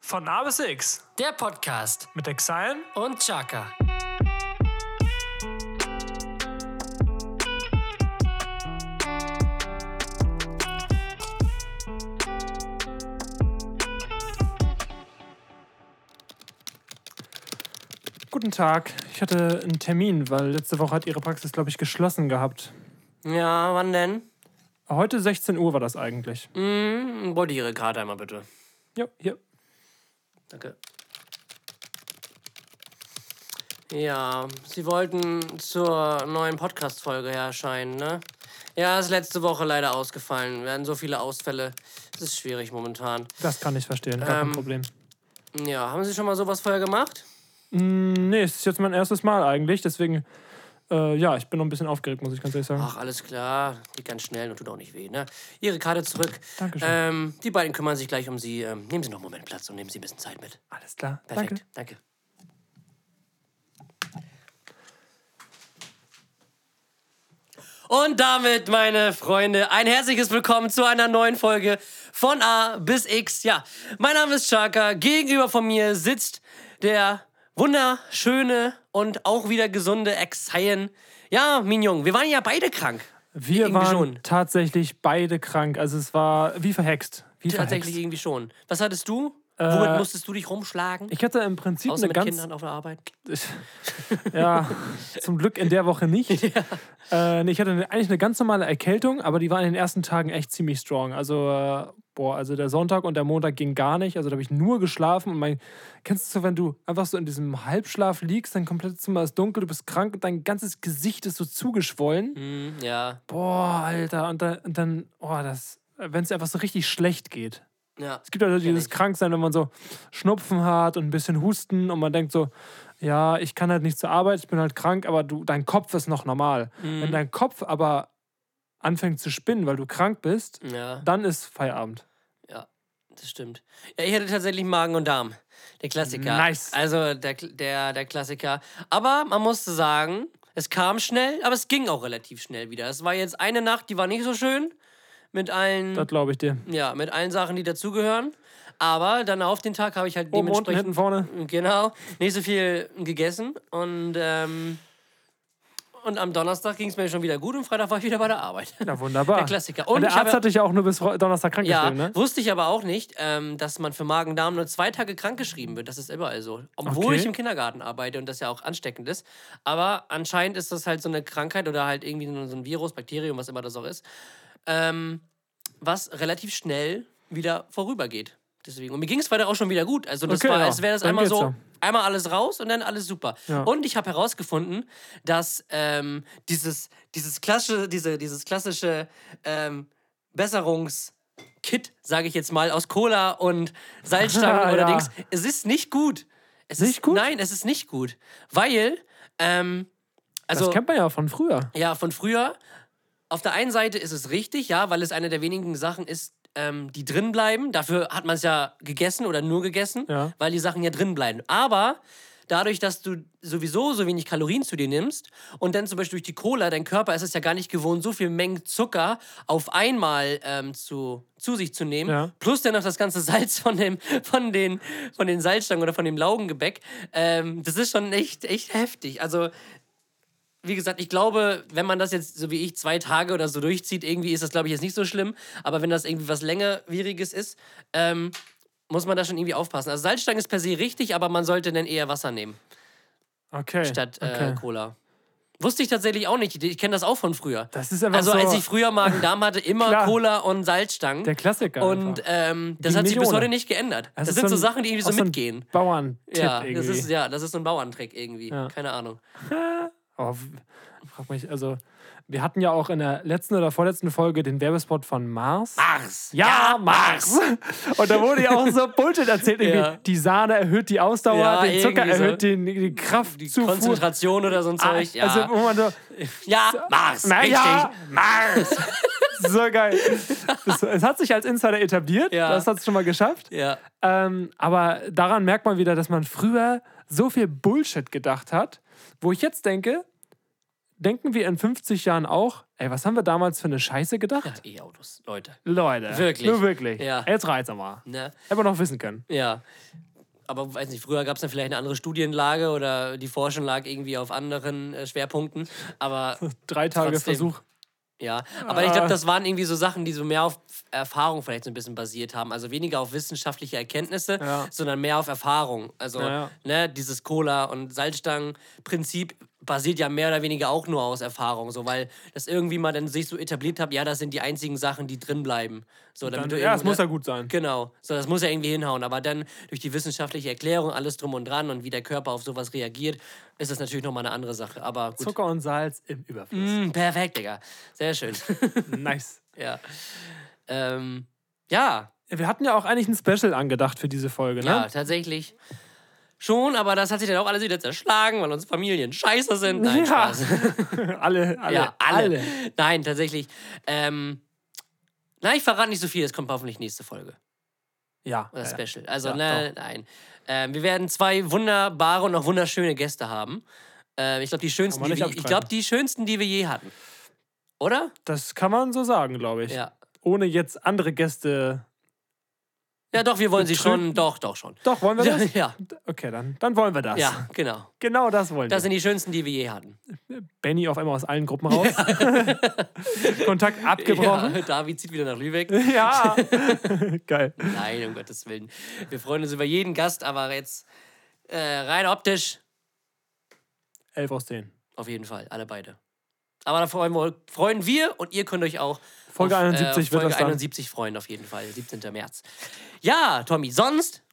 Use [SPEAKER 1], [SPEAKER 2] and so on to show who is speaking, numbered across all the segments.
[SPEAKER 1] Von A bis X
[SPEAKER 2] Der Podcast
[SPEAKER 1] mit Exilen
[SPEAKER 2] und Chaka.
[SPEAKER 1] Guten Tag. Ich hatte einen Termin, weil letzte Woche hat Ihre Praxis, glaube ich, geschlossen gehabt.
[SPEAKER 2] Ja, wann denn?
[SPEAKER 1] Heute 16 Uhr war das eigentlich.
[SPEAKER 2] Hm, Bodiere gerade einmal bitte.
[SPEAKER 1] Ja, hier.
[SPEAKER 2] Danke. Ja, Sie wollten zur neuen Podcast-Folge erscheinen, ne? Ja, ist letzte Woche leider ausgefallen. Werden so viele Ausfälle. Es ist schwierig momentan.
[SPEAKER 1] Das kann ich verstehen. Gar
[SPEAKER 2] Ähm.
[SPEAKER 1] kein Problem.
[SPEAKER 2] Ja, haben Sie schon mal sowas vorher gemacht?
[SPEAKER 1] Hm, Nee, es ist jetzt mein erstes Mal eigentlich. Deswegen, äh, ja, ich bin noch ein bisschen aufgeregt, muss ich ganz ehrlich sagen.
[SPEAKER 2] Ach, alles klar. Geht ganz schnell und tut auch nicht weh, ne? Ihre Karte zurück.
[SPEAKER 1] Dankeschön.
[SPEAKER 2] Ähm, die beiden kümmern sich gleich um Sie. Ähm, nehmen Sie noch einen Moment Platz und nehmen Sie ein bisschen Zeit mit.
[SPEAKER 1] Alles klar.
[SPEAKER 2] Perfekt.
[SPEAKER 1] Danke.
[SPEAKER 2] Danke. Und damit, meine Freunde, ein herzliches Willkommen zu einer neuen Folge von A bis X. Ja, mein Name ist Chaka. Gegenüber von mir sitzt der wunderschöne und auch wieder gesunde Ex-Haien. Ja, Mignon, wir waren ja beide krank.
[SPEAKER 1] Wir
[SPEAKER 2] Irgendwie
[SPEAKER 1] waren
[SPEAKER 2] schon.
[SPEAKER 1] tatsächlich beide krank. Also es war wie verhext. Wie
[SPEAKER 2] Tatsächlich
[SPEAKER 1] verhext.
[SPEAKER 2] irgendwie schon. Was hattest du? Womit musstest du dich rumschlagen?
[SPEAKER 1] Ich hatte im Prinzip
[SPEAKER 2] Außer
[SPEAKER 1] eine
[SPEAKER 2] mit
[SPEAKER 1] ganz
[SPEAKER 2] Kindern auf der Arbeit.
[SPEAKER 1] Ja, zum Glück in der Woche nicht. Äh, nee, ich hatte eine- eigentlich eine ganz normale Erkältung, aber die war in den ersten Tagen echt ziemlich strong. Also, äh, boah, also der Sonntag und der Montag ging gar nicht. Also da habe ich nur geschlafen und mein, kennst du, so, wenn du einfach so in diesem Halbschlaf liegst, dein komplettes Zimmer ist dunkel, du bist krank und dein ganzes Gesicht ist so zugeschwollen.
[SPEAKER 2] Hm, ja.
[SPEAKER 1] Boah, Alter, und dann, und dann oh, das, wenn es einfach so richtig schlecht geht.
[SPEAKER 2] ja.
[SPEAKER 1] Es gibt ja
[SPEAKER 2] Kenn
[SPEAKER 1] dieses
[SPEAKER 2] ich.
[SPEAKER 1] Kranksein, wenn man so Schnupfen hat und ein bisschen Husten und man denkt so, ja, ich kann halt nicht zur Arbeit, ich bin halt krank, aber du, dein Kopf ist noch normal.
[SPEAKER 2] Mhm.
[SPEAKER 1] Wenn dein Kopf aber anfängt zu spinnen, weil du krank bist,
[SPEAKER 2] Ja,
[SPEAKER 1] dann ist Feierabend.
[SPEAKER 2] ja, das stimmt. Ja, ich hatte tatsächlich Magen und Darm. Der Klassiker.
[SPEAKER 1] Nice.
[SPEAKER 2] Also der, Kl- der, der Klassiker. Aber man musste sagen, es kam schnell, aber es ging auch relativ schnell wieder. Es war jetzt eine Nacht, die war nicht so schön. Mit allen,
[SPEAKER 1] Das glaube ich dir.
[SPEAKER 2] ja, mit allen Sachen, die dazugehören. Aber dann auf den Tag habe ich halt
[SPEAKER 1] Oben, unten, hinten,
[SPEAKER 2] dementsprechend
[SPEAKER 1] vorne.
[SPEAKER 2] genau, nicht so viel gegessen. Und, ähm, und am Donnerstag ging es mir schon wieder gut und Freitag war ich wieder bei der Arbeit.
[SPEAKER 1] Ja, wunderbar.
[SPEAKER 2] Der Klassiker. Und
[SPEAKER 1] der
[SPEAKER 2] ich habe-
[SPEAKER 1] Arzt hat dich ja auch nur bis Ro- Donnerstag krank
[SPEAKER 2] Ja,
[SPEAKER 1] geschrieben, ne?
[SPEAKER 2] wusste ich aber auch nicht, ähm, dass man für Magen-Darm nur zwei Tage krankgeschrieben wird. Das ist überall so. Obwohl
[SPEAKER 1] Okay.
[SPEAKER 2] ich im Kindergarten arbeite und das ja auch ansteckend ist. Aber anscheinend ist das halt so eine Krankheit oder halt irgendwie so ein Virus, Bakterium, was immer das auch ist, ähm, was relativ schnell wieder vorübergeht. Deswegen. Und mir ging es weiter auch schon wieder gut. Also das
[SPEAKER 1] Okay,
[SPEAKER 2] war,
[SPEAKER 1] ja.
[SPEAKER 2] es wäre das
[SPEAKER 1] Dann
[SPEAKER 2] einmal
[SPEAKER 1] geht's
[SPEAKER 2] so,
[SPEAKER 1] ja.
[SPEAKER 2] einmal alles raus und dann alles super.
[SPEAKER 1] Ja.
[SPEAKER 2] Und ich habe herausgefunden, dass ähm, dieses, dieses klassische, diese, dieses klassische ähm, Besserungskit, sage ich jetzt mal, aus Cola und Salzstangen
[SPEAKER 1] Ah,
[SPEAKER 2] oder
[SPEAKER 1] ja.
[SPEAKER 2] Dings, es ist nicht gut. Es
[SPEAKER 1] Nicht
[SPEAKER 2] ist,
[SPEAKER 1] gut?
[SPEAKER 2] Nein, es ist nicht gut. Weil, ähm,
[SPEAKER 1] Das
[SPEAKER 2] also,
[SPEAKER 1] kennt man ja von früher.
[SPEAKER 2] ja, von früher, auf der einen Seite ist es richtig, ja, weil es eine der wenigen Sachen ist, ähm, die drin bleiben. Dafür hat man es ja gegessen oder nur gegessen,
[SPEAKER 1] Ja.
[SPEAKER 2] weil die Sachen ja drin bleiben. Aber dadurch, dass du sowieso so wenig Kalorien zu dir nimmst und dann zum Beispiel durch die Cola, dein Körper ist es ja gar nicht gewohnt, so viel Mengen Zucker auf einmal ähm, zu, zu sich zu nehmen,
[SPEAKER 1] Ja.
[SPEAKER 2] plus dann noch das ganze Salz von, dem, von, den, von den Salzstangen oder von dem Laugengebäck. Ähm, das ist schon echt, echt heftig. Also wie gesagt, ich glaube, wenn man das jetzt so wie ich zwei Tage oder so durchzieht, irgendwie ist das, glaube ich, jetzt nicht so schlimm. Aber wenn das irgendwie was längerwieriges ist, ähm, muss man da schon irgendwie aufpassen. Also Salzstangen ist per se richtig, aber man sollte dann eher Wasser nehmen
[SPEAKER 1] Okay.
[SPEAKER 2] statt äh,
[SPEAKER 1] okay.
[SPEAKER 2] Cola. Wusste ich tatsächlich auch nicht. Ich kenne das auch von früher.
[SPEAKER 1] Das ist einfach
[SPEAKER 2] also
[SPEAKER 1] so
[SPEAKER 2] als ich früher Magen-Darm hatte, immer
[SPEAKER 1] Klar.
[SPEAKER 2] Cola und Salzstangen.
[SPEAKER 1] der Klassiker.
[SPEAKER 2] und
[SPEAKER 1] einfach.
[SPEAKER 2] ähm, das
[SPEAKER 1] Ging
[SPEAKER 2] hat sich
[SPEAKER 1] nicht
[SPEAKER 2] bis
[SPEAKER 1] ohne.
[SPEAKER 2] heute nicht geändert. Das,
[SPEAKER 1] ist
[SPEAKER 2] sind so
[SPEAKER 1] ein-
[SPEAKER 2] Sachen, die irgendwie so
[SPEAKER 1] auch ein
[SPEAKER 2] mitgehen.
[SPEAKER 1] Bauerntipp
[SPEAKER 2] Ja
[SPEAKER 1] irgendwie.
[SPEAKER 2] das, ist, ja, das ist so ein Bauerntrick irgendwie.
[SPEAKER 1] Ja.
[SPEAKER 2] Keine Ahnung.
[SPEAKER 1] Aber Oh, w- frag mich, also, wir hatten ja auch in der letzten oder vorletzten Folge den Werbespot von Mars.
[SPEAKER 2] Mars!
[SPEAKER 1] Ja, Mars! Und da wurde ja auch so Bullshit erzählt. Irgendwie,
[SPEAKER 2] Ja.
[SPEAKER 1] Die Sahne erhöht die Ausdauer,
[SPEAKER 2] Ja,
[SPEAKER 1] den Zucker
[SPEAKER 2] irgendwie so.
[SPEAKER 1] erhöht den, die Kraft.
[SPEAKER 2] Die Konzentration oder so ein Zeug. Ja.
[SPEAKER 1] Also, wo man so,
[SPEAKER 2] Ja, Mars.
[SPEAKER 1] Na
[SPEAKER 2] richtig.
[SPEAKER 1] ja.
[SPEAKER 2] Mars.
[SPEAKER 1] so geil. Das, es hat sich als Insider etabliert,
[SPEAKER 2] Ja.
[SPEAKER 1] das hat es schon mal geschafft.
[SPEAKER 2] Ja.
[SPEAKER 1] Ähm, aber daran merkt man wieder, dass man früher so viel Bullshit gedacht hat, wo ich jetzt denke, denken wir in 50 Jahren auch, ey, was haben wir damals für eine Scheiße gedacht?
[SPEAKER 2] E-Autos, Leute.
[SPEAKER 1] Leute.
[SPEAKER 2] Wirklich.
[SPEAKER 1] Nur wirklich.
[SPEAKER 2] Ja.
[SPEAKER 1] Jetzt reizt aber.
[SPEAKER 2] Ne?
[SPEAKER 1] Hätte man noch wissen können.
[SPEAKER 2] Ja. Aber weiß nicht, früher gab es dann vielleicht eine andere Studienlage oder die Forschung lag irgendwie auf anderen äh, Schwerpunkten. Aber
[SPEAKER 1] Drei Tage
[SPEAKER 2] Trotzdem.
[SPEAKER 1] Versuch.
[SPEAKER 2] ja. Aber ich
[SPEAKER 1] Ah.
[SPEAKER 2] glaube, das waren irgendwie so Sachen, die so mehr auf Erfahrung vielleicht so ein bisschen basiert haben. Also weniger auf wissenschaftliche Erkenntnisse,
[SPEAKER 1] Ja.
[SPEAKER 2] sondern mehr auf Erfahrung. Also
[SPEAKER 1] Ja, ja.
[SPEAKER 2] ne, dieses Cola- und Salzstangen-Prinzip basiert ja mehr oder weniger auch nur aus Erfahrung. So, weil das irgendwie mal dann sich so etabliert hat, ja, das sind die einzigen Sachen, die drin bleiben. So, damit
[SPEAKER 1] Dann,
[SPEAKER 2] du
[SPEAKER 1] ja, es
[SPEAKER 2] irgendwo-
[SPEAKER 1] muss ja gut sein.
[SPEAKER 2] Genau, so das muss ja irgendwie hinhauen. Aber dann durch die wissenschaftliche Erklärung, alles drum und dran und wie der Körper auf sowas reagiert, ist das natürlich nochmal eine andere Sache. Aber gut.
[SPEAKER 1] Zucker und Salz im Überfluss.
[SPEAKER 2] Mm, perfekt, Digga. Sehr schön. Mhm.
[SPEAKER 1] Nice.
[SPEAKER 2] ja. Ähm, ja,
[SPEAKER 1] Wir hatten ja auch eigentlich ein Special angedacht für diese Folge, ne?
[SPEAKER 2] ja, tatsächlich. Schon, aber das hat sich dann auch alles wieder zerschlagen, weil uns Familien scheiße sind. Nein,
[SPEAKER 1] Ja.
[SPEAKER 2] Spaß.
[SPEAKER 1] alle, alle,
[SPEAKER 2] Ja, alle. Nein, tatsächlich. Ähm, na, ich verrate nicht so viel, es kommt hoffentlich nächste Folge.
[SPEAKER 1] Ja. äh,
[SPEAKER 2] Oder
[SPEAKER 1] ja.
[SPEAKER 2] Special. Also,
[SPEAKER 1] Ja,
[SPEAKER 2] ne, nein. Ähm, wir werden zwei wunderbare und auch wunderschöne Gäste haben. Ähm, ich glaube, die schönsten,
[SPEAKER 1] man
[SPEAKER 2] die
[SPEAKER 1] nicht
[SPEAKER 2] wir, ich
[SPEAKER 1] abstreiten.
[SPEAKER 2] glaube, die schönsten, die wir je hatten. Oder?
[SPEAKER 1] Das kann man so sagen, glaube ich.
[SPEAKER 2] Ja.
[SPEAKER 1] Ohne jetzt andere Gäste.
[SPEAKER 2] Ja, doch, wir wollen sie
[SPEAKER 1] Betrügen.
[SPEAKER 2] schon. Doch, doch schon.
[SPEAKER 1] Doch, wollen wir
[SPEAKER 2] Ja,
[SPEAKER 1] das?
[SPEAKER 2] ja.
[SPEAKER 1] Okay, dann, dann wollen wir das.
[SPEAKER 2] Ja, genau.
[SPEAKER 1] Genau das wollen
[SPEAKER 2] Das
[SPEAKER 1] wir.
[SPEAKER 2] sind die schönsten, die wir je hatten.
[SPEAKER 1] Benny auf einmal aus allen Gruppen raus. Kontakt abgebrochen.
[SPEAKER 2] Ja, David zieht wieder nach Lübeck.
[SPEAKER 1] Ja. Geil.
[SPEAKER 2] Nein, um Gottes Willen. Wir freuen uns über jeden Gast, aber jetzt äh, rein optisch
[SPEAKER 1] 11 aus 10.
[SPEAKER 2] auf jeden Fall, alle beide. Aber da freuen wir, freuen wir und ihr könnt euch auch
[SPEAKER 1] Folge
[SPEAKER 2] auf,
[SPEAKER 1] 71
[SPEAKER 2] äh,
[SPEAKER 1] wird
[SPEAKER 2] Folge
[SPEAKER 1] das dann.
[SPEAKER 2] 71 freuen auf jeden Fall, 17. März. Ja, Tommy, sonst,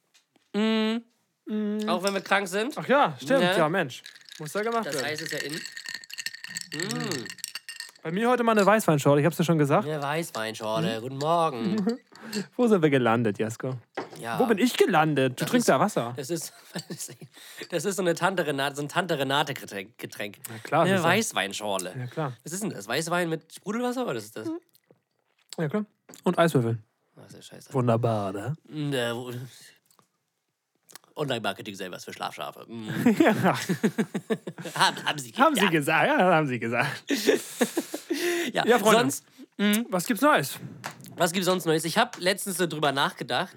[SPEAKER 2] mh, auch wenn wir krank sind,
[SPEAKER 1] Ach ja, stimmt.
[SPEAKER 2] Ne?
[SPEAKER 1] Ja, Mensch. Muss ja gemacht
[SPEAKER 2] das
[SPEAKER 1] werden.
[SPEAKER 2] Eis ist ja in.
[SPEAKER 1] Bei mir heute mal eine Weißweinschorle, ich hab's dir schon gesagt.
[SPEAKER 2] Eine Weißweinschorle, guten Morgen.
[SPEAKER 1] Wo sind wir gelandet, Jasko?
[SPEAKER 2] Ja.
[SPEAKER 1] Wo bin ich gelandet? Du trinkst
[SPEAKER 2] ist-
[SPEAKER 1] ja Wasser.
[SPEAKER 2] Ah. Das ist, das ist so, eine Tante Renate, so ein Tante Renate-Getränk. Getränk.
[SPEAKER 1] klar, das
[SPEAKER 2] Eine
[SPEAKER 1] ist ja-
[SPEAKER 2] Weißweinschorle.
[SPEAKER 1] Ja, klar.
[SPEAKER 2] Was ist denn das? Weißwein mit Sprudelwasser oder was ist das?
[SPEAKER 1] Ja, klar. Und Eiswürfel.
[SPEAKER 2] Ach, ist ja scheiße.
[SPEAKER 1] Wunderbar, ne?
[SPEAKER 2] Mm, äh, wo- Online-Marketing selber ist für Schlafschafe. Mm.
[SPEAKER 1] ja,
[SPEAKER 2] haben, haben Sie
[SPEAKER 1] haben sie
[SPEAKER 2] ja,
[SPEAKER 1] gesagt. Ja, haben sie gesagt.
[SPEAKER 2] ja.
[SPEAKER 1] Ja, Freunde.
[SPEAKER 2] sonst,
[SPEAKER 1] Was gibt's Neues?
[SPEAKER 2] Was gibt's sonst Neues? Ich habe letztens so drüber nachgedacht.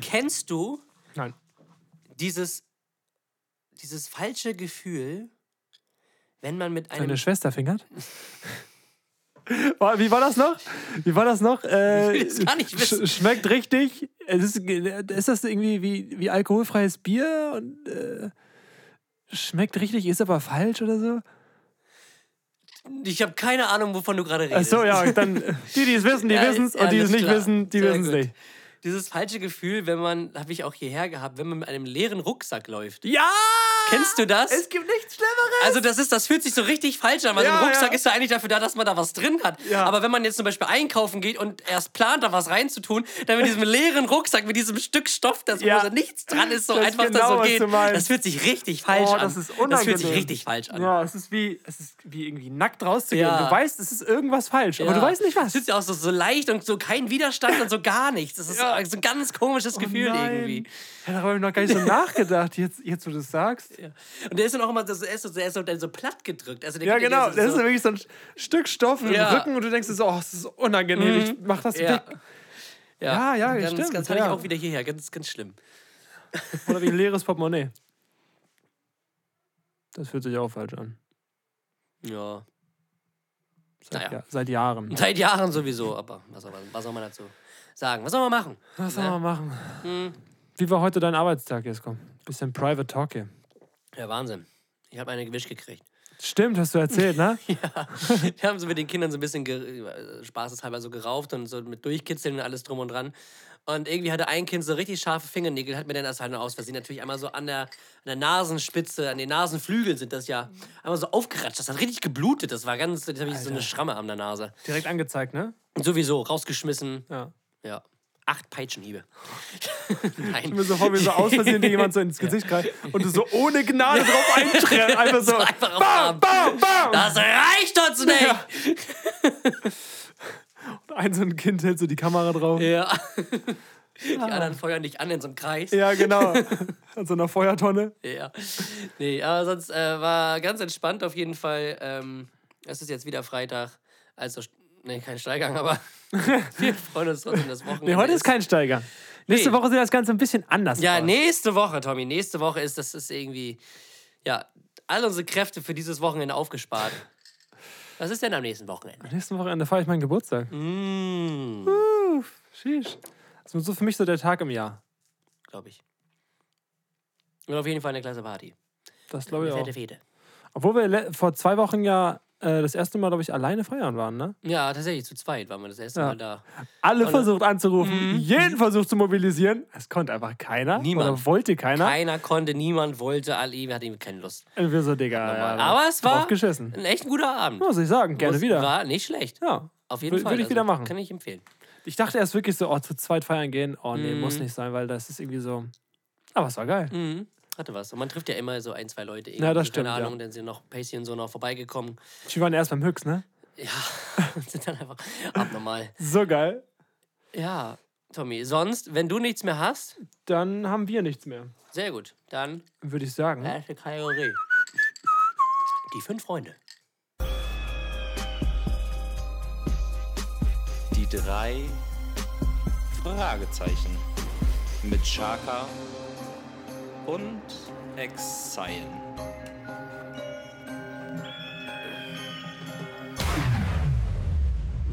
[SPEAKER 2] Kennst du
[SPEAKER 1] Nein.
[SPEAKER 2] dieses, dieses falsche Gefühl, wenn man mit einem.
[SPEAKER 1] Deine Schwester fingert? Boah, Wie war das noch? Wie war das noch? Äh,
[SPEAKER 2] Das kann ich wissen.
[SPEAKER 1] sch schmeckt richtig. Es ist, ist das irgendwie wie, wie alkoholfreies Bier? Und, äh, schmeckt richtig, ist aber falsch oder so?
[SPEAKER 2] Ich habe keine Ahnung, wovon du gerade redest.
[SPEAKER 1] Achso, ja, dann die, die es wissen, die
[SPEAKER 2] Ja,
[SPEAKER 1] wissen es. Und die, die es
[SPEAKER 2] alles
[SPEAKER 1] nicht
[SPEAKER 2] klar.
[SPEAKER 1] wissen, die
[SPEAKER 2] Sehr
[SPEAKER 1] wissen es
[SPEAKER 2] gut.
[SPEAKER 1] nicht.
[SPEAKER 2] Dieses falsche Gefühl, wenn man, habe ich auch hierher gehabt, wenn man mit einem leeren Rucksack läuft.
[SPEAKER 1] Ja!
[SPEAKER 2] Kennst du das?
[SPEAKER 1] Es gibt nichts Schlimmeres.
[SPEAKER 2] Also das ist, das fühlt sich so richtig falsch an, weil so
[SPEAKER 1] Ja,
[SPEAKER 2] ein Rucksack
[SPEAKER 1] ja.
[SPEAKER 2] ist ja eigentlich dafür da, dass man da was drin hat.
[SPEAKER 1] Ja.
[SPEAKER 2] Aber wenn man jetzt zum Beispiel einkaufen geht und erst plant, da was reinzutun, dann mit diesem leeren Rucksack, mit diesem Stück Stoff, das
[SPEAKER 1] Ja.
[SPEAKER 2] wo so nichts dran ist, so
[SPEAKER 1] Das ist
[SPEAKER 2] einfach
[SPEAKER 1] genau,
[SPEAKER 2] da so
[SPEAKER 1] was
[SPEAKER 2] geht,
[SPEAKER 1] du meinst.
[SPEAKER 2] das fühlt sich richtig falsch
[SPEAKER 1] Oh,
[SPEAKER 2] an.
[SPEAKER 1] das ist
[SPEAKER 2] Das fühlt sich
[SPEAKER 1] unangenehm.
[SPEAKER 2] richtig falsch an.
[SPEAKER 1] Ja, es ist wie, es ist wie irgendwie nackt rauszugehen.
[SPEAKER 2] Ja.
[SPEAKER 1] Du weißt, es ist irgendwas falsch, aber
[SPEAKER 2] Ja.
[SPEAKER 1] du weißt nicht
[SPEAKER 2] Es
[SPEAKER 1] was.
[SPEAKER 2] fühlt sich auch so, so leicht und so kein Widerstand und so gar nichts. Das ist
[SPEAKER 1] Ja. Oh
[SPEAKER 2] so ein ganz komisches Gefühl
[SPEAKER 1] Nein.
[SPEAKER 2] irgendwie.
[SPEAKER 1] Ja, darüber habe ich noch gar nicht so nachgedacht, jetzt, jetzt wo du es sagst.
[SPEAKER 2] Ja. Und der ist dann auch immer so, er ist so, er ist so, dann so platt gedrückt. Also der
[SPEAKER 1] Ja,
[SPEAKER 2] geht die
[SPEAKER 1] genau.
[SPEAKER 2] ganze
[SPEAKER 1] Das
[SPEAKER 2] Zeit
[SPEAKER 1] ist
[SPEAKER 2] so,
[SPEAKER 1] wirklich so ein Stück Stoff im
[SPEAKER 2] Ja.
[SPEAKER 1] Rücken und du denkst dir so, oh, das ist unangenehm, ich mach das
[SPEAKER 2] Ja.
[SPEAKER 1] weg. Ja,
[SPEAKER 2] ja,
[SPEAKER 1] ja,
[SPEAKER 2] ganz,
[SPEAKER 1] stimmt,
[SPEAKER 2] Ganz, habe ich
[SPEAKER 1] ja.
[SPEAKER 2] auch wieder hierher, ganz, ganz schlimm.
[SPEAKER 1] Oder wie ein leeres Portemonnaie. Das fühlt sich auch falsch an.
[SPEAKER 2] Ja.
[SPEAKER 1] Seit,
[SPEAKER 2] Naja.
[SPEAKER 1] ja. seit Jahren.
[SPEAKER 2] Seit Jahren sowieso, aber was soll, man, was soll man dazu sagen? Was soll man machen?
[SPEAKER 1] Was soll man machen? Wie war heute dein Arbeitstag jetzt? Komm, bisschen Private Talk hier.
[SPEAKER 2] Ja, Wahnsinn. Ich habe eine gewischt gekriegt.
[SPEAKER 1] Stimmt, hast du erzählt, ne?
[SPEAKER 2] Wir haben so mit den Kindern so ein bisschen ge- äh, spaßeshalber so gerauft und so mit Durchkitzeln und alles drum und dran. Und irgendwie hatte ein Kind so richtig scharfe Fingernägel, hat mir dann das halt noch aus Versehen natürlich einmal so an der, an der Nasenspitze, an den Nasenflügeln sind das ja, einmal so aufgeratscht. Das hat richtig geblutet. Das war ganz, jetzt habe ich so eine Schramme an der Nase.
[SPEAKER 1] Direkt angezeigt, ne?
[SPEAKER 2] Und sowieso, rausgeschmissen.
[SPEAKER 1] Ja.
[SPEAKER 2] Ja. Acht Peitschenhiebe. Nein.
[SPEAKER 1] Mir so vor, wie so aus Versehen dir jemand so ins Gesicht greift und du so ohne Gnade drauf eintrittst. Einfach so.
[SPEAKER 2] Einfach auf
[SPEAKER 1] bam, bam, bam.
[SPEAKER 2] Das reicht uns nicht!
[SPEAKER 1] Ja. Ein so ein Kind hält so die Kamera drauf.
[SPEAKER 2] Ja. Die anderen feuern dich an in so einem Kreis.
[SPEAKER 1] Ah. Ja, genau. An so einer Feuertonne.
[SPEAKER 2] Ja. Nee, aber sonst äh, war ganz entspannt auf jeden Fall. Ähm, es ist jetzt wieder Freitag. Also, st- nee, kein Steigang, aber wir freuen uns trotzdem das Wochenende.
[SPEAKER 1] Nee, heute ist kein Steiger. Nächste
[SPEAKER 2] Nee.
[SPEAKER 1] Woche sieht das Ganze ein bisschen anders
[SPEAKER 2] Ja,
[SPEAKER 1] aus.
[SPEAKER 2] nächste Woche, Tommy. Nächste Woche ist das ist irgendwie. Ja, all unsere Kräfte für dieses Wochenende aufgespart. Was ist denn am nächsten Wochenende?
[SPEAKER 1] Nächste Wochenende feiere ich meinen Geburtstag.
[SPEAKER 2] Mhm. Mm,
[SPEAKER 1] Sheesh. Das ist so für mich so der Tag im Jahr.
[SPEAKER 2] glaube ich. Und auf jeden Fall eine klasse Party.
[SPEAKER 1] Das glaube ich
[SPEAKER 2] Eine fette
[SPEAKER 1] auch.
[SPEAKER 2] Fete.
[SPEAKER 1] Obwohl wir le- vor zwei Wochen ja äh, das erste Mal, glaube ich, alleine feiern waren, ne?
[SPEAKER 2] Ja, tatsächlich, zu zweit waren wir das erste
[SPEAKER 1] Ja.
[SPEAKER 2] Mal da.
[SPEAKER 1] Alle
[SPEAKER 2] Alle. Mhm.
[SPEAKER 1] versucht anzurufen, jeden versucht zu mobilisieren. Es konnte einfach keiner.
[SPEAKER 2] Niemand.
[SPEAKER 1] Oder wollte keiner.
[SPEAKER 2] Keiner konnte, niemand wollte, Ali, wir hatten eben keine Lust.
[SPEAKER 1] Und wir so, Digga. Ja,
[SPEAKER 2] Normal. Aber es war
[SPEAKER 1] Drauf geschissen.
[SPEAKER 2] ein echt guter Abend.
[SPEAKER 1] Muss ich sagen, gerne
[SPEAKER 2] Muss-
[SPEAKER 1] wieder.
[SPEAKER 2] War nicht schlecht.
[SPEAKER 1] ja.
[SPEAKER 2] Auf jeden
[SPEAKER 1] Wür-
[SPEAKER 2] Fall. Also,
[SPEAKER 1] Würde ich wieder machen.
[SPEAKER 2] Kann ich empfehlen.
[SPEAKER 1] Ich dachte erst wirklich so, oh, zu zweit feiern gehen. Oh, nee,
[SPEAKER 2] Mhm.
[SPEAKER 1] muss nicht sein, weil das ist irgendwie so. Aber es war geil.
[SPEAKER 2] Mhm. Hatte was. Und man trifft ja immer so ein, zwei Leute.
[SPEAKER 1] Ja, das
[SPEAKER 2] irgendwie, Keine
[SPEAKER 1] stimmt, ja.
[SPEAKER 2] Ahnung, dann sind noch Pacey und so noch vorbeigekommen.
[SPEAKER 1] Wir waren erst beim Höchst, ne?
[SPEAKER 2] Ja, und sind dann einfach abnormal.
[SPEAKER 1] So geil.
[SPEAKER 2] Ja, Tommy, sonst, wenn du nichts mehr hast,
[SPEAKER 1] Dann haben wir nichts mehr,
[SPEAKER 2] sehr gut. Dann
[SPEAKER 1] würde ich sagen.
[SPEAKER 2] erste Kategorie. Die fünf Freunde.
[SPEAKER 3] Die drei Fragezeichen mit Shaka und Exile.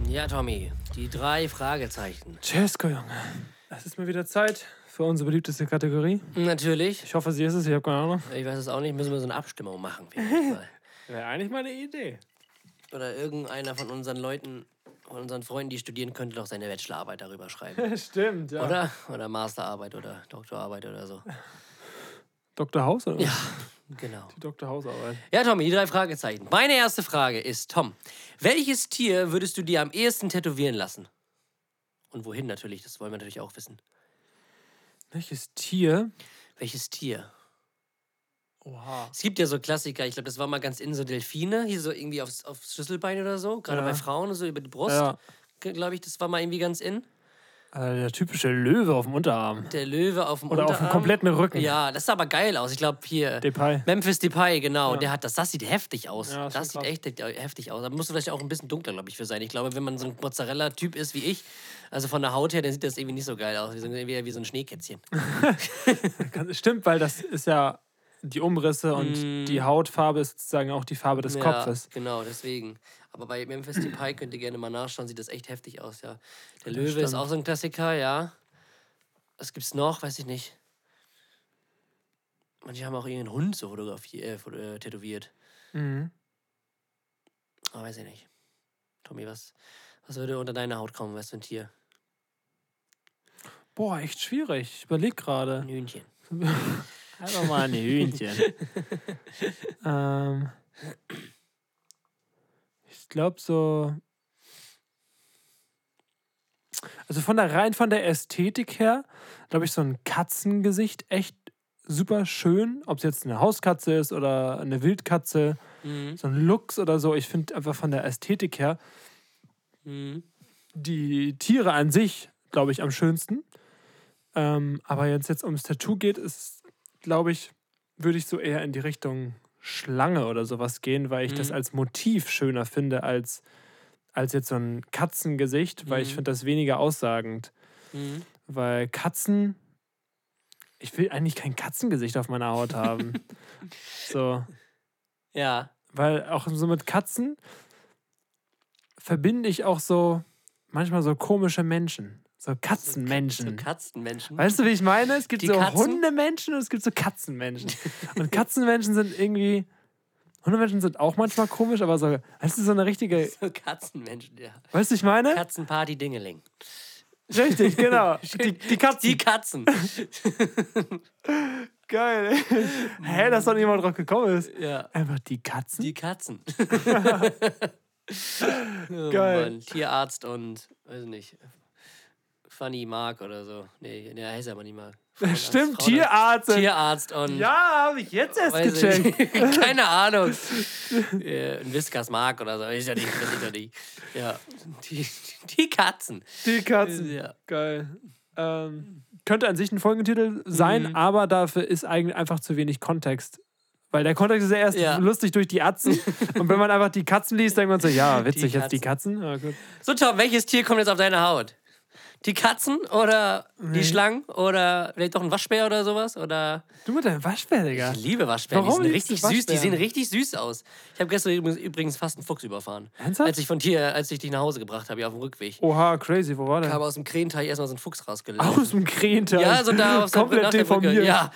[SPEAKER 2] Ja, Tommy, die drei Fragezeichen.
[SPEAKER 1] Tschüssko, Junge. Es ist mal wieder Zeit für unsere beliebteste Kategorie.
[SPEAKER 2] Natürlich.
[SPEAKER 1] Ich hoffe, sie ist es. Ich habe keine Ahnung.
[SPEAKER 2] Ich weiß es auch nicht, müssen wir so eine Abstimmung machen. vielleicht mal.
[SPEAKER 1] Wäre eigentlich mal eine Idee.
[SPEAKER 2] Oder irgendeiner von unseren Leuten, von unseren Freunden, die studieren, könnte doch seine Bachelorarbeit darüber schreiben.
[SPEAKER 1] Stimmt, ja.
[SPEAKER 2] Oder? Oder Masterarbeit oder Doktorarbeit oder so.
[SPEAKER 1] Dr. House oder? was?
[SPEAKER 2] Ja, genau.
[SPEAKER 1] Die Dr. House-Arbeit.
[SPEAKER 2] Ja, Tommy, die drei Fragezeichen. Meine erste Frage ist, Tom, welches Tier würdest du dir am ehesten tätowieren lassen? Und wohin natürlich, das wollen wir natürlich auch wissen.
[SPEAKER 1] Welches Tier?
[SPEAKER 2] Welches Tier?
[SPEAKER 1] Oha.
[SPEAKER 2] Es gibt ja so Klassiker, ich glaube, das war mal ganz in so Delfine, hier so irgendwie aufs, aufs Schlüsselbein oder so, gerade
[SPEAKER 1] Ja.
[SPEAKER 2] bei Frauen, so über die Brust,
[SPEAKER 1] Ja.
[SPEAKER 2] glaube ich, das war mal irgendwie ganz in.
[SPEAKER 1] Also der typische Löwe auf dem Unterarm.
[SPEAKER 2] Der Löwe auf dem
[SPEAKER 1] Oder auf dem
[SPEAKER 2] Unterarm.
[SPEAKER 1] kompletten Rücken.
[SPEAKER 2] Ja, das sah aber geil aus. Ich glaube, hier.
[SPEAKER 1] Depay.
[SPEAKER 2] Memphis Depay, genau. Der hat das, das sieht heftig aus.
[SPEAKER 1] Ja,
[SPEAKER 2] das
[SPEAKER 1] ist schon
[SPEAKER 2] sieht echt äh, heftig aus. Da musst du vielleicht auch ein bisschen dunkler, glaube ich, für sein. Ich glaube, wenn man so ein Mozzarella-Typ ist wie ich, also von der Haut her, dann sieht das irgendwie nicht so geil aus. Wie so, wie, wie so ein Schneekätzchen.
[SPEAKER 1] Ganz- Stimmt, weil das ist ja die Umrisse und
[SPEAKER 2] Mhm.
[SPEAKER 1] die Hautfarbe ist sozusagen auch die Farbe des Kopfes.
[SPEAKER 2] Genau, deswegen. Aber bei Memphis Depay könnt ihr gerne mal nachschauen, sieht das echt heftig aus, ja. Der Löwe ist
[SPEAKER 1] stimmt.
[SPEAKER 2] auch so ein Klassiker, ja. Was gibt's noch? Weiß ich nicht. Manche haben auch ihren Hund so fotografiert, äh, foto- äh, tätowiert.
[SPEAKER 1] Mhm.
[SPEAKER 2] Aber Ah, weiß ich nicht. Tommy, was, was würde unter deine Haut kommen? Was für ein Tier?
[SPEAKER 1] Boah, echt schwierig. Ich überlege gerade.
[SPEAKER 2] Ein Hühnchen.
[SPEAKER 1] Einfach mal ein Hühnchen. ähm, ich glaube so. Also von der rein von der Ästhetik her, glaube ich, so ein Katzengesicht echt super schön. Ob es jetzt eine Hauskatze ist oder eine Wildkatze,
[SPEAKER 2] Mhm.
[SPEAKER 1] so ein Luchs oder so. Ich finde einfach von der Ästhetik her
[SPEAKER 2] Mhm.
[SPEAKER 1] die Tiere an sich, glaube ich, am schönsten. Ähm, aber wenn es jetzt ums Tattoo geht, ist, glaube ich, würde ich so eher in die Richtung Schlange oder sowas gehen, weil ich das
[SPEAKER 2] Mhm.
[SPEAKER 1] als Motiv schöner finde als, als jetzt so ein Katzengesicht, weil ich
[SPEAKER 2] Mhm.
[SPEAKER 1] finde das weniger aussagend.
[SPEAKER 2] Mhm.
[SPEAKER 1] Weil Katzen, ich will eigentlich kein Katzengesicht auf meiner Haut haben. so.
[SPEAKER 2] Ja.
[SPEAKER 1] Weil auch so mit Katzen verbinde ich auch so manchmal so komische Menschen. So Katzenmenschen.
[SPEAKER 2] So Katzenmenschen.
[SPEAKER 1] weißt du, wie ich meine? Es gibt
[SPEAKER 2] Die
[SPEAKER 1] so
[SPEAKER 2] Katzen?
[SPEAKER 1] Hundemenschen und es gibt so Katzenmenschen. und Katzenmenschen sind irgendwie. Hundemenschen sind auch manchmal komisch, aber so. Weißt du, so eine richtige.
[SPEAKER 2] So Katzenmenschen, ja.
[SPEAKER 1] Weißt du, ich meine?
[SPEAKER 2] Katzenparty Dingeling.
[SPEAKER 1] Richtig, genau. Die, die Katzen.
[SPEAKER 2] Die Katzen.
[SPEAKER 1] Geil, ey. Hä, dass da niemand drauf gekommen ist.
[SPEAKER 2] ja.
[SPEAKER 1] Einfach die Katzen.
[SPEAKER 2] Die Katzen. oh
[SPEAKER 1] Geil.
[SPEAKER 2] Mann. Tierarzt und, weiß nicht, Funny Mark oder so. Nee, der heißt aber nicht Mark. Frauenarzt,
[SPEAKER 1] Stimmt,
[SPEAKER 2] Frauenarzt.
[SPEAKER 1] Tierarzt.
[SPEAKER 2] Tierarzt und.
[SPEAKER 1] Ja, habe ich jetzt erst
[SPEAKER 2] Weiß ich
[SPEAKER 1] gecheckt.
[SPEAKER 2] nicht. Keine Ahnung. Äh, Ein Whiskas Mark oder so. Ist ja nicht, weiß ich doch nicht. Ja. Die, die Katzen.
[SPEAKER 1] Die Katzen.
[SPEAKER 2] Ja.
[SPEAKER 1] Geil. Ähm, könnte an sich ein Folgentitel sein,
[SPEAKER 2] Mhm.
[SPEAKER 1] aber dafür ist eigentlich einfach zu wenig Kontext. Weil der Kontext ist ja erst
[SPEAKER 2] Ja.
[SPEAKER 1] lustig durch die Atzen. Und wenn man einfach die Katzen liest, denkt man so, ja, witzig, jetzt die Katzen. Ja, gut.
[SPEAKER 2] So, Tom, welches Tier kommt jetzt auf deine Haut? Die Katzen oder die Schlangen oder vielleicht doch ein Waschbär oder sowas? Oder
[SPEAKER 1] Du mit deinem Waschbär, Digga.
[SPEAKER 2] ich liebe Waschbären.
[SPEAKER 1] Warum
[SPEAKER 2] die sind
[SPEAKER 1] liebst du
[SPEAKER 2] richtig süß. Die
[SPEAKER 1] Waschbären?
[SPEAKER 2] sehen richtig süß aus. Ich habe gestern übrigens- übrigens fast einen Fuchs überfahren.
[SPEAKER 1] Ernsthaft?
[SPEAKER 2] Als ich von dir, als ich dich nach Hause gebracht habe, ja, auf dem Rückweg.
[SPEAKER 1] Oha, crazy, wo war
[SPEAKER 2] Ich
[SPEAKER 1] der?
[SPEAKER 2] habe aus dem Krähenteich erstmal so einen Fuchs rausgelaufen.
[SPEAKER 1] Aus dem Krähenteil.
[SPEAKER 2] Ja, so da auf so
[SPEAKER 1] Komplett
[SPEAKER 2] nach der Brücke.
[SPEAKER 1] deformiert.
[SPEAKER 2] Ja,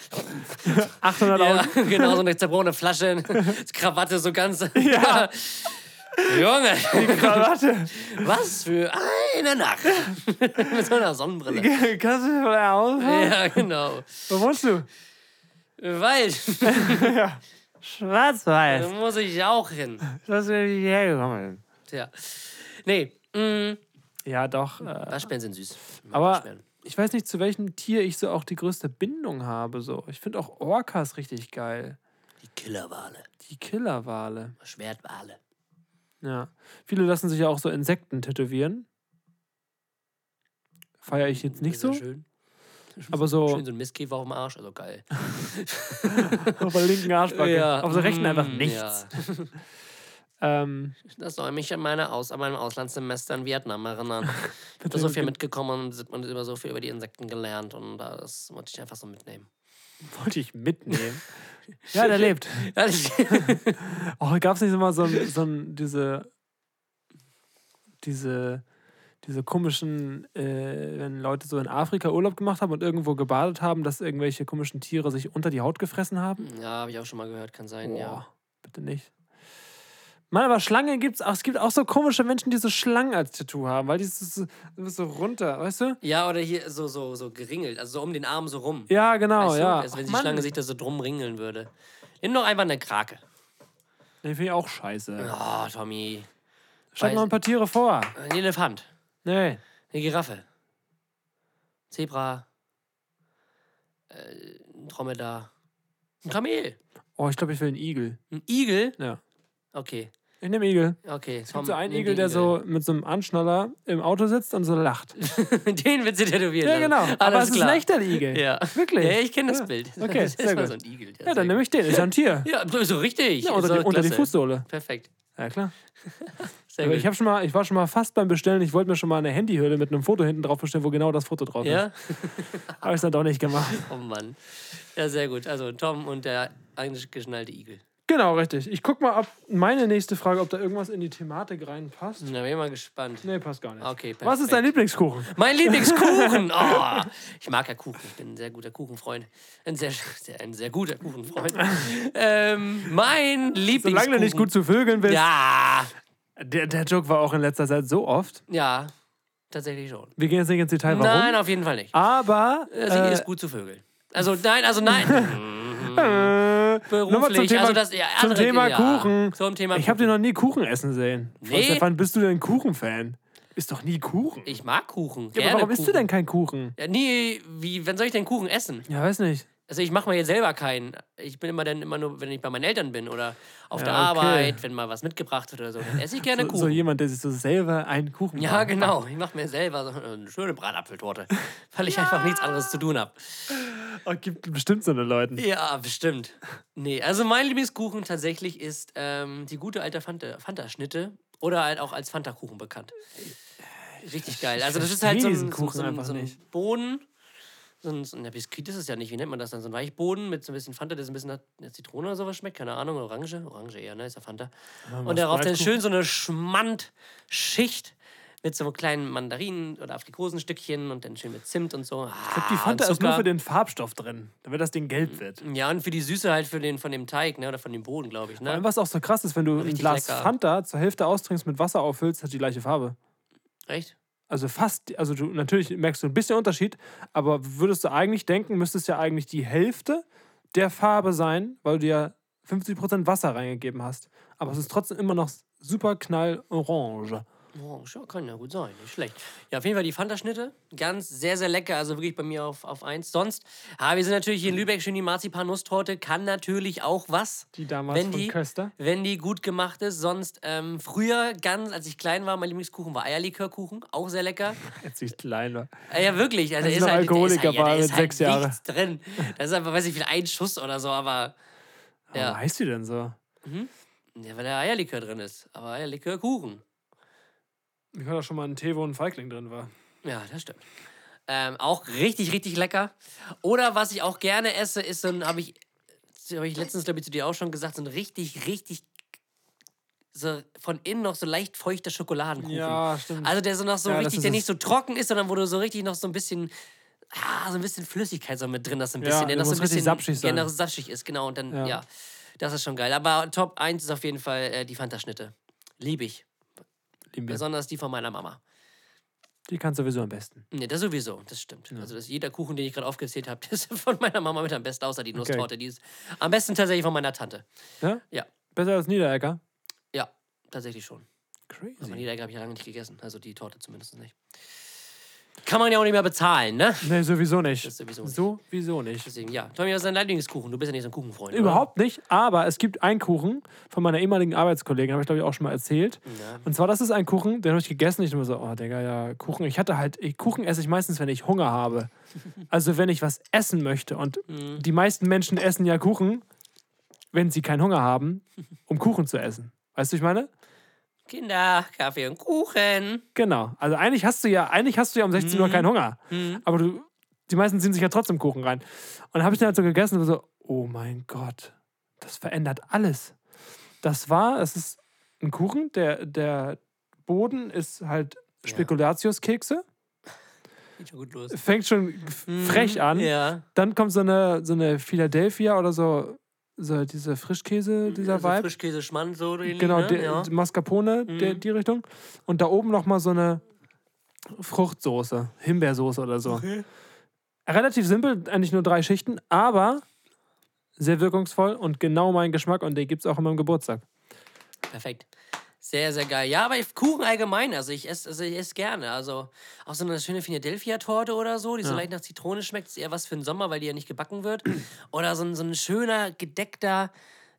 [SPEAKER 1] 800
[SPEAKER 2] ja,
[SPEAKER 1] Augen.
[SPEAKER 2] genau, so eine zerbrochene Flasche, Krawatte, so ganz. Ja. Junge,
[SPEAKER 1] Krawatte.
[SPEAKER 2] was für eine Nacht. Mit so einer Sonnenbrille.
[SPEAKER 1] Kannst du von der Hausfahrt?
[SPEAKER 2] Ja, genau.
[SPEAKER 1] Wo wohnst du?
[SPEAKER 2] Wald, da
[SPEAKER 1] Schwarzwald.
[SPEAKER 2] muss ich auch hin.
[SPEAKER 1] Das ist hierher gekommen.
[SPEAKER 2] Tja. Nee, mh,
[SPEAKER 1] Ja, doch. Äh,
[SPEAKER 2] Waschbären sind süß. Ich mag
[SPEAKER 1] aber
[SPEAKER 2] Waschbären.
[SPEAKER 1] ich weiß nicht, zu welchem Tier ich so auch die größte Bindung habe. So. Ich finde auch Orcas richtig geil.
[SPEAKER 2] Die Killerwale,
[SPEAKER 1] Die Killerwale.
[SPEAKER 2] Schwertwale.
[SPEAKER 1] Ja. Viele lassen sich ja auch so Insekten tätowieren. Feiere ich jetzt nicht
[SPEAKER 2] Sehr
[SPEAKER 1] so. Oh.
[SPEAKER 2] Schön.
[SPEAKER 1] Aber so
[SPEAKER 2] Schön so ein Mistkäfer auf dem Arsch, also geil.
[SPEAKER 1] auf der linken Arschbacke.
[SPEAKER 2] Ja,
[SPEAKER 1] Auf der rechten
[SPEAKER 2] mm,
[SPEAKER 1] einfach nichts.
[SPEAKER 2] Ja.
[SPEAKER 1] Ähm,
[SPEAKER 2] Das soll mich an, meine Aus an meinem Auslandssemester in Vietnam erinnern. Ich bin da so viel mitgekommen und sind- und über so viel über die Insekten gelernt und da- das wollte ich einfach so mitnehmen.
[SPEAKER 1] wollte ich mitnehmen. ja, der lebt.
[SPEAKER 2] Ja, das-
[SPEAKER 1] Oh, gab es nicht immer so, ein- so ein, diese, diese, diese komischen, äh, wenn Leute so in Afrika Urlaub gemacht haben und irgendwo gebadet haben, dass irgendwelche komischen Tiere sich unter die Haut gefressen haben?
[SPEAKER 2] ja habe ich auch schon mal gehört, kann sein, ja.
[SPEAKER 1] Boah, bitte nicht. Mann, aber Schlange gibt's auch. Es gibt auch so komische Menschen, die so Schlangen als Tattoo haben, weil die so, so- so runter, weißt du?
[SPEAKER 2] Ja, oder hier so, so, so geringelt, also so um den Arm so rum.
[SPEAKER 1] Ja, genau,
[SPEAKER 2] Weißt du?
[SPEAKER 1] ja.
[SPEAKER 2] Als wenn
[SPEAKER 1] Ach,
[SPEAKER 2] die
[SPEAKER 1] Mann.
[SPEAKER 2] Schlange sich da so drum ringeln würde. Nimm doch einfach eine Krake.
[SPEAKER 1] Nee, finde ich auch scheiße.
[SPEAKER 2] Oh, Tommy.
[SPEAKER 1] Schlag
[SPEAKER 2] weiß-
[SPEAKER 1] noch ein paar Tiere vor.
[SPEAKER 2] Ein Elefant.
[SPEAKER 1] Nee.
[SPEAKER 2] Eine Giraffe. Zebra. Äh, ein Dromedar. Ein Kamel.
[SPEAKER 1] Oh, ich glaube, ich will einen Igel.
[SPEAKER 2] Ein Igel.
[SPEAKER 1] Ja.
[SPEAKER 2] Okay,
[SPEAKER 1] Ich nehme Igel.
[SPEAKER 2] okay. Es
[SPEAKER 1] Kommt so ein Igel, der so mit so einem Anschnaller im Auto sitzt und so lacht.
[SPEAKER 2] Den wird sie tätowieren.
[SPEAKER 1] Ja,
[SPEAKER 2] lassen.
[SPEAKER 1] genau.
[SPEAKER 2] Alles
[SPEAKER 1] Aber es ist
[SPEAKER 2] klar.
[SPEAKER 1] leichter, der Igel.
[SPEAKER 2] Ja.
[SPEAKER 1] Wirklich.
[SPEAKER 2] Ja, ich kenne das Bild.
[SPEAKER 1] Okay,
[SPEAKER 2] das
[SPEAKER 1] sehr
[SPEAKER 2] ist mal
[SPEAKER 1] gut.
[SPEAKER 2] so ein Igel.
[SPEAKER 1] Ja, dann nehme ich den. Ist ja ein Tier.
[SPEAKER 2] Ja, so richtig.
[SPEAKER 1] Ja, unter,
[SPEAKER 2] so
[SPEAKER 1] die, unter die
[SPEAKER 2] klasse.
[SPEAKER 1] Fußsohle.
[SPEAKER 2] Perfekt.
[SPEAKER 1] Ja, klar.
[SPEAKER 2] Sehr
[SPEAKER 1] Aber
[SPEAKER 2] gut.
[SPEAKER 1] ich, hab schon mal, ich war schon mal fast beim Bestellen. Ich wollte mir schon mal eine Handyhülle mit einem Foto hinten drauf bestellen, wo genau das Foto drauf ist.
[SPEAKER 2] ja?
[SPEAKER 1] Habe ich dann doch nicht gemacht.
[SPEAKER 2] Oh Mann. Ja, sehr gut. Also Tom und der eingeschnallte Igel.
[SPEAKER 1] Genau, richtig. Ich guck mal, ob meine nächste Frage, ob da irgendwas in die Thematik reinpasst.
[SPEAKER 2] Na, bin ich mal gespannt.
[SPEAKER 1] Nee, passt gar nicht.
[SPEAKER 2] Okay,
[SPEAKER 1] Was ist dein Lieblingskuchen?
[SPEAKER 2] Mein Lieblingskuchen! Oh, ich mag ja Kuchen. Ich bin ein sehr guter Kuchenfreund. Ein sehr, sehr, ein sehr guter Kuchenfreund. Ähm, mein Lieblingskuchen.
[SPEAKER 1] Solange du nicht gut zu Vögeln bist.
[SPEAKER 2] Ja,
[SPEAKER 1] Der, der Joke war auch in letzter Zeit so oft.
[SPEAKER 2] ja, tatsächlich schon.
[SPEAKER 1] Wir gehen jetzt nicht ins Detail, warum.
[SPEAKER 2] Nein, auf jeden Fall nicht.
[SPEAKER 1] Aber
[SPEAKER 2] Sie
[SPEAKER 1] äh,
[SPEAKER 2] ist gut zu Vögeln. Also nein, also nein.
[SPEAKER 1] äh, nochmal zum
[SPEAKER 2] Beruflich.
[SPEAKER 1] Thema,
[SPEAKER 2] also das, ja,
[SPEAKER 1] zum
[SPEAKER 2] andere-
[SPEAKER 1] Thema
[SPEAKER 2] ja,
[SPEAKER 1] Kuchen.
[SPEAKER 2] Zum Thema
[SPEAKER 1] Ich habe
[SPEAKER 2] Kuchen.
[SPEAKER 1] dir noch nie Kuchen essen sehen.
[SPEAKER 2] Nee.
[SPEAKER 1] Stefan, bist du denn Kuchenfan? Ist doch nie Kuchen.
[SPEAKER 2] Ich mag Kuchen.
[SPEAKER 1] ja,
[SPEAKER 2] gerne
[SPEAKER 1] aber warum
[SPEAKER 2] Kuchen.
[SPEAKER 1] isst du denn kein Kuchen?
[SPEAKER 2] Ja, nee, wie, wann soll ich denn Kuchen essen?
[SPEAKER 1] Ja, weiß nicht.
[SPEAKER 2] Also ich mache mir jetzt selber keinen. Ich bin immer dann immer nur, wenn ich bei meinen Eltern bin oder auf
[SPEAKER 1] Ja,
[SPEAKER 2] der
[SPEAKER 1] okay.
[SPEAKER 2] Arbeit, wenn mal was mitgebracht wird oder so, dann esse ich gerne
[SPEAKER 1] So,
[SPEAKER 2] Kuchen.
[SPEAKER 1] so jemand, der sich so selber einen Kuchen
[SPEAKER 2] ja,
[SPEAKER 1] baut.
[SPEAKER 2] genau. Ich mache mir selber so eine schöne Bratapfeltorte, weil ich einfach nichts anderes zu tun habe.
[SPEAKER 1] Oh, gibt bestimmt so eine Leuten.
[SPEAKER 2] genau. Ja, bestimmt. Nee, also mein Lieblingskuchen tatsächlich ist ähm, die gute alte Fanta- Fanta-Schnitte oder halt auch als Fanta-Kuchen bekannt. Richtig geil. Also das ist halt so
[SPEAKER 1] Äh, verstehe diesen
[SPEAKER 2] ein, so,
[SPEAKER 1] Kuchen
[SPEAKER 2] so ein,
[SPEAKER 1] einfach
[SPEAKER 2] so ein
[SPEAKER 1] nicht.
[SPEAKER 2] Boden, so ein, so ein ja, Biskuit ist es ja nicht, wie nennt man das dann? So ein Weichboden mit so ein bisschen Fanta, der so ein bisschen nach nach Zitrone oder sowas schmeckt, keine Ahnung, Orange, Orange eher, ne, ist ja Fanta. Und darauf dann schön so eine Schmantschicht mit so kleinen Mandarinen oder Aprikosenstückchen und dann schön mit Zimt und so. Ich
[SPEAKER 1] Die Fanta ist nur für den Farbstoff drin, damit das Ding
[SPEAKER 2] Mhm.
[SPEAKER 1] gelb wird.
[SPEAKER 2] ja, und für die Süße halt für den, von dem Teig, ne? Oder von dem Boden, glaube ich,
[SPEAKER 1] Vor allem,
[SPEAKER 2] ne?
[SPEAKER 1] was auch so krass ist, wenn du ein
[SPEAKER 2] Richtig
[SPEAKER 1] Glas
[SPEAKER 2] lecker.
[SPEAKER 1] Fanta zur Hälfte austrinkst, mit Wasser auffüllst, hat die gleiche Farbe.
[SPEAKER 2] Recht?
[SPEAKER 1] Also fast, also du natürlich merkst du ein bisschen Unterschied, aber würdest du eigentlich denken, müsste es ja eigentlich die Hälfte der Farbe sein, weil du ja 50% Wasser reingegeben hast. Aber es ist trotzdem immer noch super knallorange.
[SPEAKER 2] Oh, sure, kann ja gut sein, nicht schlecht. Ja, auf jeden Fall die Fanta-Schnitte, ganz sehr, sehr lecker, also wirklich bei mir auf, auf eins. Sonst, ah, wir sind natürlich hier in Lübeck, schön die Marzipan-Nusstorte, kann natürlich auch was.
[SPEAKER 1] Die damals
[SPEAKER 2] Wenn
[SPEAKER 1] von
[SPEAKER 2] die-
[SPEAKER 1] Köster.
[SPEAKER 2] Wenn die gut gemacht ist, sonst ähm, früher ganz, als ich klein war, mein Lieblingskuchen war Eierlikörkuchen, auch sehr lecker.
[SPEAKER 1] Jetzt ist klein. wa?
[SPEAKER 2] Äh, ja, wirklich. Also,
[SPEAKER 1] Als ich
[SPEAKER 2] ist
[SPEAKER 1] noch
[SPEAKER 2] halt,
[SPEAKER 1] Alkoholiker
[SPEAKER 2] ist halt, ja, da
[SPEAKER 1] war
[SPEAKER 2] ist
[SPEAKER 1] mit
[SPEAKER 2] halt
[SPEAKER 1] sechs Jahre.
[SPEAKER 2] nichts drin. Das ist einfach, weiß ich, vielleicht ein Schuss oder so, aber Ja.
[SPEAKER 1] Warum heißt die denn so?
[SPEAKER 2] ja, weil da Eierlikör drin ist. Aber Eierlikörkuchen.
[SPEAKER 1] Ich hatte auch schon mal einen Tee, wo ein Feigling drin war.
[SPEAKER 2] Ja, das stimmt. Ähm, auch richtig, richtig lecker. Oder was ich auch gerne esse, ist so ein, habe ich, habe ich letztens, glaube ich, zu dir auch schon gesagt, so ein richtig, richtig so von innen noch so leicht feuchter Schokoladenkuchen.
[SPEAKER 1] Ja, stimmt.
[SPEAKER 2] Also der so noch so
[SPEAKER 1] Ja, das
[SPEAKER 2] richtig,
[SPEAKER 1] ist
[SPEAKER 2] der
[SPEAKER 1] es.
[SPEAKER 2] nicht so trocken ist, sondern wo du so richtig noch so ein bisschen, ah, so ein bisschen Flüssigkeit so mit drin hast, so ein
[SPEAKER 1] Ja,
[SPEAKER 2] bisschen,
[SPEAKER 1] der
[SPEAKER 2] noch so
[SPEAKER 1] muss
[SPEAKER 2] ein
[SPEAKER 1] richtig
[SPEAKER 2] bisschen
[SPEAKER 1] sapschig sein.
[SPEAKER 2] Ja, noch sapschig ist, genau. Und dann, ja.
[SPEAKER 1] Ja.
[SPEAKER 2] das ist schon geil. Aber Top 1 ist auf jeden Fall äh, die Fantaschnitte. Liebe ich.
[SPEAKER 1] Lieben wir.
[SPEAKER 2] Besonders die von meiner Mama.
[SPEAKER 1] Die kann sowieso am besten.
[SPEAKER 2] Ne, das sowieso, das stimmt. Also das, jeder Kuchen, den ich gerade aufgezählt habe, der ist von meiner Mama mit am besten, außer die Nusstorte. Die ist am besten tatsächlich von meiner Tante.
[SPEAKER 1] Ja?
[SPEAKER 2] Ja.
[SPEAKER 1] Besser als Niederecker.
[SPEAKER 2] Ja, tatsächlich schon. Aber
[SPEAKER 1] Crazy.
[SPEAKER 2] Niederegger habe ich ja lange nicht gegessen. Also die Torte zumindest nicht. Kann man ja auch nicht mehr bezahlen, ne?
[SPEAKER 1] Nee, sowieso nicht.
[SPEAKER 2] Das sowieso nicht.
[SPEAKER 1] Sowieso nicht.
[SPEAKER 2] Deswegen, ja. Tommy, was ist dein Lieblingskuchen? Du bist ja nicht so ein Kuchenfreund.
[SPEAKER 1] Überhaupt nicht, aber es gibt einen Kuchen von meiner ehemaligen Arbeitskollegin, habe ich glaube ich auch schon mal erzählt.
[SPEAKER 2] Oder? Ja.
[SPEAKER 1] Und zwar, das ist ein Kuchen, den habe ich gegessen. Ich dachte mir so, oh, Digga, ja, Kuchen. Ich hatte halt, ich, Kuchen esse ich meistens, wenn ich Hunger habe. Also, wenn ich was essen möchte. Und die meisten Menschen essen ja Kuchen, wenn sie keinen Hunger haben, um Kuchen zu essen. Weißt du, ich meine?
[SPEAKER 2] Kinder, Kaffee und Kuchen.
[SPEAKER 1] Genau. Also, eigentlich hast du ja, eigentlich hast du ja um 16
[SPEAKER 2] Mhm.
[SPEAKER 1] Uhr keinen Hunger. Aber du, die meisten ziehen sich ja trotzdem Kuchen rein. Und dann habe ich den halt so gegessen und so, oh mein Gott, das verändert alles. Das war, es ist ein Kuchen, der, der Boden ist halt
[SPEAKER 2] Ja.
[SPEAKER 1] Spekulatiuskekse.
[SPEAKER 2] Geht schon gut los. Hm,
[SPEAKER 1] fängt schon f- frech an.
[SPEAKER 2] Mhm. Ja.
[SPEAKER 1] Dann kommt so eine, so eine Philadelphia oder so, so diese Frischkäse, dieser
[SPEAKER 2] Also
[SPEAKER 1] Vibe.
[SPEAKER 2] Frischkäse, Schmand, so. die
[SPEAKER 1] genau,
[SPEAKER 2] Linie,
[SPEAKER 1] die,
[SPEAKER 2] ne? ja. Mhm.
[SPEAKER 1] die Mascarpone, die, die Richtung. Und da oben nochmal so eine Fruchtsoße, Himbeersoße oder so. Relativ simpel, eigentlich nur drei Schichten, aber sehr wirkungsvoll und genau mein Geschmack. Und den gibt es auch an meinem Geburtstag.
[SPEAKER 2] Perfekt. Sehr, sehr geil. Ja, aber ich- Kuchen allgemein, also ich esse also ich esse gerne. Also auch so eine schöne Philadelphia-Torte oder so, die so
[SPEAKER 1] Ja.
[SPEAKER 2] leicht nach Zitrone schmeckt, ist eher was für den Sommer, weil die ja nicht gebacken wird. Oder so ein, so ein schöner, gedeckter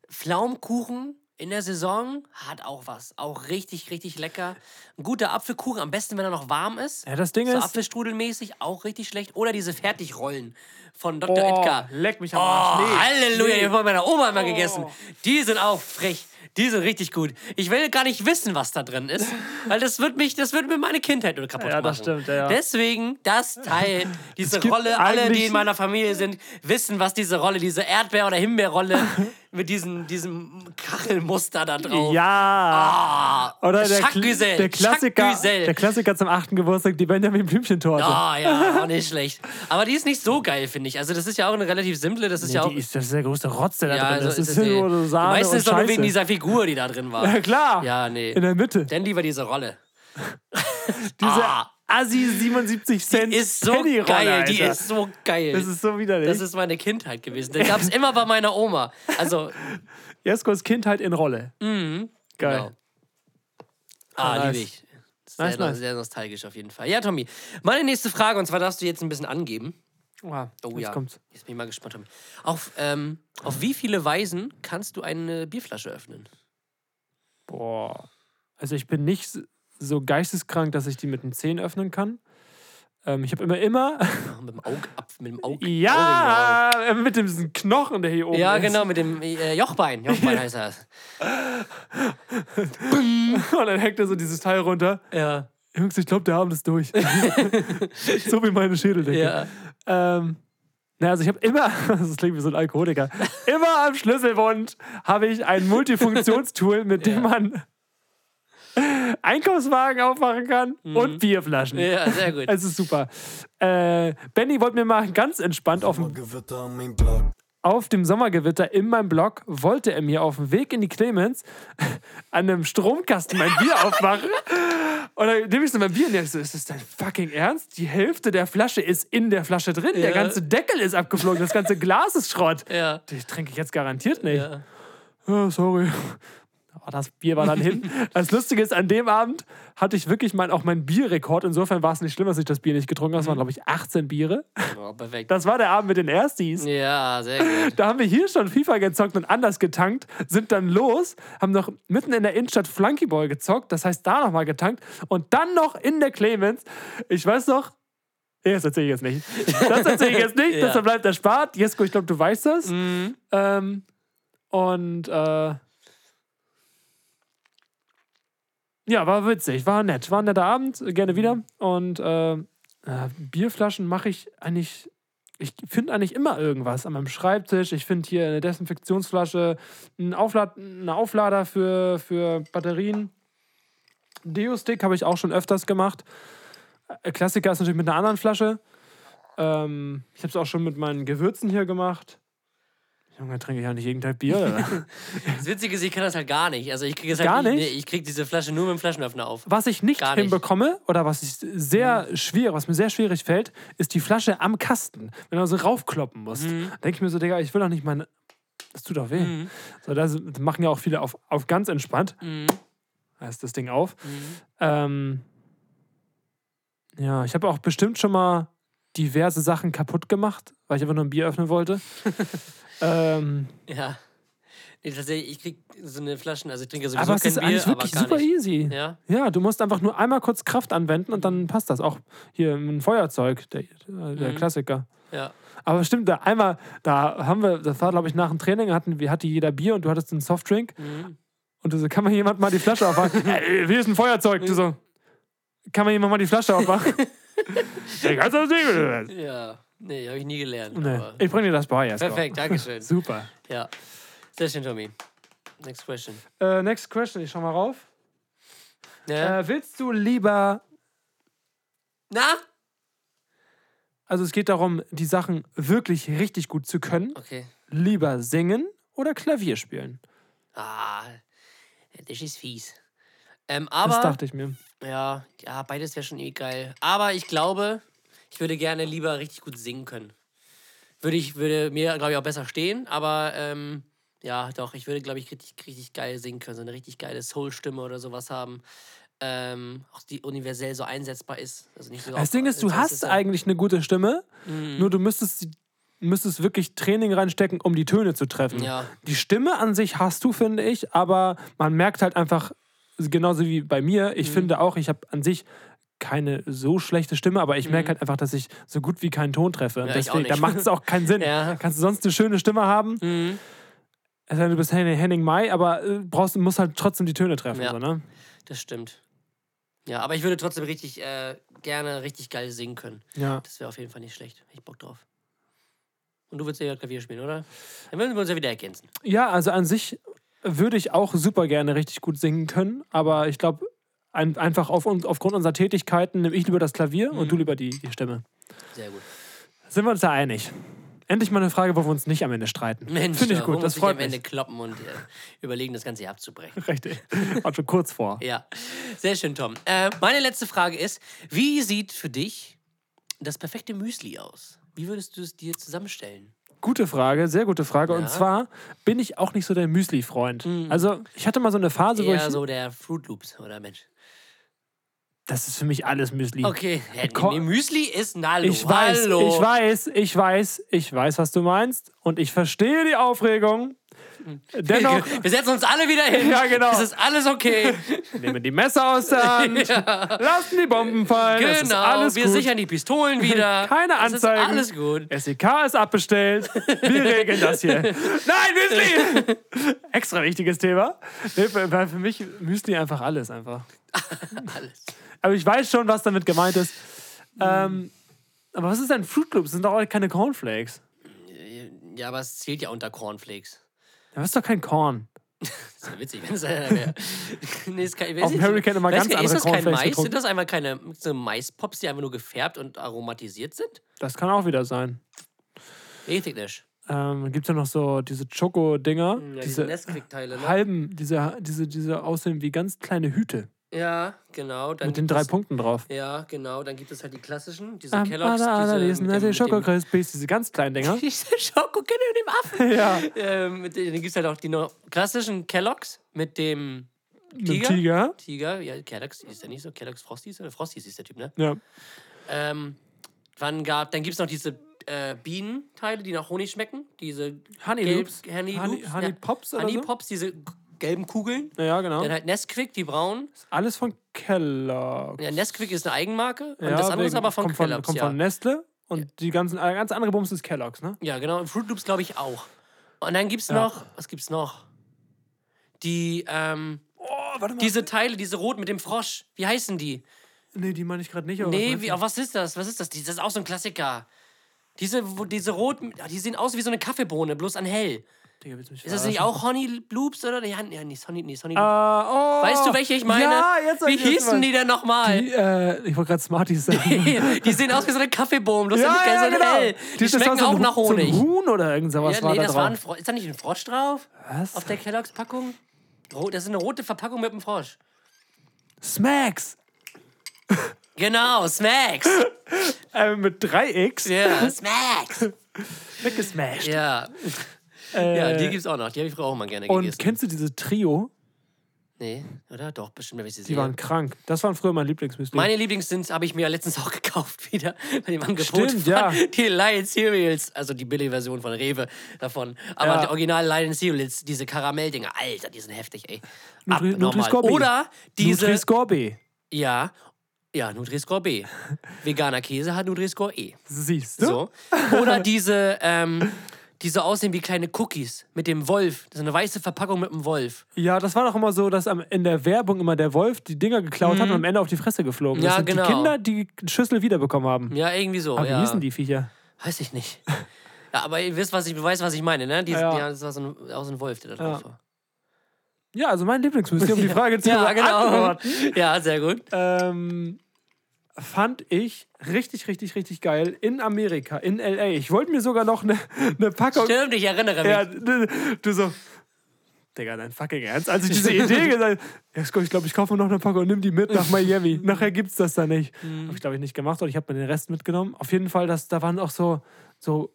[SPEAKER 2] Pflaumkuchen in der Saison hat auch was. Auch richtig, richtig lecker. Ein guter Apfelkuchen, am besten, wenn er noch warm ist.
[SPEAKER 1] Ja, das Ding
[SPEAKER 2] So
[SPEAKER 1] ist.
[SPEAKER 2] Apfelstrudelmäßig, auch richtig schlecht. Oder diese Fertigrollen von Dr.
[SPEAKER 1] Boah,
[SPEAKER 2] Edgar.
[SPEAKER 1] leck mich
[SPEAKER 2] Oh,
[SPEAKER 1] am Arsch. Nee.
[SPEAKER 2] Halleluja, die
[SPEAKER 1] Nee. Oh.
[SPEAKER 2] haben von meiner Oma immer gegessen. Die sind auch frech. Die sind richtig gut. Ich will gar nicht wissen, was da drin ist, weil das wird mich, das wird mir meine Kindheit nur kaputt
[SPEAKER 1] Ja,
[SPEAKER 2] machen.
[SPEAKER 1] das stimmt, ja, ja.
[SPEAKER 2] Deswegen das Teil, diese
[SPEAKER 1] gibt
[SPEAKER 2] Rolle, alle, die
[SPEAKER 1] eigentlich-
[SPEAKER 2] in meiner Familie sind, wissen, was diese Rolle, diese Erdbeer- oder Himbeerrolle mit diesem, diesem Kachelmuster da drauf.
[SPEAKER 1] Ja.
[SPEAKER 2] Ah,
[SPEAKER 1] Oder der,
[SPEAKER 2] Jacques
[SPEAKER 1] Kl
[SPEAKER 2] Güzel,
[SPEAKER 1] der Klassiker,
[SPEAKER 2] Jacques Güzel.
[SPEAKER 1] der Klassiker zum achten Geburtstag, die Benjamin Blümchen-Torte.
[SPEAKER 2] Ah, ja, auch nicht schlecht. Aber die ist nicht so geil, finde ich. Also, das ist ja auch eine relativ simple, das ist ja
[SPEAKER 1] Nee,
[SPEAKER 2] auch.
[SPEAKER 1] die ist, das ist der größte Rotz, der da
[SPEAKER 2] ja,
[SPEAKER 1] drin ist. Das
[SPEAKER 2] so ist
[SPEAKER 1] ist
[SPEAKER 2] es,
[SPEAKER 1] ja
[SPEAKER 2] ey.
[SPEAKER 1] nur
[SPEAKER 2] Du
[SPEAKER 1] Sahne
[SPEAKER 2] weißt
[SPEAKER 1] und
[SPEAKER 2] es doch nur
[SPEAKER 1] Scheiße.
[SPEAKER 2] wegen dieser Figur, die da drin war.
[SPEAKER 1] Ja, klar.
[SPEAKER 2] Ja, nee.
[SPEAKER 1] In der Mitte.
[SPEAKER 2] Dann lieber diese Rolle.
[SPEAKER 1] Diese
[SPEAKER 2] Ah.
[SPEAKER 1] Assi 77 Cent
[SPEAKER 2] Ist so
[SPEAKER 1] Pennyrolle,
[SPEAKER 2] geil,
[SPEAKER 1] Alter.
[SPEAKER 2] die ist so geil.
[SPEAKER 1] Das ist so widerlich.
[SPEAKER 2] Das ist meine Kindheit gewesen. Das gab es immer bei meiner Oma. Also,
[SPEAKER 1] Jeskos Kindheit in Rolle. Mhm. Geil.
[SPEAKER 2] genau. Ah,
[SPEAKER 1] Nice.
[SPEAKER 2] liebe ich. Sehr,
[SPEAKER 1] Nice, nice.
[SPEAKER 2] sehr nostalgisch auf jeden Fall. Ja, Tommy, meine nächste Frage, und zwar darfst du jetzt ein bisschen angeben.
[SPEAKER 1] Wow.
[SPEAKER 2] Oh
[SPEAKER 1] Ah, Jetzt
[SPEAKER 2] ja.
[SPEAKER 1] kommt's.
[SPEAKER 2] Jetzt bin ich mal gespannt. Tommy. Auf, ähm, auf wie viele Weisen kannst du eine Bierflasche öffnen?
[SPEAKER 1] Boah. Also ich bin nicht so geisteskrank, dass ich die mit den Zehen öffnen kann. Ähm, ich habe immer, immer...
[SPEAKER 2] Ah, Mit dem Augapf, mit dem Aug Augenbrauen.
[SPEAKER 1] ja, äh, mit diesem Knochen, der hier oben
[SPEAKER 2] Oh, Ja,
[SPEAKER 1] ist.
[SPEAKER 2] genau, mit dem äh, Jochbein. Jochbein heißt das.
[SPEAKER 1] Und dann hängt er so dieses Teil runter.
[SPEAKER 2] Ja.
[SPEAKER 1] Jungs, ich glaube, der Abend ist durch. so wie meine Schädeldecke.
[SPEAKER 2] Ja.
[SPEAKER 1] Ähm, na, also ich habe immer, das klingt wie so ein Alkoholiker, immer am Schlüsselbund habe ich ein Multifunktionstool, mit dem man Einkaufswagen aufmachen kann und Bierflaschen.
[SPEAKER 2] ja, sehr gut.
[SPEAKER 1] Es ist super. Äh, Benny wollte mir mal ganz entspannt auf, dem-
[SPEAKER 4] Gewitter an mein Block.
[SPEAKER 1] auf dem Sommergewitter in meinem Blog, wollte er mir auf dem Weg in die Clemens an einem Stromkasten mein Bier aufmachen. Und dann nehme ich so mein Bier und denke so, ist das dein fucking Ernst? Die Hälfte der Flasche ist in der Flasche drin. Der
[SPEAKER 2] Ja.
[SPEAKER 1] ganze Deckel ist abgeflogen. Das ganze Glas ist Schrott.
[SPEAKER 2] Ja.
[SPEAKER 1] Das trinke ich jetzt garantiert nicht.
[SPEAKER 2] Ja.
[SPEAKER 1] Ja, sorry. aber das Bier war dann hin. Das Lustige ist, an dem Abend hatte ich wirklich mein, auch meinen Bierrekord. Insofern war es nicht schlimm, dass ich das Bier nicht getrunken habe. Es waren,
[SPEAKER 2] Mhm.
[SPEAKER 1] glaube ich, 18 Biere.
[SPEAKER 2] Oh, perfekt.
[SPEAKER 1] Das war der Abend mit den Erstis.
[SPEAKER 2] Ja, sehr gut.
[SPEAKER 1] Da haben wir hier schon FIFA gezockt und anders getankt, sind dann los, haben noch mitten in der Innenstadt Flunkyball gezockt, das heißt da nochmal getankt und dann noch in der Clemens. Ich weiß noch, nee, das erzähle ich jetzt nicht. Das erzähle ich jetzt nicht,
[SPEAKER 2] Ja.
[SPEAKER 1] deshalb bleibt erspart. Jesko, ich glaube, du weißt das. Ähm, und äh, ja, war witzig, war nett, war ein netter Abend, gerne wieder. Und äh, äh, Bierflaschen mache ich eigentlich, ich finde eigentlich immer irgendwas an meinem Schreibtisch. Ich finde hier eine Desinfektionsflasche, einen Auflad eine Auflader für, für Batterien. Deo-Stick habe ich auch schon öfters gemacht. Äh, Klassiker ist natürlich mit einer anderen Flasche. Ähm, ich habe es auch schon mit meinen Gewürzen hier gemacht. Junge, trinke ich ja nicht jeden Tag Bier. Oder?
[SPEAKER 2] Das Witzige ist, ich kann das halt gar nicht. Also ich kriege halt
[SPEAKER 1] Gar
[SPEAKER 2] nicht.
[SPEAKER 1] nicht?
[SPEAKER 2] Nee, ich kriege diese Flasche nur mit dem Flaschenöffner auf.
[SPEAKER 1] Was ich nicht,
[SPEAKER 2] Gar nicht. Mhm.
[SPEAKER 1] hinbekomme oder was ich sehr schwierig, was mir sehr schwierig fällt, ist die Flasche am Kasten, wenn du so raufkloppen musst.
[SPEAKER 2] Mhm.
[SPEAKER 1] Denke ich mir so, Digga, ich will doch nicht meine. Das tut doch weh. So, das machen ja auch viele auf, auf ganz entspannt.
[SPEAKER 2] Mhm.
[SPEAKER 1] Da ist das Ding auf.
[SPEAKER 2] Mhm.
[SPEAKER 1] Ähm, ja, ich habe auch bestimmt schon mal diverse Sachen kaputt gemacht, weil ich einfach nur ein Bier öffnen wollte. ähm,
[SPEAKER 2] Ja. Nee, tatsächlich, ich kriege so eine Flaschen, also ich trinke sowieso
[SPEAKER 1] aber es
[SPEAKER 2] kein
[SPEAKER 1] ist
[SPEAKER 2] Bier,
[SPEAKER 1] eigentlich
[SPEAKER 2] aber
[SPEAKER 1] wirklich
[SPEAKER 2] gar
[SPEAKER 1] super
[SPEAKER 2] nicht.
[SPEAKER 1] easy.
[SPEAKER 2] Ja.
[SPEAKER 1] Ja, du musst einfach nur einmal kurz Kraft anwenden und dann passt das. Auch hier ein Feuerzeug, der, der
[SPEAKER 2] Mhm.
[SPEAKER 1] Klassiker.
[SPEAKER 2] Ja.
[SPEAKER 1] Aber stimmt, da einmal, da haben wir, das war glaube ich nach dem Training, hatten, wir hatte jeder Bier und du hattest einen Softdrink
[SPEAKER 2] Mhm.
[SPEAKER 1] und du so, kann man jemand mal die Flasche aufmachen? Ey, Hier ist ein Feuerzeug. Du so, kann man jemand mal die Flasche aufmachen? Ey, kannst du das nicht, oder was?
[SPEAKER 2] Ja. Nee, habe ich nie gelernt. Aber
[SPEAKER 1] nee, ich bringe dir das bei, Jasko.
[SPEAKER 2] perfekt, Dankeschön.
[SPEAKER 1] Super.
[SPEAKER 2] ja. Sehr schön, Tommy. Next question.
[SPEAKER 1] Äh, next question, ich schau mal rauf.
[SPEAKER 2] Ja.
[SPEAKER 1] Äh, willst du lieber
[SPEAKER 2] Na?
[SPEAKER 1] Also es geht darum, die Sachen wirklich richtig gut zu können.
[SPEAKER 2] Okay.
[SPEAKER 1] Lieber singen oder Klavier spielen.
[SPEAKER 2] Ah, das ist fies. Ähm,
[SPEAKER 1] das
[SPEAKER 2] aber,
[SPEAKER 1] dachte ich mir.
[SPEAKER 2] ja, ja, beides wäre schon eh geil. Aber ich glaube, ich würde gerne lieber richtig gut singen können. Würde, ich, würde mir, glaube ich, auch besser stehen, aber ähm, ja, doch, ich würde, glaube ich, richtig, richtig geil singen können. So eine richtig geile Soul-Stimme oder sowas haben. Ähm, auch die universell so einsetzbar ist. Also nicht so
[SPEAKER 1] Das
[SPEAKER 2] auf-
[SPEAKER 1] Ding ist, du
[SPEAKER 2] das
[SPEAKER 1] hast
[SPEAKER 2] ja- Mhm.
[SPEAKER 1] eigentlich eine gute Stimme, nur du müsstest, sie- müsstest wirklich Training reinstecken, um die Töne zu treffen.
[SPEAKER 2] Ja.
[SPEAKER 1] Die Stimme an sich hast du, finde ich, aber man merkt halt einfach, genauso wie bei mir,
[SPEAKER 2] Mhm.
[SPEAKER 1] ich finde auch, ich habe an sich keine so schlechte Stimme, aber ich merke halt einfach, dass ich so gut wie keinen Ton treffe.
[SPEAKER 2] Mhm. ich auch
[SPEAKER 1] Deswegen, da
[SPEAKER 2] nicht.
[SPEAKER 1] macht es auch keinen Sinn.
[SPEAKER 2] Ja.
[SPEAKER 1] Kannst du sonst eine schöne Stimme haben,
[SPEAKER 2] Mhm.
[SPEAKER 1] Es sei denn, du bist Henning, Henning Mai, aber äh, brauchst, musst halt trotzdem die Töne treffen.
[SPEAKER 2] Ja.
[SPEAKER 1] So, ne?
[SPEAKER 2] Das stimmt. Ja, aber ich würde trotzdem richtig äh, gerne richtig geil singen können.
[SPEAKER 1] ja.
[SPEAKER 2] Das wäre auf jeden Fall nicht schlecht. Hab Ich Bock drauf. Und du willst ja wieder Klavier spielen, oder? Dann würden wir uns ja wieder ergänzen.
[SPEAKER 1] ja, also an sich würde ich auch super gerne richtig gut singen können, aber ich glaube, ein, einfach auf, uns- aufgrund unserer Tätigkeiten nehme ich lieber das Klavier und du
[SPEAKER 2] Mhm.
[SPEAKER 1] lieber die, die Stimme.
[SPEAKER 2] Sehr gut.
[SPEAKER 1] Sind wir uns da einig? Endlich mal eine Frage, wo wir uns nicht am Ende streiten.
[SPEAKER 2] Mensch,
[SPEAKER 1] Finde ich
[SPEAKER 2] da wollen
[SPEAKER 1] gut,
[SPEAKER 2] wir
[SPEAKER 1] das
[SPEAKER 2] uns
[SPEAKER 1] freut
[SPEAKER 2] nicht am Ende
[SPEAKER 1] mich.
[SPEAKER 2] kloppen und äh, überlegen, das Ganze hier abzubrechen.
[SPEAKER 1] Richtig. War schon kurz vor.
[SPEAKER 2] Ja, sehr schön, Tom. Äh, meine letzte Frage ist, wie sieht für dich das perfekte Müsli aus? Wie würdest du es dir zusammenstellen?
[SPEAKER 1] Gute Frage, sehr gute Frage.
[SPEAKER 2] Ja.
[SPEAKER 1] Und zwar bin ich auch nicht so der Müsli-Freund. Also, ich hatte mal so eine Phase, wo ich.
[SPEAKER 2] Eher so der Fruit Loops, oder Mensch?
[SPEAKER 1] Das ist für mich alles Müsli.
[SPEAKER 2] Okay, Hä,
[SPEAKER 1] Hm. Ko-
[SPEAKER 2] nee, Müsli ist Nalo.
[SPEAKER 1] Ich weiß,
[SPEAKER 2] Hallo.
[SPEAKER 1] ich weiß, ich weiß, ich weiß, was du meinst. Und ich verstehe die Aufregung. Dennoch
[SPEAKER 2] Wir setzen uns alle wieder hin.
[SPEAKER 1] Ja, genau.
[SPEAKER 2] Es ist alles okay.
[SPEAKER 1] nehmen die Messer aus der Hand, lassen die Bomben fallen.
[SPEAKER 2] genau.
[SPEAKER 1] es ist alles
[SPEAKER 2] wir
[SPEAKER 1] gut.
[SPEAKER 2] sichern die Pistolen wieder.
[SPEAKER 1] Keine Anzeigen.
[SPEAKER 2] Es ist alles gut.
[SPEAKER 1] SEK E ist abbestellt. Wir regeln das hier. Nein, Müsli! Extra wichtiges Thema. Nee, für- weil für mich Müsli einfach alles einfach.
[SPEAKER 2] Alles.
[SPEAKER 1] Aber ich weiß schon, was damit gemeint ist. Ähm, aber was ist denn Fruit Loops? Das sind doch auch keine Cornflakes.
[SPEAKER 2] Ja, aber es zählt ja unter Cornflakes.
[SPEAKER 1] Das ist doch kein Korn.
[SPEAKER 2] Das wäre witzig, wenn es einer wäre. nee, ist kein, ich weiß
[SPEAKER 1] Auf dem
[SPEAKER 2] nicht,
[SPEAKER 1] Hurricane immer ganz
[SPEAKER 2] weiß gar nicht,
[SPEAKER 1] andere
[SPEAKER 2] Ist das kein
[SPEAKER 1] Cornflakes
[SPEAKER 2] Mais?
[SPEAKER 1] getrunken.
[SPEAKER 2] Sind das einfach keine so Maispops, die einfach nur gefärbt und aromatisiert sind?
[SPEAKER 1] Das kann auch wieder sein.
[SPEAKER 2] Ethisch.
[SPEAKER 1] Ähm, gibt es ja noch so diese Choco-Dinger.
[SPEAKER 2] Ja, diese
[SPEAKER 1] diese
[SPEAKER 2] Nesquik-Teile, ne?
[SPEAKER 1] halben, diese, diese, diese aussehen wie ganz kleine Hüte.
[SPEAKER 2] Ja, genau. Dann
[SPEAKER 1] Mit den
[SPEAKER 2] gibt
[SPEAKER 1] drei
[SPEAKER 2] es-
[SPEAKER 1] Punkten drauf. Ah,
[SPEAKER 2] Ja, genau. Dann gibt es halt die klassischen, diese
[SPEAKER 1] Am
[SPEAKER 2] Kelloggs,
[SPEAKER 1] allerallerliebsten
[SPEAKER 2] diese,
[SPEAKER 1] hat die
[SPEAKER 2] mit dem, mit dem,
[SPEAKER 1] Schokokrispies, diese ganz kleinen Dinger.
[SPEAKER 2] diese Schoko dem Affen.
[SPEAKER 1] ja,
[SPEAKER 2] Ähm, mit denen- dann gibt es halt auch die noch klassischen Kelloggs mit dem
[SPEAKER 1] mit dem
[SPEAKER 2] Tiger?
[SPEAKER 1] Tiger.
[SPEAKER 2] Tiger. Ja, Kellogg's ist der nicht so. Kellogg's Frosties oder Frosties ist der Typ, ne?
[SPEAKER 1] Ja.
[SPEAKER 2] Ähm, dann gab, dann gibt es noch diese äh, Bienenteile, die nach Honig schmecken. Diese
[SPEAKER 1] Honey
[SPEAKER 2] gelb-
[SPEAKER 1] Loops.
[SPEAKER 2] Honey,
[SPEAKER 1] Honey,
[SPEAKER 2] Loops,
[SPEAKER 1] Honey
[SPEAKER 2] ja.
[SPEAKER 1] Pops oder
[SPEAKER 2] Honey
[SPEAKER 1] so?
[SPEAKER 2] Pops, diese g- gelben Kugeln.
[SPEAKER 1] Ja, genau.
[SPEAKER 2] Dann halt Nesquik, die braunen.
[SPEAKER 1] Alles von Kellogg.
[SPEAKER 2] Ja, Nesquik ist eine Eigenmarke und
[SPEAKER 1] Ja,
[SPEAKER 2] das andere ist
[SPEAKER 1] wegen-
[SPEAKER 2] aber von
[SPEAKER 1] kommt von,
[SPEAKER 2] Kellogg's,
[SPEAKER 1] kommt
[SPEAKER 2] ja.
[SPEAKER 1] von Ne- Nestle und die ganzen, äh, ganz andere Bums ist Kellogg's, ne?
[SPEAKER 2] ja, genau. Und Fruit Loops glaube ich auch. Und dann gibt's
[SPEAKER 1] Ja.
[SPEAKER 2] noch, was gibt's noch? Die, ähm,
[SPEAKER 1] Oh, warte mal.
[SPEAKER 2] diese Teile, diese roten mit dem Frosch. Wie heißen die?
[SPEAKER 1] nee, die meine ich gerade nicht. aber was
[SPEAKER 2] nee,
[SPEAKER 1] meinst
[SPEAKER 2] wie,
[SPEAKER 1] du?
[SPEAKER 2] oh, was ist das? Was ist das? Die- Das ist auch so ein Klassiker. Diese, wo- diese roten, ah, die sehen aus wie so eine Kaffeebohne, bloß an hell.
[SPEAKER 1] Digga, willst du mich
[SPEAKER 2] Ist das nicht
[SPEAKER 1] verarschen?
[SPEAKER 2] auch Honey Loops oder? Ja, ja nee, Honey, nee, Honey
[SPEAKER 1] Äh, oh,
[SPEAKER 2] Weißt du, welche ich meine?
[SPEAKER 1] Ja, jetzt hab
[SPEAKER 2] wie
[SPEAKER 1] ich das
[SPEAKER 2] hießen
[SPEAKER 1] mal.
[SPEAKER 2] die denn nochmal?
[SPEAKER 1] Die, äh, ich wollte gerade Smarties sagen.
[SPEAKER 2] die sehen aus wie so eine Kaffeebohnen, bloß
[SPEAKER 1] ja,
[SPEAKER 2] sind die
[SPEAKER 1] ja,
[SPEAKER 2] ganz
[SPEAKER 1] genau.
[SPEAKER 2] hell. Die
[SPEAKER 1] das war
[SPEAKER 2] schmecken
[SPEAKER 1] so ein
[SPEAKER 2] auch
[SPEAKER 1] Hu-
[SPEAKER 2] nach
[SPEAKER 1] So ein
[SPEAKER 2] Honig.
[SPEAKER 1] Huhn oder irgend sowas
[SPEAKER 2] Ja,
[SPEAKER 1] war
[SPEAKER 2] nee,
[SPEAKER 1] da
[SPEAKER 2] das war ein
[SPEAKER 1] drauf.
[SPEAKER 2] Frosch. Ist da nicht ein Frosch drauf?
[SPEAKER 1] Was?
[SPEAKER 2] Auf der Kelloggs-Packung? Ro- Das ist eine rote Verpackung mit einem Frosch.
[SPEAKER 1] Smacks.
[SPEAKER 2] Genau, Smacks.
[SPEAKER 1] Äh, mit 3x
[SPEAKER 2] Ja, Smacks.
[SPEAKER 1] weggesmashed.
[SPEAKER 2] Ja. ja, die gibt's auch noch. Die habe ich früher auch mal gerne
[SPEAKER 1] Äh. Und
[SPEAKER 2] gegessen.
[SPEAKER 1] kennst du diese Trio?
[SPEAKER 2] nee, oder? Doch, bestimmt, wenn ich sie
[SPEAKER 1] Die
[SPEAKER 2] sehe.
[SPEAKER 1] waren krank. Das waren früher mein Lieblingsmüsli.
[SPEAKER 2] Meine Lieblings sind, habe ich mir ja letztens auch gekauft wieder bei dem Angebot
[SPEAKER 1] Stimmt,
[SPEAKER 2] von
[SPEAKER 1] ja.
[SPEAKER 2] die Lion Cereals, also die billige Version von Rewe davon. Aber
[SPEAKER 1] Ja.
[SPEAKER 2] die original Lion Cereals, diese Karamelldinger, Alter, die sind heftig, ey.
[SPEAKER 1] Nutri-
[SPEAKER 2] Abnormal.
[SPEAKER 1] Nutri-Scorpi.
[SPEAKER 2] Oder diese,
[SPEAKER 1] Nutri-Score-B.
[SPEAKER 2] ja, ja, Nutri-Score B. Veganer Käse hat Nutri-Score E.
[SPEAKER 1] Siehst du?
[SPEAKER 2] So. Oder diese, ähm, diese aussehen wie kleine Cookies mit dem Wolf. Das ist eine weiße Verpackung mit dem Wolf.
[SPEAKER 1] Ja, das war doch immer so, dass am, in der Werbung immer der Wolf die Dinger geklaut hat und am Ende auf die Fresse geflogen
[SPEAKER 2] Mhm. Ja,
[SPEAKER 1] ist. Und
[SPEAKER 2] genau.
[SPEAKER 1] Die Kinder die Schüssel wiederbekommen haben.
[SPEAKER 2] Ja, irgendwie so.
[SPEAKER 1] Aber
[SPEAKER 2] ja.
[SPEAKER 1] wie hießen die Viecher?
[SPEAKER 2] Weiß ich nicht. Ja, aber ihr wisst, was ich, weiß, was ich meine, ne? Die,
[SPEAKER 1] Ja.
[SPEAKER 2] ja. das war so ein, auch so ein Wolf, der da drauf war.
[SPEAKER 1] Ja, also mein Lieblingsmüsli, um die Frage zu
[SPEAKER 2] Ja, genau.
[SPEAKER 1] beantworten,
[SPEAKER 2] Ja, sehr gut.
[SPEAKER 1] ähm, fand ich richtig, richtig, richtig geil in Amerika, in L.A. Ich wollte mir sogar noch eine ne Packung...
[SPEAKER 2] Stimmt, ich erinnere mich.
[SPEAKER 1] Ja, ne, ne, du so... Digga, dein fucking Ernst? Als ich diese Idee gesagt habe, ich glaube, ich kaufe mir noch eine Packung und nimm die mit nach Miami. Nachher gibt's das da nicht. Habe ich, glaube ich, nicht gemacht oder ich habe mir den Rest mitgenommen. Auf jeden Fall, das, da waren auch so, so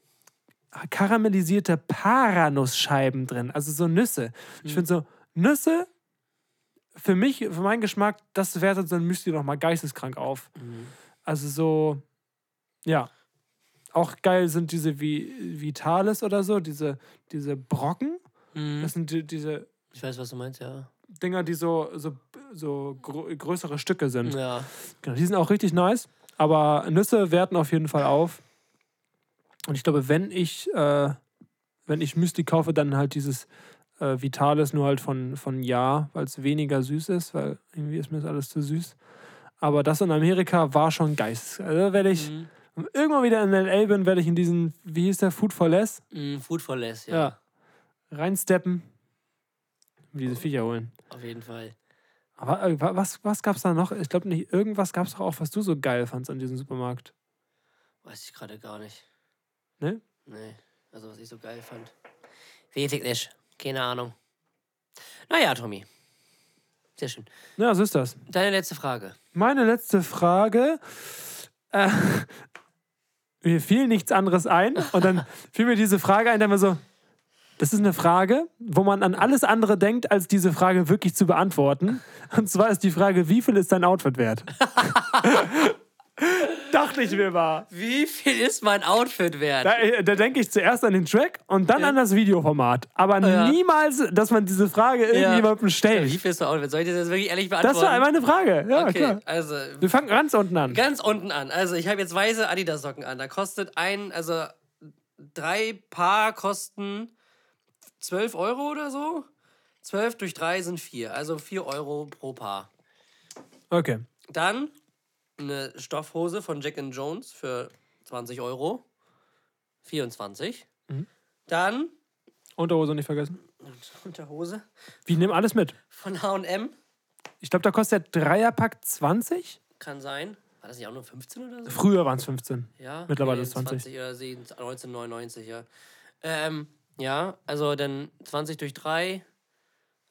[SPEAKER 1] karamellisierte Paranussscheiben drin, also so Nüsse. Ich finde so, Nüsse, für mich, für meinen Geschmack, das wertet so ein Müsli nochmal geisteskrank auf. Also so, ja. Auch geil sind diese Vi Vitales oder so, diese, diese Brocken. Das sind die, diese
[SPEAKER 2] Ich weiß, was du meinst, ja.
[SPEAKER 1] Dinger, die so, so, so grö größere Stücke sind.
[SPEAKER 2] Ja.
[SPEAKER 1] Genau, die sind auch richtig nice, aber Nüsse werten auf jeden Fall auf. Und ich glaube, wenn ich, äh, wenn ich Müsli kaufe, dann halt dieses äh, Vitales nur halt von, von Ja, weil es weniger süß ist, weil irgendwie ist mir das alles zu süß. Aber das in Amerika war schon geist. Also werde ich
[SPEAKER 2] Mhm.
[SPEAKER 1] irgendwann wieder in L.A. bin, werde ich in diesen, wie hieß der, Food for Less?
[SPEAKER 2] Mhm, Food for Less, ja.
[SPEAKER 1] Ja. Reinsteppen. Und diese Viecher holen.
[SPEAKER 2] Auf jeden Fall.
[SPEAKER 1] Aber äh, wa- was, was gab es da noch? Ich glaube nicht, irgendwas gab es doch auch, was du so geil fandst an diesem Supermarkt.
[SPEAKER 2] Weiß ich gerade gar nicht.
[SPEAKER 1] Ne?
[SPEAKER 2] Nee. Also, was ich so geil fand. Richtig nicht. Keine Ahnung. Naja, Tommy. Sehr schön.
[SPEAKER 1] Ja, so ist das.
[SPEAKER 2] Deine letzte Frage.
[SPEAKER 1] Meine letzte Frage. Äh, mir fiel nichts anderes ein. Und dann fiel mir diese Frage ein, da mir so, das ist eine Frage, wo man an alles andere denkt, als diese Frage wirklich zu beantworten. Und zwar ist die Frage, wie viel ist dein Outfit wert? Dachte ich mir mal.
[SPEAKER 2] Wie viel ist mein Outfit wert?
[SPEAKER 1] Da, äh, da denke ich zuerst an den Track und dann an das Videoformat. Aber
[SPEAKER 2] Ja.
[SPEAKER 1] niemals, dass man diese Frage irgendjemandem
[SPEAKER 2] Wie
[SPEAKER 1] stellt.
[SPEAKER 2] viel ist mein Outfit? Soll ich das jetzt wirklich ehrlich beantworten?
[SPEAKER 1] Das war meine Frage. Ja,
[SPEAKER 2] Okay,
[SPEAKER 1] klar.
[SPEAKER 2] also
[SPEAKER 1] Wir fangen ganz unten an.
[SPEAKER 2] Ganz unten an. Also ich habe jetzt weiße Adidas-Socken an. Da kostet ein, also drei Paar kosten 12 Euro oder so. 12 durch 3 sind 4, also 4 Euro pro Paar.
[SPEAKER 1] Okay.
[SPEAKER 2] Dann eine Stoffhose von Jack and Jones für 20 Euro. 24. Dann
[SPEAKER 1] Unterhose nicht vergessen.
[SPEAKER 2] Unterhose
[SPEAKER 1] Wir nehmen alles mit.
[SPEAKER 2] von H&M.
[SPEAKER 1] Ich glaube, da kostet der Dreierpack 20.
[SPEAKER 2] Kann sein. War das nicht auch nur 15 oder so?
[SPEAKER 1] Früher waren es 15.
[SPEAKER 2] Ja,
[SPEAKER 1] Mittlerweile
[SPEAKER 2] nee,
[SPEAKER 1] ist 20.
[SPEAKER 2] 20 oder 17, 1999, ja. Ähm, ja, also dann 20 durch 3,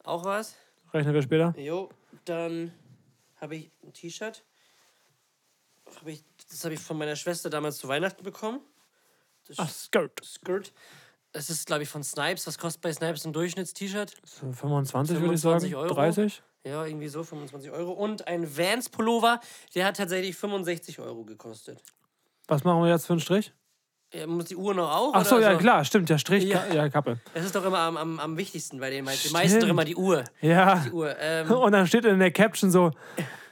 [SPEAKER 2] auch was.
[SPEAKER 1] Rechnen wir später.
[SPEAKER 2] Jo, dann habe ich ein T-Shirt. Hab ich- Das habe ich von meiner Schwester damals zu Weihnachten bekommen. Das
[SPEAKER 1] Ach, Skirt.
[SPEAKER 2] Skirt. Das ist, glaube ich, von Snipes. Was kostet bei Snipes ein Durchschnittst-T-Shirt?
[SPEAKER 1] So 25, würde ich sagen.
[SPEAKER 2] 25 Euro.
[SPEAKER 1] 30?
[SPEAKER 2] Ja, irgendwie so, 25 Euro. Und ein Vans-Pullover, der hat tatsächlich 65 Euro gekostet.
[SPEAKER 1] Was machen wir jetzt für einen Strich?
[SPEAKER 2] Ja, muss die Uhr noch auch?
[SPEAKER 1] Ach so,
[SPEAKER 2] oder
[SPEAKER 1] ja klar, stimmt, ja Strich,
[SPEAKER 2] Ja.
[SPEAKER 1] ja, ja Kappe.
[SPEAKER 2] Das ist doch immer am, am, am wichtigsten bei denen. Halt. Die meisten doch immer die Uhr.
[SPEAKER 1] Ja.
[SPEAKER 2] Die Uhr. Ähm,
[SPEAKER 1] Und dann steht in der Caption so,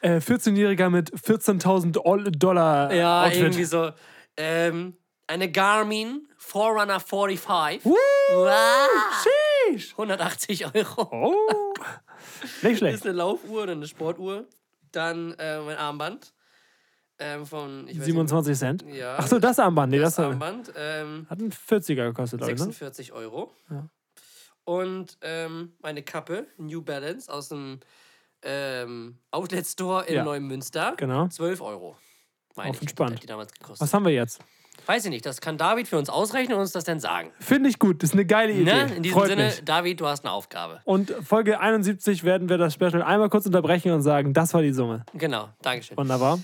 [SPEAKER 1] äh, 14-Jähriger mit 14.000 Oll- Dollar äh,
[SPEAKER 2] ja,
[SPEAKER 1] Outfit.
[SPEAKER 2] irgendwie so. Ähm, eine Garmin Forerunner 45.
[SPEAKER 1] Woo,
[SPEAKER 2] Wow.
[SPEAKER 1] sheesh.
[SPEAKER 2] 180 Euro.
[SPEAKER 1] Oh. Nicht
[SPEAKER 2] Das ist
[SPEAKER 1] schlecht.
[SPEAKER 2] eine Laufuhr oder eine Sportuhr. Dann äh, mein Armband. Ähm, von, ich weiß
[SPEAKER 1] 27 Cent.
[SPEAKER 2] Nicht, ja,
[SPEAKER 1] Ach so, das Armband, nee, das,
[SPEAKER 2] das
[SPEAKER 1] Armband.
[SPEAKER 2] Armband. Ähm,
[SPEAKER 1] hat einen 40er gekostet, glaube ich, ne?
[SPEAKER 2] 46 Euro. Und ähm, meine Kappe, New Balance aus dem ähm, Outlet Store in
[SPEAKER 1] Ja.
[SPEAKER 2] Neumünster.
[SPEAKER 1] Genau.
[SPEAKER 2] 12 Euro. meine
[SPEAKER 1] Auf
[SPEAKER 2] ich,
[SPEAKER 1] entspannt.
[SPEAKER 2] hat Die damals gekostet.
[SPEAKER 1] Was haben wir jetzt?
[SPEAKER 2] Weiß ich nicht, das kann David für uns ausrechnen und uns das dann sagen.
[SPEAKER 1] Finde ich gut, das ist eine geile Idee.
[SPEAKER 2] Ne? In diesem
[SPEAKER 1] Freut
[SPEAKER 2] Sinne,
[SPEAKER 1] mich.
[SPEAKER 2] David, du hast eine Aufgabe.
[SPEAKER 1] Und Folge 71 werden wir das Special einmal kurz unterbrechen und sagen, das war die Summe.
[SPEAKER 2] Genau, Dankeschön.
[SPEAKER 1] Wunderbar.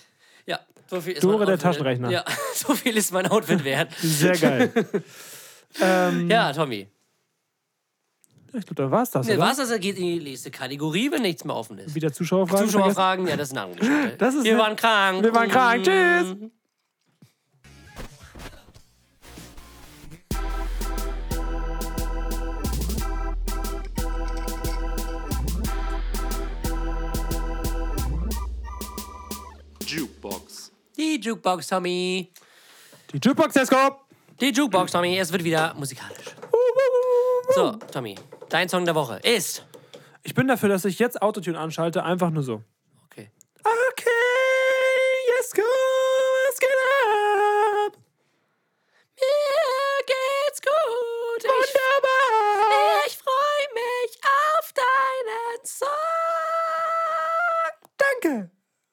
[SPEAKER 2] Ja, so viel ist
[SPEAKER 1] Dore
[SPEAKER 2] mein
[SPEAKER 1] der
[SPEAKER 2] Outfit-
[SPEAKER 1] Taschenrechner.
[SPEAKER 2] Ja, so viel ist mein Outfit wert.
[SPEAKER 1] Sehr geil. ähm,
[SPEAKER 2] Ja, Tommy.
[SPEAKER 1] Ich glaube, dann war es das,
[SPEAKER 2] Ne,
[SPEAKER 1] oder?
[SPEAKER 2] was das geht in die nächste Kategorie, wenn nichts mehr offen ist.
[SPEAKER 1] Wieder Zuschauerfragen. vergessen?
[SPEAKER 2] Zuschauerfragen, Oh, ja, das ist eine andere Geschichte.
[SPEAKER 1] Das ist
[SPEAKER 2] Wir
[SPEAKER 1] eine-
[SPEAKER 2] waren krank. Mhm.
[SPEAKER 1] Wir waren krank. Tschüss.
[SPEAKER 3] Jukebox.
[SPEAKER 2] Die Jukebox, Tommy.
[SPEAKER 1] Die Jukebox Esco.
[SPEAKER 2] Die Jukebox, Tommy. Es wird wieder musikalisch. So, Tommy, dein Song der Woche ist.
[SPEAKER 1] Ich bin dafür, dass ich jetzt Autotune anschalte, einfach nur so.
[SPEAKER 2] Okay.
[SPEAKER 1] Okay, yes, go, es geht ab.
[SPEAKER 2] Mir geht's gut.
[SPEAKER 1] Wunderbar.
[SPEAKER 2] Ich freue mich auf deinen Song.
[SPEAKER 1] Danke.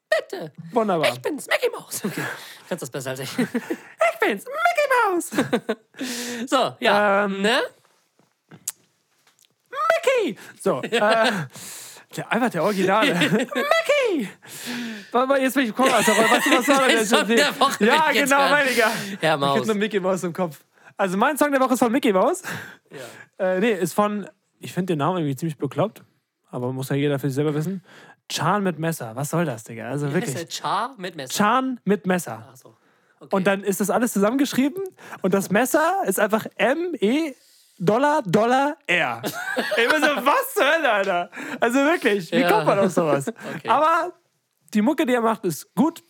[SPEAKER 2] Bitte.
[SPEAKER 1] Wunderbar.
[SPEAKER 2] Ich bin's, Mickey Mouse. Okay. Kannst das besser als ich.
[SPEAKER 1] Ich bin's, Mickey Mouse.
[SPEAKER 2] So, ja.
[SPEAKER 1] Ähm.
[SPEAKER 2] Ne?
[SPEAKER 1] Mickey. So, äh, der, einfach der Original. Mickey. Warte mal, jetzt bin ich gekommen. Also, was, was soll
[SPEAKER 2] Dein
[SPEAKER 1] das
[SPEAKER 2] Song der Woche
[SPEAKER 1] Ja,
[SPEAKER 2] will ich jetzt
[SPEAKER 1] genau,
[SPEAKER 2] hören.
[SPEAKER 1] meiniger.
[SPEAKER 2] Herr
[SPEAKER 1] Ich
[SPEAKER 2] Maus.
[SPEAKER 1] hab nur Mickey Mouse im Kopf. Also mein Song der Woche ist von Mickey Mouse. Äh, nee, ist von, ich finde den Namen irgendwie ziemlich bekloppt, aber muss ja jeder für sich selber wissen. Chan mit Messer. Was soll das, Digga? Also
[SPEAKER 2] Das
[SPEAKER 1] wirklich.
[SPEAKER 2] ist halt Char mit Messer.
[SPEAKER 1] Chan mit Messer.
[SPEAKER 2] Ach so. Okay.
[SPEAKER 1] Und dann ist das alles zusammengeschrieben und das Messer ist einfach M-E Dollar, Dollar, R. Immer so, was zur Hölle, Alter? Also wirklich, wie
[SPEAKER 2] Ja.
[SPEAKER 1] kommt man auf sowas? Aber die Mucke, die er macht, ist gut.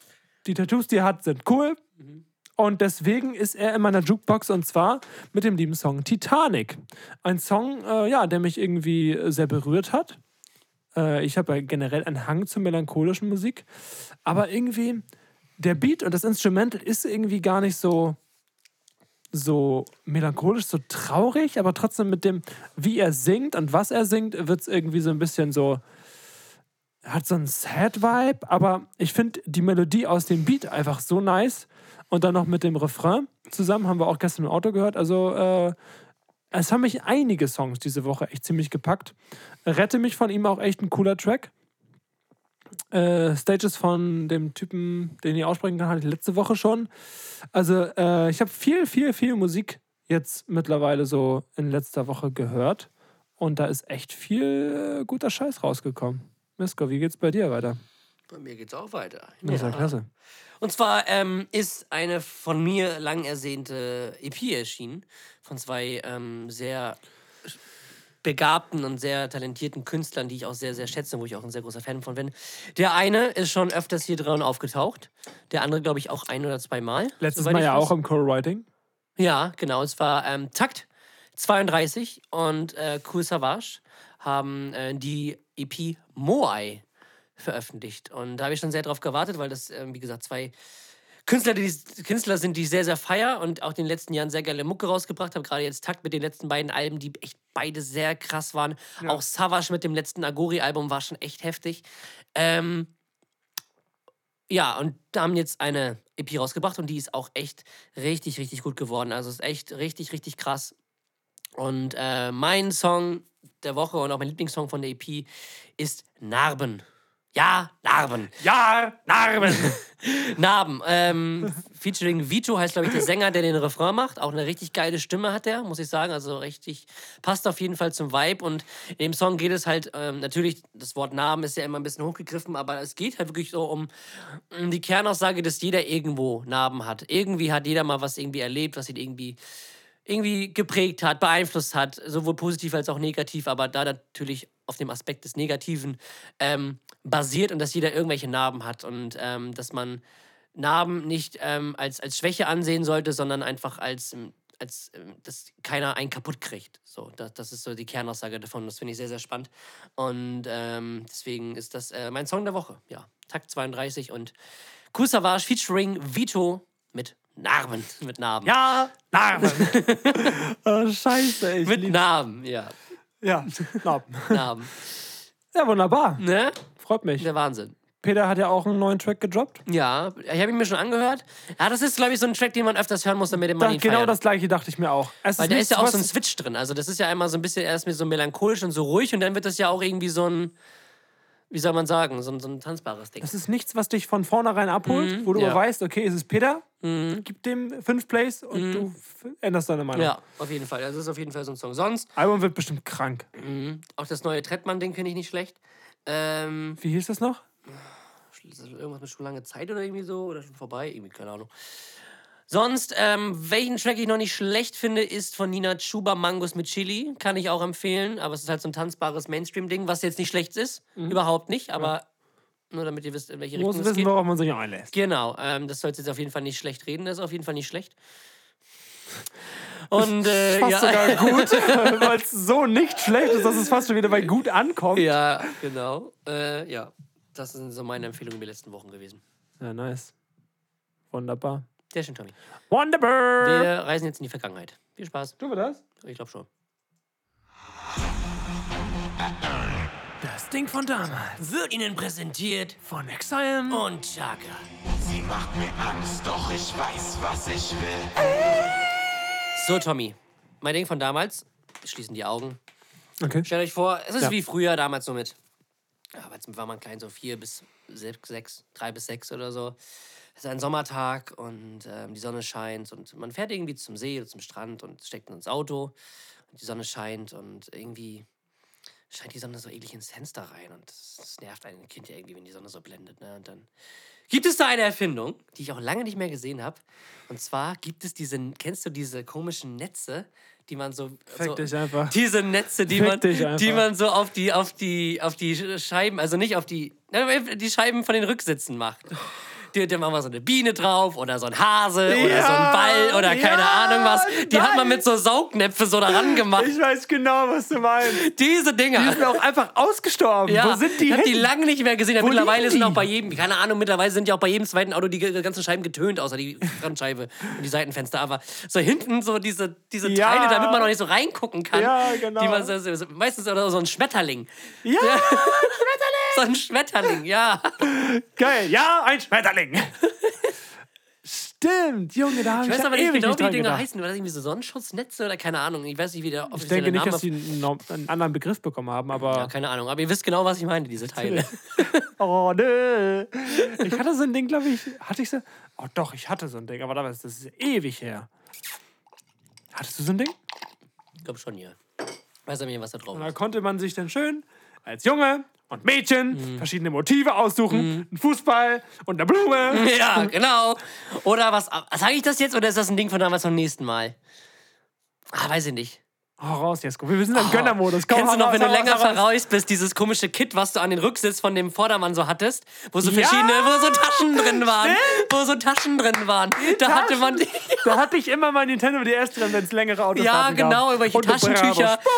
[SPEAKER 1] Die Tattoos, die er hat, sind cool.
[SPEAKER 2] Mhm.
[SPEAKER 1] Und deswegen ist er in meiner Jukebox und zwar mit dem lieben Song Titanic. Ein Song, äh, ja, der mich irgendwie äh, sehr berührt hat. Äh, ich habe ja generell einen Hang zu melancholischen Musik. Aber irgendwie, der Beat und das Instrumental ist irgendwie gar nicht so, so melancholisch, so traurig, aber trotzdem mit dem, wie er singt und was er singt, wird es irgendwie so ein bisschen so. Hat so einen Sad-Vibe, aber ich finde die Melodie aus dem Beat einfach so nice. Und dann noch mit dem Refrain zusammen, haben wir auch gestern im Auto gehört. Also, äh, es haben mich einige Songs diese Woche echt ziemlich gepackt. Rette mich von ihm auch echt ein cooler Track. Äh, Stages von dem Typen, den ich aussprechen kann, hatte ich letzte Woche schon. Also, äh, ich habe viel, viel, viel Musik jetzt mittlerweile so in letzter Woche gehört. Und da ist echt viel äh, guter Scheiß rausgekommen. Misko, wie geht's bei dir weiter?
[SPEAKER 2] Bei mir geht's auch weiter.
[SPEAKER 1] Das ist ja klasse.
[SPEAKER 2] Und zwar ähm, ist eine von mir lang ersehnte EP erschienen von zwei ähm, sehr begabten und sehr talentierten Künstlern, die ich auch sehr, sehr schätze, wo ich auch ein sehr großer Fan von bin. Der eine ist schon öfters hier dran aufgetaucht, der andere, glaube ich, auch ein oder zweimal.
[SPEAKER 1] Letztes
[SPEAKER 2] soweit
[SPEAKER 1] Mal
[SPEAKER 2] ich
[SPEAKER 1] ja
[SPEAKER 2] weiß.
[SPEAKER 1] auch im Co-Writing.
[SPEAKER 2] Ja, genau. Es war ähm, Takt 32 und äh, Cool Savage haben äh, die EP Moai veröffentlicht. Und da habe ich schon sehr drauf gewartet, weil das, ähm, wie gesagt, zwei Künstler, die, Künstler sind, die ich sehr, sehr feier und auch in den letzten Jahren sehr geile Mucke rausgebracht habe. Gerade jetzt Takt mit den letzten beiden Alben, die echt beide sehr krass waren. Auch Savage mit dem letzten Agori-Album war schon echt heftig. Ähm, ja, und da haben jetzt eine EP rausgebracht und die ist auch echt richtig, richtig gut geworden. Also ist echt richtig, richtig krass. Und äh, mein Song der Woche und auch mein Lieblingssong von der EP ist E Narben. Ja, Narben.
[SPEAKER 1] Ja, Narben.
[SPEAKER 2] Narben. Ähm, featuring Vito heißt, glaube ich, der Sänger, der den Refrain macht. Auch eine richtig geile Stimme hat er, muss ich sagen. Also richtig, passt auf jeden Fall zum Vibe. Und in dem Song geht es halt, ähm, natürlich, das Wort Namen ist ja immer ein bisschen hochgegriffen, aber es geht halt wirklich so um, um die Kernaussage, dass jeder irgendwo Narben hat. Irgendwie hat jeder mal was irgendwie erlebt, was ihn irgendwie irgendwie geprägt hat, beeinflusst hat, sowohl positiv als auch negativ, aber da natürlich auf dem Aspekt des Negativen ähm, basiert und dass jeder irgendwelche Narben hat und ähm, dass man Narben nicht ähm, als, als Schwäche ansehen sollte, sondern einfach als, ähm, als ähm, dass keiner einen kaputt kriegt. So, das, das ist so die Kernaussage davon. Das finde ich sehr, sehr spannend. Und ähm, deswegen ist das äh, mein Song der Woche. Ja, Takt 32 und Kusavage featuring Vito mit Narben. Mit Narben.
[SPEAKER 1] Ja, Narben. oh, scheiße, ich
[SPEAKER 2] mit
[SPEAKER 1] lieb-
[SPEAKER 2] Narben, ja.
[SPEAKER 1] Ja, Narben.
[SPEAKER 2] Narben.
[SPEAKER 1] Ja, wunderbar.
[SPEAKER 2] ne?
[SPEAKER 1] Freut mich.
[SPEAKER 2] Der Wahnsinn.
[SPEAKER 1] Peter hat ja auch einen neuen Track gedroppt.
[SPEAKER 2] Ja, ich habe ihn mir schon angehört. Ja, das ist, glaube ich, so ein Track, den man öfters hören muss, damit man
[SPEAKER 1] Da,
[SPEAKER 2] ihn
[SPEAKER 1] genau
[SPEAKER 2] feiert.
[SPEAKER 1] das gleiche dachte ich mir auch. Es
[SPEAKER 2] Weil da ist ja auch
[SPEAKER 1] nichts,
[SPEAKER 2] so ein
[SPEAKER 1] was-
[SPEAKER 2] Switch drin. Also das ist ja einmal so ein bisschen erst mit so melancholisch und so ruhig und dann wird das ja auch irgendwie so ein, wie soll man sagen, so ein, so ein tanzbares Ding.
[SPEAKER 1] Das ist nichts, was dich von vornherein abholt, wo du
[SPEAKER 2] Mhm, ja. Mhm.
[SPEAKER 1] aber weißt, okay, es ist Peter, gib dem fünf Plays und du f- änderst deine Meinung.
[SPEAKER 2] Ja, auf jeden Fall. Das ist auf jeden Fall so ein Song. Sonst,
[SPEAKER 1] Album wird bestimmt krank.
[SPEAKER 2] auch das neue Trettmann-Ding finde ich nicht schlecht. Ähm,
[SPEAKER 1] Wie hieß das noch?
[SPEAKER 2] ist das irgendwas mit schon lange Zeit oder irgendwie so? Oder schon vorbei? Irgendwie, keine Ahnung. Sonst, ähm, welchen Track ich noch nicht schlecht finde, ist von Nina Chuba Mangos mit Chili. Kann ich auch empfehlen, aber es ist halt so ein tanzbares Mainstream-Ding, was jetzt nicht schlecht ist. Überhaupt nicht, aber nur damit ihr wisst, in welche
[SPEAKER 1] Du
[SPEAKER 2] Richtung
[SPEAKER 1] musst
[SPEAKER 2] es
[SPEAKER 1] Mhm. wissen,
[SPEAKER 2] geht.
[SPEAKER 1] worauf man sich einlässt.
[SPEAKER 2] Genau, ähm, das sollte jetzt auf jeden Fall nicht schlecht reden, das ist auf jeden Fall nicht schlecht. Und äh,
[SPEAKER 1] Fast
[SPEAKER 2] ja,
[SPEAKER 1] sogar gut, weil es so nicht schlecht ist, dass es fast schon wieder bei gut ankommt.
[SPEAKER 2] ja, genau. Äh, ja, das sind so meine Empfehlungen der letzten Wochen gewesen.
[SPEAKER 1] Ja, nice. Wunderbar.
[SPEAKER 2] Sehr schön, Tommy.
[SPEAKER 1] Wunderbar!
[SPEAKER 2] Wir reisen jetzt in die Vergangenheit. Viel Spaß.
[SPEAKER 1] Tun wir das?
[SPEAKER 2] Ich glaube schon.
[SPEAKER 1] Das Ding von damals.
[SPEAKER 2] Wird Ihnen präsentiert
[SPEAKER 1] Von Exile
[SPEAKER 2] und Chaka.
[SPEAKER 4] Sie macht mir Angst, doch ich weiß, was ich will.
[SPEAKER 2] So, Tommy, mein Ding von damals. Wir schließen die Augen.
[SPEAKER 1] Okay.
[SPEAKER 2] Stellt euch vor, es ist
[SPEAKER 1] Ja.
[SPEAKER 2] wie früher damals so mit. ah, Aber jetzt war man klein, so vier bis sechs, sechs, drei bis sechs oder so. Es ist ein Sommertag und ähm, die Sonne scheint und man fährt irgendwie zum See oder zum Strand und steckt ins Auto und die Sonne scheint und irgendwie scheint die Sonne so eklig ins Fenster rein und das, das nervt ein Kind ja irgendwie, wenn die Sonne so blendet. Ne? Und dann gibt es da eine Erfindung, die ich auch lange nicht mehr gesehen habe. Und zwar gibt es diese, kennst du diese komischen Netze, die man so...
[SPEAKER 1] Fick
[SPEAKER 2] so
[SPEAKER 1] dich einfach.
[SPEAKER 2] diese Netze, die
[SPEAKER 1] Fick
[SPEAKER 2] man,
[SPEAKER 1] dich einfach.
[SPEAKER 2] die man so auf die, auf die, auf die Sch- Scheiben, also nicht auf die, na, die Scheiben von den Rücksitzen macht. Die, da machen wir so eine Biene drauf oder so ein Hase oder so
[SPEAKER 1] Ja,
[SPEAKER 2] ein Ball oder keine
[SPEAKER 1] ja,
[SPEAKER 2] Ahnung was. Die hat man
[SPEAKER 1] nice.
[SPEAKER 2] mit so Saugnäpfe so daran gemacht.
[SPEAKER 1] Ich weiß genau, was du meinst.
[SPEAKER 2] Diese Dinger.
[SPEAKER 1] Die sind auch einfach ausgestorben.
[SPEAKER 2] Ja,
[SPEAKER 1] Wo sind die
[SPEAKER 2] ich hab
[SPEAKER 1] hin?
[SPEAKER 2] die lange nicht mehr gesehen. Ja,
[SPEAKER 1] Wo
[SPEAKER 2] mittlerweile
[SPEAKER 1] liegen
[SPEAKER 2] sind
[SPEAKER 1] die?
[SPEAKER 2] auch bei jedem, keine Ahnung, mittlerweile sind ja auch bei jedem zweiten Auto die ge- ganzen Scheiben getönt, außer die Frontscheibe und die Seitenfenster. Aber so hinten so diese, diese
[SPEAKER 1] Ja.
[SPEAKER 2] Teile, damit man noch nicht so reingucken kann.
[SPEAKER 1] Ja, genau.
[SPEAKER 2] Die man so, so, so, meistens oder so ein Schmetterling.
[SPEAKER 1] ja,
[SPEAKER 2] So ein Schmetterling, ja.
[SPEAKER 1] geil. Ja, ein Schmetterling. Stimmt, Junge, da habe
[SPEAKER 2] Ich
[SPEAKER 1] ich,
[SPEAKER 2] weiß
[SPEAKER 1] ja
[SPEAKER 2] aber
[SPEAKER 1] ewig
[SPEAKER 2] nicht genau,
[SPEAKER 1] nicht
[SPEAKER 2] wie die
[SPEAKER 1] dran
[SPEAKER 2] Dinger
[SPEAKER 1] gedacht.
[SPEAKER 2] heißen. War das irgendwie so Sonnenschutznetze oder keine Ahnung? Ich weiß nicht, wie der
[SPEAKER 1] Ich
[SPEAKER 2] offizielle
[SPEAKER 1] denke nicht,
[SPEAKER 2] Name
[SPEAKER 1] dass die einen, no- einen anderen Begriff bekommen haben,
[SPEAKER 2] ja,
[SPEAKER 1] aber.
[SPEAKER 2] keine Ahnung, aber ihr wisst genau, was ich meine, diese Teile.
[SPEAKER 1] oh, nö. Ich hatte so ein Ding, glaube ich. Hatte ich so. Oh, doch, ich hatte so ein Ding, aber damals, das ist ewig her. Hattest du so ein Ding?
[SPEAKER 2] Ich glaube schon, ja. Weiß ja nicht, was da drauf
[SPEAKER 1] Und
[SPEAKER 2] ist.
[SPEAKER 1] da konnte man sich dann schön als Junge und Mädchen
[SPEAKER 2] Mhm.
[SPEAKER 1] verschiedene Motive aussuchen: einen Fußball und eine Blume.
[SPEAKER 2] Ja, genau. Oder was. Sage ich das jetzt oder ist das ein Ding von damals vom nächsten Mal? Ah, weiß ich nicht.
[SPEAKER 1] Oh, raus, Jesko. Wir sind im Gönnermodus. Komm,
[SPEAKER 2] Kennst du
[SPEAKER 1] hau
[SPEAKER 2] noch,
[SPEAKER 1] raus,
[SPEAKER 2] wenn du
[SPEAKER 1] hau raus,
[SPEAKER 2] länger
[SPEAKER 1] hau raus.
[SPEAKER 2] verreust bist, dieses komische Kit, was du an den Rücksitz von dem Vordermann so hattest, wo so
[SPEAKER 1] Ja!
[SPEAKER 2] verschiedene, wo so Taschen drin waren. Wo so Taschen drin waren. Da hatte man.
[SPEAKER 1] Da hatte ich immer mein Nintendo DS drin, wenn es längere Autos
[SPEAKER 2] Ja, genau,
[SPEAKER 1] gab.
[SPEAKER 2] irgendwelche
[SPEAKER 1] Und eine
[SPEAKER 2] Taschentücher.
[SPEAKER 1] Bravo.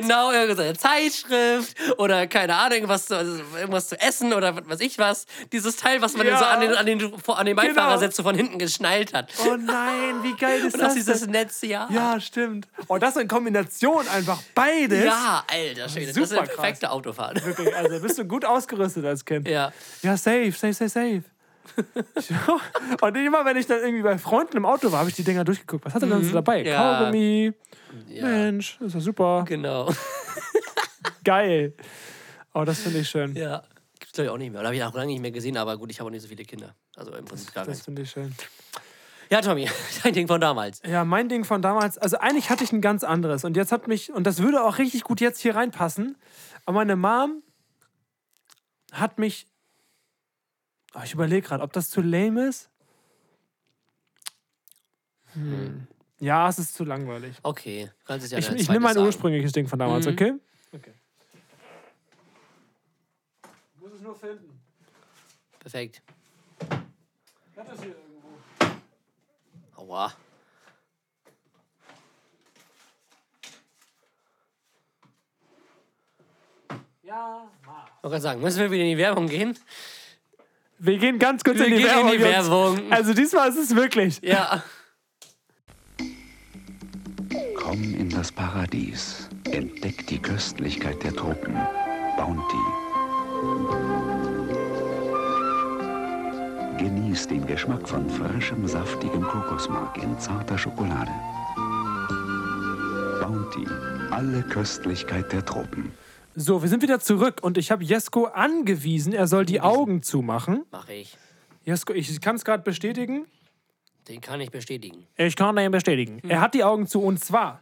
[SPEAKER 2] Genau, irgendeine Zeitschrift oder keine Ahnung, irgendwas zu, also irgendwas zu essen oder was weiß ich was. Dieses Teil, was man
[SPEAKER 1] Ja. Genau.
[SPEAKER 2] so an den, an den, vor- an den Beifahrersitz so von hinten geschnallt hat.
[SPEAKER 1] Oh nein, wie geil ist
[SPEAKER 2] Und
[SPEAKER 1] das?
[SPEAKER 2] das dieses
[SPEAKER 1] denn?
[SPEAKER 2] Netz, ja.
[SPEAKER 1] ja, stimmt. Oh, das in Kombination einfach beides.
[SPEAKER 2] Ja, alter Schwede, das ist
[SPEAKER 1] Super
[SPEAKER 2] eine perfekte Autofahrt.
[SPEAKER 1] Wirklich, Also bist du gut ausgerüstet als Kind.
[SPEAKER 2] Ja.
[SPEAKER 1] Ja, safe, safe, safe, safe. Ja. Und immer, wenn ich dann irgendwie bei Freunden im Auto war, habe ich die Dinger durchgeguckt. Was hat er denn so dabei?
[SPEAKER 2] Mhm. ja.
[SPEAKER 1] Kaugummi. Mensch, ist ja super.
[SPEAKER 2] Genau.
[SPEAKER 1] Geil. Oh, das finde ich schön.
[SPEAKER 2] Ja. Gibt's glaube ich auch nicht mehr. Oder habe ich auch lange nicht mehr gesehen, aber gut, ich habe auch nicht so viele Kinder. Also im Prinzip gar
[SPEAKER 1] Das
[SPEAKER 2] nicht.
[SPEAKER 1] finde ich schön.
[SPEAKER 2] Ja, Tommy, dein Ding von damals.
[SPEAKER 1] Ja, mein Ding von damals, also eigentlich hatte ich ein ganz anderes und jetzt hat mich, und das würde auch richtig gut jetzt hier reinpassen, aber meine Mom hat mich, oh, ich überlege gerade, ob das zu lame ist. Hm. Ja, es ist zu langweilig.
[SPEAKER 2] Okay, du kannst es ja
[SPEAKER 1] ich
[SPEAKER 2] dein
[SPEAKER 1] ich nehme
[SPEAKER 2] zweites
[SPEAKER 1] mein
[SPEAKER 2] sagen.
[SPEAKER 1] ursprüngliches Ding von damals,
[SPEAKER 2] Mhm.
[SPEAKER 1] okay? Okay. Muss es nur finden.
[SPEAKER 2] Perfekt.
[SPEAKER 1] Hat das hier irgendwo?
[SPEAKER 2] Aua.
[SPEAKER 1] Ja, Ma.
[SPEAKER 2] Ich wollte gerade sagen, müssen wir wieder in die Werbung gehen?
[SPEAKER 1] Wir gehen ganz kurz
[SPEAKER 2] Wir
[SPEAKER 1] in die
[SPEAKER 2] gehen
[SPEAKER 1] Werbung.
[SPEAKER 2] in die
[SPEAKER 1] Jungs.
[SPEAKER 2] Werbung.
[SPEAKER 1] Also diesmal ist es wirklich.
[SPEAKER 2] Ja.
[SPEAKER 4] Komm in das Paradies. Entdeck die Köstlichkeit der Tropen. Bounty. Genieß den Geschmack von frischem, saftigem Kokosmark in zarter Schokolade. Bounty. Alle Köstlichkeit der Tropen.
[SPEAKER 1] So, wir sind wieder zurück und ich habe Jesko angewiesen, er soll die Augen zumachen.
[SPEAKER 2] Mache ich.
[SPEAKER 1] Jesko, ich kann es gerade bestätigen.
[SPEAKER 2] Den kann ich bestätigen.
[SPEAKER 1] Ich kann ihn bestätigen. Mhm. Er hat die Augen zu und zwar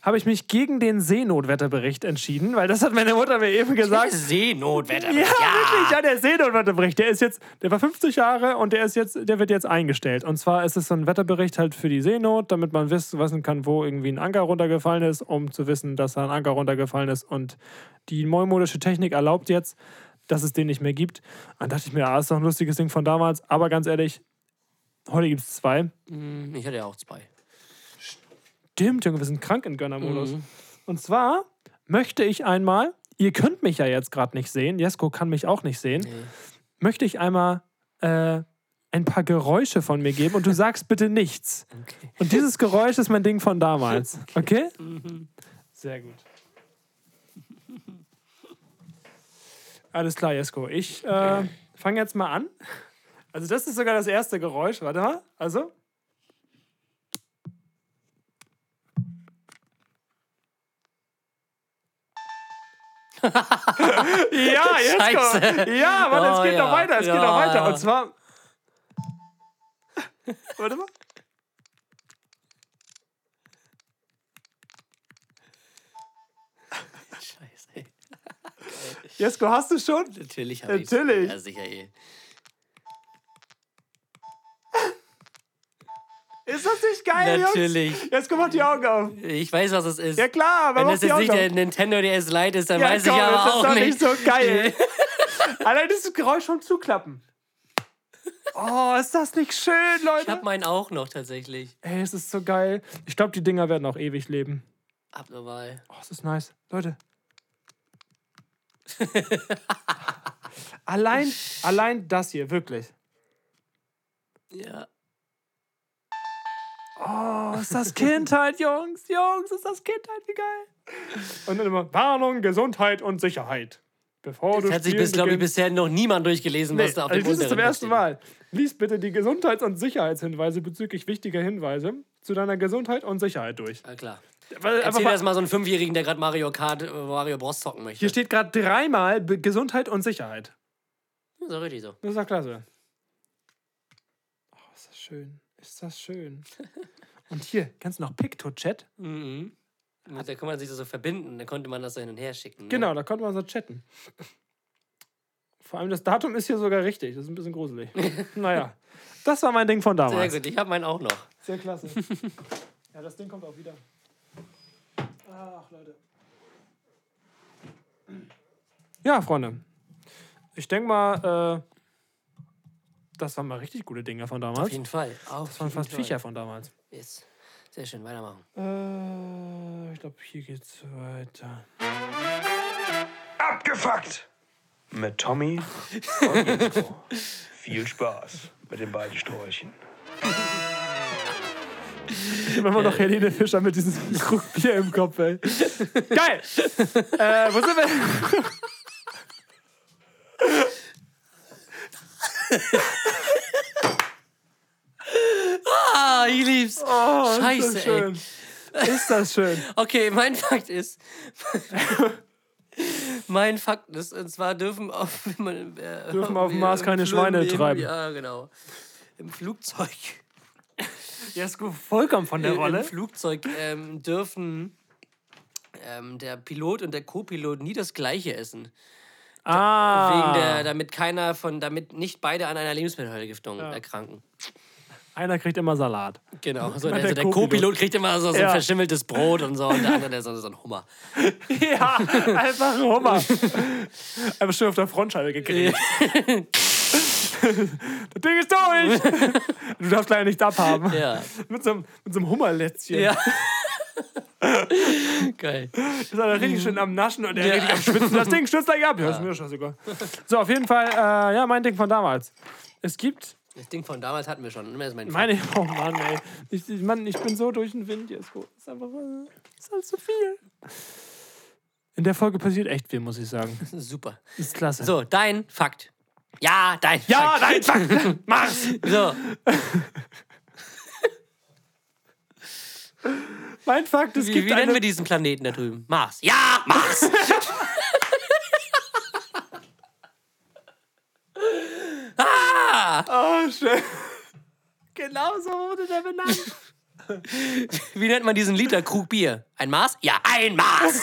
[SPEAKER 1] habe ich mich gegen den Seenotwetterbericht entschieden, weil das hat meine Mutter mir eben gesagt.
[SPEAKER 2] Seenotwetter.
[SPEAKER 1] Ja, wirklich, ja, der Seenotwetterbericht, der ist jetzt, der war 50 Jahre und der ist jetzt, der wird jetzt eingestellt. Und zwar ist es so ein Wetterbericht halt für die Seenot, damit man wissen, wissen kann, wo irgendwie ein Anker runtergefallen ist, um zu wissen, dass da ein Anker runtergefallen ist. Und die neumodische Technik erlaubt jetzt, dass es den nicht mehr gibt. Dann dachte ich mir, ah, ist doch ein lustiges Ding von damals, aber ganz ehrlich, heute gibt es zwei.
[SPEAKER 2] Hm, Ich hatte ja auch zwei.
[SPEAKER 1] Stimmt, Junge, wir sind krank in Gönnermodus. Und zwar möchte ich einmal, ihr könnt mich ja jetzt gerade nicht sehen, Jesko kann mich auch nicht sehen, möchte ich einmal äh, ein paar Geräusche von mir geben und du sagst bitte nichts. Und dieses Geräusch ist mein Ding von damals. Okay? Mhm. Sehr gut. Alles klar, Jesko. Ich äh, fange jetzt mal an. Also das ist sogar das erste Geräusch. Warte mal. Also. Ja, jetzt
[SPEAKER 2] Scheiße.
[SPEAKER 1] kommt. Ja, warte, es
[SPEAKER 2] Oh,
[SPEAKER 1] geht
[SPEAKER 2] ja.
[SPEAKER 1] noch weiter, es geht
[SPEAKER 2] Ja,
[SPEAKER 1] noch
[SPEAKER 2] ja.
[SPEAKER 1] weiter. Und zwar. warte mal.
[SPEAKER 2] Scheiße.
[SPEAKER 1] Jesko, hast du schon?
[SPEAKER 2] Natürlich habe ich.
[SPEAKER 1] Natürlich.
[SPEAKER 2] Ja, sicher eh.
[SPEAKER 1] Ist das nicht geil,
[SPEAKER 2] Natürlich.
[SPEAKER 1] Jungs? Jesko, mach die Augen auf.
[SPEAKER 2] Ich weiß, was es ist.
[SPEAKER 1] Ja klar, aber
[SPEAKER 2] Wenn
[SPEAKER 1] mach
[SPEAKER 2] das
[SPEAKER 1] die
[SPEAKER 2] jetzt
[SPEAKER 1] Augen
[SPEAKER 2] nicht
[SPEAKER 1] auf.
[SPEAKER 2] der Nintendo DS Lite ist, dann
[SPEAKER 1] ja,
[SPEAKER 2] weiß
[SPEAKER 1] komm,
[SPEAKER 2] ich
[SPEAKER 1] das
[SPEAKER 2] aber
[SPEAKER 1] ist
[SPEAKER 2] auch
[SPEAKER 1] doch
[SPEAKER 2] nicht.
[SPEAKER 1] nicht so geil. Allein dieses Geräusch vom Zuklappen. Oh, ist das nicht schön,
[SPEAKER 2] Ich
[SPEAKER 1] Leute?
[SPEAKER 2] habe meinen auch noch tatsächlich.
[SPEAKER 1] Ey, es ist so geil. Ich glaube, die Dinger werden auch ewig leben.
[SPEAKER 2] Abnormal.
[SPEAKER 1] Oh, es ist nice. Leute. allein, allein das hier, wirklich.
[SPEAKER 2] Ja.
[SPEAKER 1] Oh, ist das Kindheit, Jungs, Jungs, ist das Kindheit, wie geil. Und dann immer Warnung, Gesundheit und Sicherheit. Bevor du
[SPEAKER 2] Das hat sich,
[SPEAKER 1] spielen
[SPEAKER 2] glaube ich,
[SPEAKER 1] beginnst-
[SPEAKER 2] bisher noch niemand durchgelesen, was
[SPEAKER 1] Nee,
[SPEAKER 2] da auf
[SPEAKER 1] also
[SPEAKER 2] dem
[SPEAKER 1] dies ist
[SPEAKER 2] unteren
[SPEAKER 1] zum
[SPEAKER 2] da
[SPEAKER 1] ersten
[SPEAKER 2] steht.
[SPEAKER 1] Mal. Lies bitte die Gesundheits- und Sicherheitshinweise bezüglich wichtiger Hinweise zu deiner Gesundheit und Sicherheit durch.
[SPEAKER 2] Ja, klar.
[SPEAKER 1] Weil
[SPEAKER 2] Erzähl
[SPEAKER 1] einfach-
[SPEAKER 2] das mal so einen Fünfjährigen, der gerade Mario Kart, äh, Mario Bros zocken möchte.
[SPEAKER 1] hier steht gerade dreimal Be- Gesundheit und Sicherheit.
[SPEAKER 2] so richtig so.
[SPEAKER 1] Das ist doch klasse. Oh, ist das schön. Ist das schön. Und hier, kennst du noch Picto-Chat?
[SPEAKER 2] Mhm. Und da kann man sich das so verbinden, dann konnte man das so hin und her schicken. ne?
[SPEAKER 1] Genau, da konnte man so chatten. Vor allem das Datum ist hier sogar richtig. Das ist ein bisschen gruselig. naja, das war mein Ding von
[SPEAKER 2] Sehr
[SPEAKER 1] damals. Sehr,
[SPEAKER 2] gut, ich habe meinen auch noch.
[SPEAKER 1] klasse. ja, das Ding kommt auch wieder. Ach, Leute. Ja, Freunde. Ich denke mal, äh, das waren mal richtig gute Dinge von damals.
[SPEAKER 2] Auf jeden Fall. Auf
[SPEAKER 1] Das waren fast
[SPEAKER 2] jeden Fall.
[SPEAKER 1] Viecher von damals.
[SPEAKER 2] Yes. Sehr schön, weitermachen.
[SPEAKER 1] Äh, ich glaube, hier geht's weiter.
[SPEAKER 5] Abgefuckt! Mit Tommy und Jesko. Viel Spaß mit den beiden Sträuchen.
[SPEAKER 1] immer noch Helene Fischer mit diesem Krug Bier im Kopf, ey. Geil! äh, wo sind wir?
[SPEAKER 2] Ah, ich lieb's.
[SPEAKER 1] Oh,
[SPEAKER 2] Scheiße,
[SPEAKER 1] ist das schön. Ist das schön.
[SPEAKER 2] Okay, mein Fakt ist, mein Fakt ist, und zwar dürfen auf, äh,
[SPEAKER 1] Dürfen auf dem Mars
[SPEAKER 2] im
[SPEAKER 1] keine
[SPEAKER 2] Flug-
[SPEAKER 1] Schweine
[SPEAKER 2] im,
[SPEAKER 1] treiben.
[SPEAKER 2] Ja, genau. Im Flugzeug.
[SPEAKER 1] Der ist vollkommen von der
[SPEAKER 2] Im
[SPEAKER 1] Rolle.
[SPEAKER 2] Flugzeug ähm, dürfen ähm, der Pilot und der Co-Pilot nie das gleiche essen.
[SPEAKER 1] Ah,
[SPEAKER 2] Wegen der, damit keiner von, damit nicht beide an einer Lebensmittelvergiftung erkranken.
[SPEAKER 1] einer kriegt immer Salat.
[SPEAKER 2] Genau. So,
[SPEAKER 1] Immer
[SPEAKER 2] der,
[SPEAKER 1] der
[SPEAKER 2] also der Co-Pilot
[SPEAKER 1] Co-Pilot.
[SPEAKER 2] kriegt immer so, so ein
[SPEAKER 1] Ja.
[SPEAKER 2] verschimmeltes Brot und so und der andere der so, so ein Hummer.
[SPEAKER 1] Ja, einfach ein Hummer. Einfach schön auf der Frontscheibe gekriegt. das Ding ist durch! Du darfst leider nichts abhaben.
[SPEAKER 2] Ja.
[SPEAKER 1] Mit so einem, mit so einem Hummerlätzchen.
[SPEAKER 2] Ja. Geil.
[SPEAKER 1] Ist er da richtig schön am Naschen und der
[SPEAKER 2] Ja.
[SPEAKER 1] richtig am Schwitzen. Das Ding stürzt gleich ab. Ja, ist mir doch scheißegal. So, auf jeden Fall, äh, ja, mein Ding von damals. Es gibt
[SPEAKER 2] Das Ding von damals hatten wir schon. ne, Nimm erst mal den
[SPEAKER 1] Meine, oh Mann, ey. Ich, ich, Mann, ich bin so durch den Wind jetzt. Es ist einfach äh, ist halt zu viel. In der Folge passiert echt viel, muss ich sagen.
[SPEAKER 2] Fakt. Super.
[SPEAKER 1] Ist klasse.
[SPEAKER 2] So, dein Fakt. Ja, dein
[SPEAKER 1] Ja,
[SPEAKER 2] Fakt.
[SPEAKER 1] nein, fuck, mach's!
[SPEAKER 2] So,
[SPEAKER 1] Mein Fakt, es
[SPEAKER 2] wie,
[SPEAKER 1] gibt
[SPEAKER 2] wie nennen
[SPEAKER 1] eine...
[SPEAKER 2] wir diesen Planeten da drüben? Mars. Ja, Mars.
[SPEAKER 1] Oh, schön. Genau so wurde der benannt.
[SPEAKER 2] Wie nennt man diesen Liter Krug Bier? Ein Maß? Ja, ein Maß.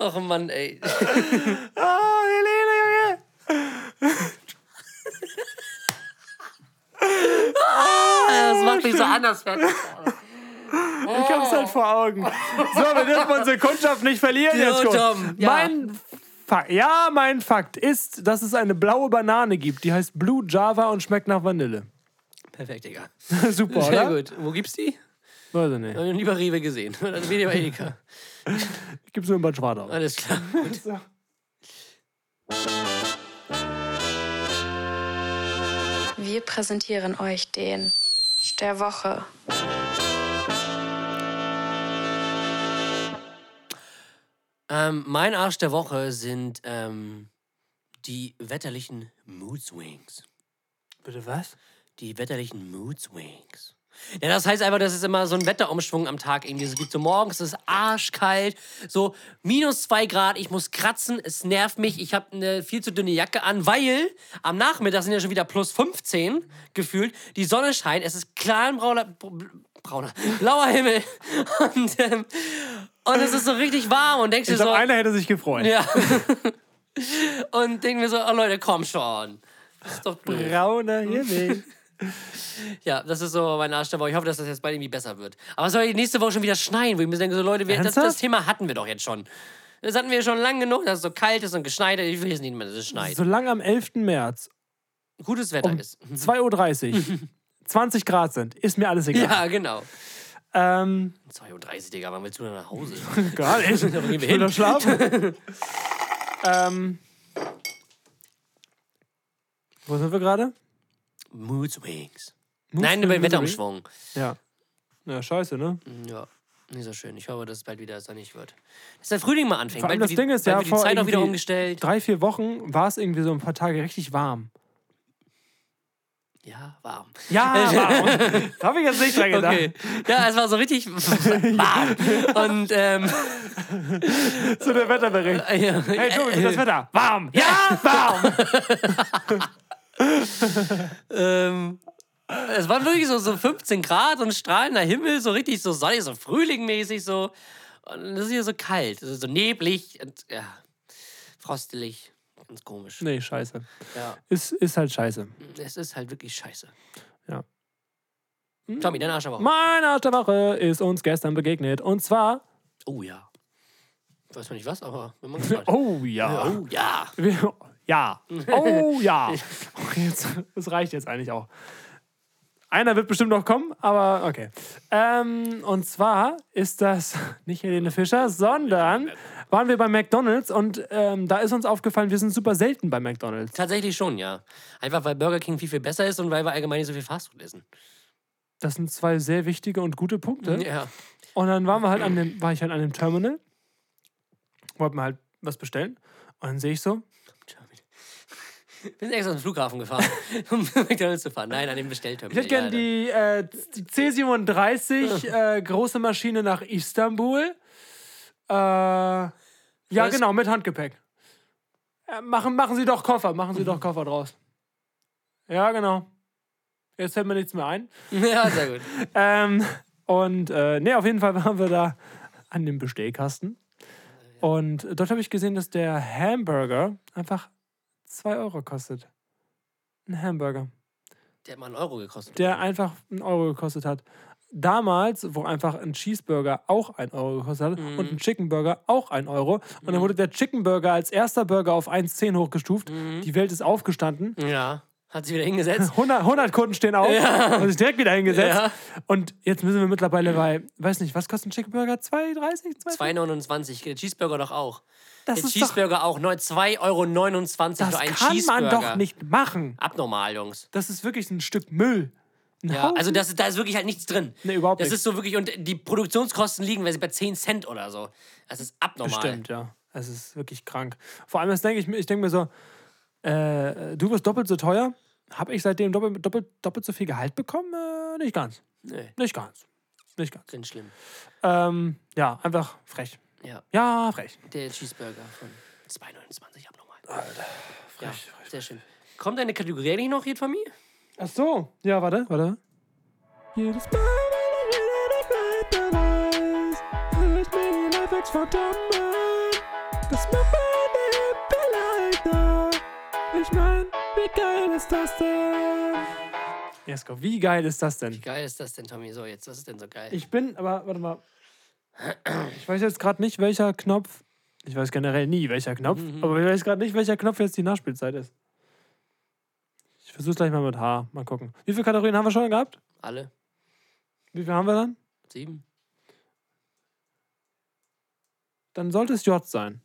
[SPEAKER 2] Och Mann, ey.
[SPEAKER 1] Oh, Helene, Junge.
[SPEAKER 2] Das macht mich so anders fertig.
[SPEAKER 1] Ich hab's halt vor Augen. So, wir dürfen unsere Kundschaft nicht verlieren
[SPEAKER 2] Jo,
[SPEAKER 1] jetzt. kurz.
[SPEAKER 2] Tom, ja.
[SPEAKER 1] Mein Fakt, ja, mein Fakt ist, dass es eine blaue Banane gibt, die heißt Blue Java und schmeckt nach Vanille.
[SPEAKER 2] Perfekt, Digga.
[SPEAKER 1] Super, oder?
[SPEAKER 2] Sehr gut. Wo gibt's die?
[SPEAKER 1] Weiß ich nicht.
[SPEAKER 2] Hab ich noch nie bei Rewe gesehen. Dann bin ich bei Edeka.
[SPEAKER 1] Gibt's nur in Bad Schwartau.
[SPEAKER 2] Alles klar.
[SPEAKER 6] Wir präsentieren euch den der Woche.
[SPEAKER 2] Ähm, mein Arsch der Woche sind ähm, die wetterlichen Mood Swings.
[SPEAKER 1] Bitte was?
[SPEAKER 2] Die wetterlichen Mood Swings. Ja, das heißt einfach, das ist immer so ein Wetterumschwung am Tag irgendwie. Es gibt so morgens, es ist arschkalt, so minus zwei Grad, ich muss kratzen, es nervt mich, ich habe eine viel zu dünne Jacke an, weil am Nachmittag sind ja schon wieder plus 15 gefühlt, die Sonne scheint, es ist klar, brauner, brauner, blauer Himmel und, ähm, und es ist so richtig warm und denkst
[SPEAKER 1] Ich
[SPEAKER 2] dir so...
[SPEAKER 1] glaube, einer hätte sich gefreut.
[SPEAKER 2] Ja. Und denke mir so, oh Leute, komm schon. Das ist doch blöd.
[SPEAKER 1] Brauner Himmel.
[SPEAKER 2] Ja, das ist so mein Arsch der Woche. Ich hoffe, dass das jetzt bald irgendwie besser wird. Aber es soll nächste Woche schon wieder schneien, wo ich mir denke, so Leute, wir, das, das
[SPEAKER 1] Ernsthaft?
[SPEAKER 2] Thema hatten wir doch jetzt schon. Das hatten wir schon lang genug, dass es so kalt ist und geschneit. Ich will jetzt nicht mehr, dass es schneit.
[SPEAKER 1] Solange am 11. März
[SPEAKER 2] Gutes Wetter
[SPEAKER 1] um
[SPEAKER 2] ist.
[SPEAKER 1] 2.30 Uhr 20 Grad sind, ist mir alles egal.
[SPEAKER 2] Ja, genau.
[SPEAKER 1] Ähm,
[SPEAKER 2] 2.30 Uhr, Digga, wann willst du denn nach Hause?
[SPEAKER 1] gar nicht. Ich
[SPEAKER 2] gehen wir
[SPEAKER 1] will doch
[SPEAKER 2] hin.
[SPEAKER 1] schlafen. ähm, wo sind wir gerade?
[SPEAKER 2] Mood Swings. Nein, bei Wetterumschwung.
[SPEAKER 1] Ja. Ja, scheiße, ne?
[SPEAKER 2] Ja, nicht so schön. Ich hoffe, dass es bald wieder sonnig wird. Dass der Frühling mal anfängt.
[SPEAKER 1] Vor allem
[SPEAKER 2] bald
[SPEAKER 1] das
[SPEAKER 2] wird die-
[SPEAKER 1] Ding ist
[SPEAKER 2] bald
[SPEAKER 1] ja,
[SPEAKER 2] wird die
[SPEAKER 1] vor
[SPEAKER 2] Zeit auch wieder
[SPEAKER 1] irgendwie
[SPEAKER 2] umgestellt.
[SPEAKER 1] Drei, vier Wochen war es irgendwie so ein paar Tage richtig warm.
[SPEAKER 2] Ja, warm.
[SPEAKER 1] Ja, warm. da habe ich jetzt nicht dran gedacht.
[SPEAKER 2] Okay. Ja, es war so richtig warm. Und ähm,
[SPEAKER 1] So der Wetterbericht.
[SPEAKER 2] ja,
[SPEAKER 1] Hey, Tobi,
[SPEAKER 2] Äh,
[SPEAKER 1] wie ist das Wetter? Warm! Ja, warm!
[SPEAKER 2] ähm, es waren wirklich so, so 15 Grad und strahlender Himmel, so richtig so sonnig, so frühlingmäßig so. Und es ist hier so kalt, es ist so neblig und ja, frostelig. Ganz komisch.
[SPEAKER 1] Nee, scheiße.
[SPEAKER 2] Ja,
[SPEAKER 1] Ist, ist halt scheiße.
[SPEAKER 2] es ist halt wirklich scheiße.
[SPEAKER 1] Ja.
[SPEAKER 2] Tommy, dein Arsch aber auch.
[SPEAKER 1] Mein Arsch der Woche ist uns gestern begegnet. Und zwar.
[SPEAKER 2] Oh ja. Weiß man nicht was, aber wenn man gefragt.
[SPEAKER 1] Oh ja.
[SPEAKER 2] Oh ja.
[SPEAKER 1] Wir- Ja. Oh ja. Okay, jetzt, das reicht jetzt eigentlich auch. Einer wird bestimmt noch kommen, aber okay. Ähm, und zwar ist das nicht Helene Fischer, sondern waren wir bei McDonalds und ähm, da ist uns aufgefallen, wir sind super selten bei McDonalds.
[SPEAKER 2] Tatsächlich schon, ja. Einfach weil Burger King viel, viel besser ist und weil wir allgemein nicht so viel Fastfood essen.
[SPEAKER 1] Das sind zwei sehr wichtige und gute Punkte.
[SPEAKER 2] Ja.
[SPEAKER 1] Und dann waren wir halt an dem, war ich halt an dem Terminal, wollte mir halt was bestellen. Und dann sehe ich so,
[SPEAKER 2] Wir sind extra zum Flughafen gefahren, um McDonalds zu fahren. Nein, an dem Bestellterminal.
[SPEAKER 1] ich hätte gerne
[SPEAKER 2] ja,
[SPEAKER 1] die, äh, die C37 äh, große Maschine nach Istanbul. Äh, ja,
[SPEAKER 2] Was?
[SPEAKER 1] genau, mit Handgepäck. Äh, machen, machen Sie doch Koffer, machen Sie doch Koffer draus. Ja, genau. Jetzt fällt mir nichts mehr ein.
[SPEAKER 2] Ja, sehr gut.
[SPEAKER 1] Ähm, und äh, nee, auf jeden Fall waren wir da an dem Bestellkasten. Und dort habe ich gesehen, dass der Hamburger einfach 2 Euro kostet. Ein Hamburger,
[SPEAKER 2] Der hat mal einen Euro gekostet.
[SPEAKER 1] der einfach einen Euro gekostet hat. Damals, wo einfach ein Cheeseburger auch ein Euro gekostet hat und ein
[SPEAKER 2] Mhm.
[SPEAKER 1] Chickenburger auch ein Euro. Und dann wurde der Chickenburger als erster Burger auf 1,10 hochgestuft.
[SPEAKER 2] Mhm.
[SPEAKER 1] Die Welt ist aufgestanden.
[SPEAKER 2] ja, hat sich wieder hingesetzt.
[SPEAKER 1] 100, 100 Kunden stehen auf und sich direkt wieder hingesetzt.
[SPEAKER 2] Ja.
[SPEAKER 1] Und jetzt müssen wir mittlerweile bei, weiß nicht, was kostet ein Chickenburger? 2,30? 2,40?
[SPEAKER 2] 2,29. Der Cheeseburger doch auch.
[SPEAKER 1] Das
[SPEAKER 2] der
[SPEAKER 1] ist doch,
[SPEAKER 2] Cheeseburger auch. neu- 2,29 Euro
[SPEAKER 1] das
[SPEAKER 2] für einen
[SPEAKER 1] kann
[SPEAKER 2] Cheeseburger.
[SPEAKER 1] man doch nicht machen.
[SPEAKER 2] Abnormal, Jungs.
[SPEAKER 1] Das ist wirklich ein Stück Müll. Ein
[SPEAKER 2] Ja,
[SPEAKER 1] Haufen-
[SPEAKER 2] also das, da ist wirklich halt nichts drin.
[SPEAKER 1] Nee, überhaupt
[SPEAKER 2] das
[SPEAKER 1] nicht.
[SPEAKER 2] ist so wirklich, und die Produktionskosten liegen, weil sie bei 10 Cent oder so. Das ist abnormal.
[SPEAKER 1] Bestimmt, ja. Es ist wirklich krank. Vor allem, das denke ich, mir- ich denke mir so, äh, du wirst doppelt so teuer. Habe ich seitdem doppelt, doppelt, doppelt so viel Gehalt bekommen? Äh, nicht ganz.
[SPEAKER 2] Nee,
[SPEAKER 1] Nicht ganz. Nicht ganz.
[SPEAKER 2] ganz schlimm.
[SPEAKER 1] Ähm, ja, einfach frech.
[SPEAKER 2] Ja,
[SPEAKER 1] Ja, frech.
[SPEAKER 2] der Cheeseburger von 2,29 abnormal. Alter, ja, sehr schön. Kommt eine Kategorie eigentlich noch, Jed Famille?
[SPEAKER 1] Ach so. Ja, warte, warte. Jedes Mal, wenn ich wieder dabei bin, ich mir die Lifehacks verdammt. Das macht meine Hippe leichter. Ich mein, wie geil ist das denn? Jesko, wie geil ist das denn?
[SPEAKER 2] Wie geil ist das denn, Tommy? So, jetzt, was ist denn so geil?
[SPEAKER 1] Ich bin, aber warte mal. Ich weiß jetzt gerade nicht, welcher Knopf. Ich weiß generell nie, welcher Knopf. Aber ich weiß gerade nicht, welcher Knopf jetzt die Nachspielzeit ist. Ich versuch's gleich mal mit H. Mal gucken. Wie viele Kategorien haben wir schon gehabt?
[SPEAKER 2] Alle?
[SPEAKER 1] Wie viele haben wir dann?
[SPEAKER 2] Sieben?
[SPEAKER 1] Dann sollte es J sein.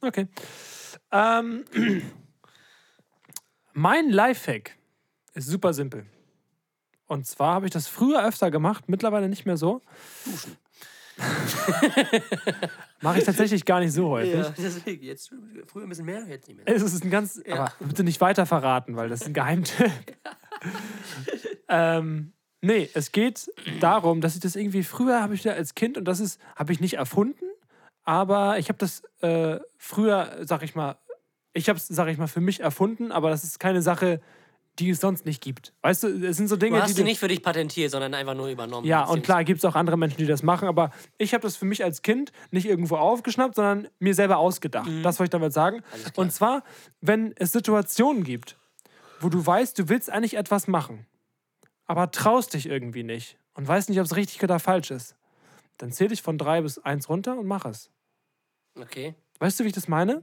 [SPEAKER 1] Okay. Ähm, mein Lifehack ist super simpel. Und zwar habe ich das früher öfter gemacht, mittlerweile nicht mehr so. Mache ich tatsächlich gar nicht so häufig.
[SPEAKER 2] deswegen. Jetzt früher ein bisschen mehr, jetzt nicht mehr.
[SPEAKER 1] Es ist ein ganz. Aber bitte nicht weiter verraten, weil das ist ein Geheimtipp. ähm, nee, es geht darum, dass ich das irgendwie früher habe ich da als Kind und das ist, habe ich nicht erfunden, aber ich habe das äh, früher, sag ich mal, ich habe es, sag ich mal, für mich erfunden, aber das ist keine Sache, die es sonst nicht gibt. Weißt du, es sind so Dinge,
[SPEAKER 2] Du hast
[SPEAKER 1] die.
[SPEAKER 2] die nicht für dich patentiert, sondern einfach nur übernommen.
[SPEAKER 1] Ja, und klar gibt es auch andere Menschen, die das machen, aber ich habe das für mich als Kind nicht irgendwo aufgeschnappt, sondern mir selber ausgedacht. Das wollte ich damit sagen. Und zwar, wenn es Situationen gibt, wo du weißt, du willst eigentlich etwas machen, aber traust dich irgendwie nicht und weißt nicht, ob es richtig oder falsch ist, dann zähl dich von drei bis eins runter und mach es.
[SPEAKER 2] Okay,
[SPEAKER 1] Weißt du, wie ich das meine?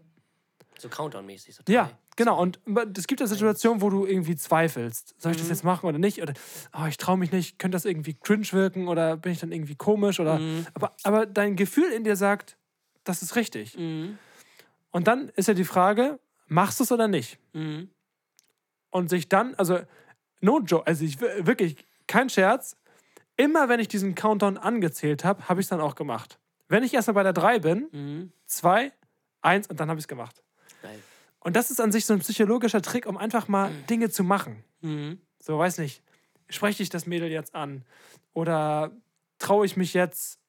[SPEAKER 2] so Countdown-mäßig. So
[SPEAKER 1] Ja,
[SPEAKER 2] drei.
[SPEAKER 1] genau. Und es gibt ja Situationen, wo du irgendwie zweifelst. Soll ich das jetzt machen oder nicht? Oder oh, ich traue mich nicht, könnte das irgendwie cringe wirken oder bin ich dann irgendwie komisch? Oder, aber, aber dein Gefühl in dir sagt, das ist richtig. Und dann ist ja die Frage, machst du es oder nicht?
[SPEAKER 2] Mhm.
[SPEAKER 1] Und sich dann, also no joke, also ich wi- wirklich, kein Scherz, immer wenn ich diesen Countdown angezählt habe, habe ich es dann auch gemacht. Wenn ich erstmal bei der 3 bin, 2, 1 und dann habe ich es gemacht.
[SPEAKER 2] Geil.
[SPEAKER 1] Und das ist an sich so ein psychologischer Trick, um einfach mal Dinge zu machen.
[SPEAKER 2] Mhm.
[SPEAKER 1] So, weiß nicht, spreche ich das Mädel jetzt an? Oder traue ich mich jetzt,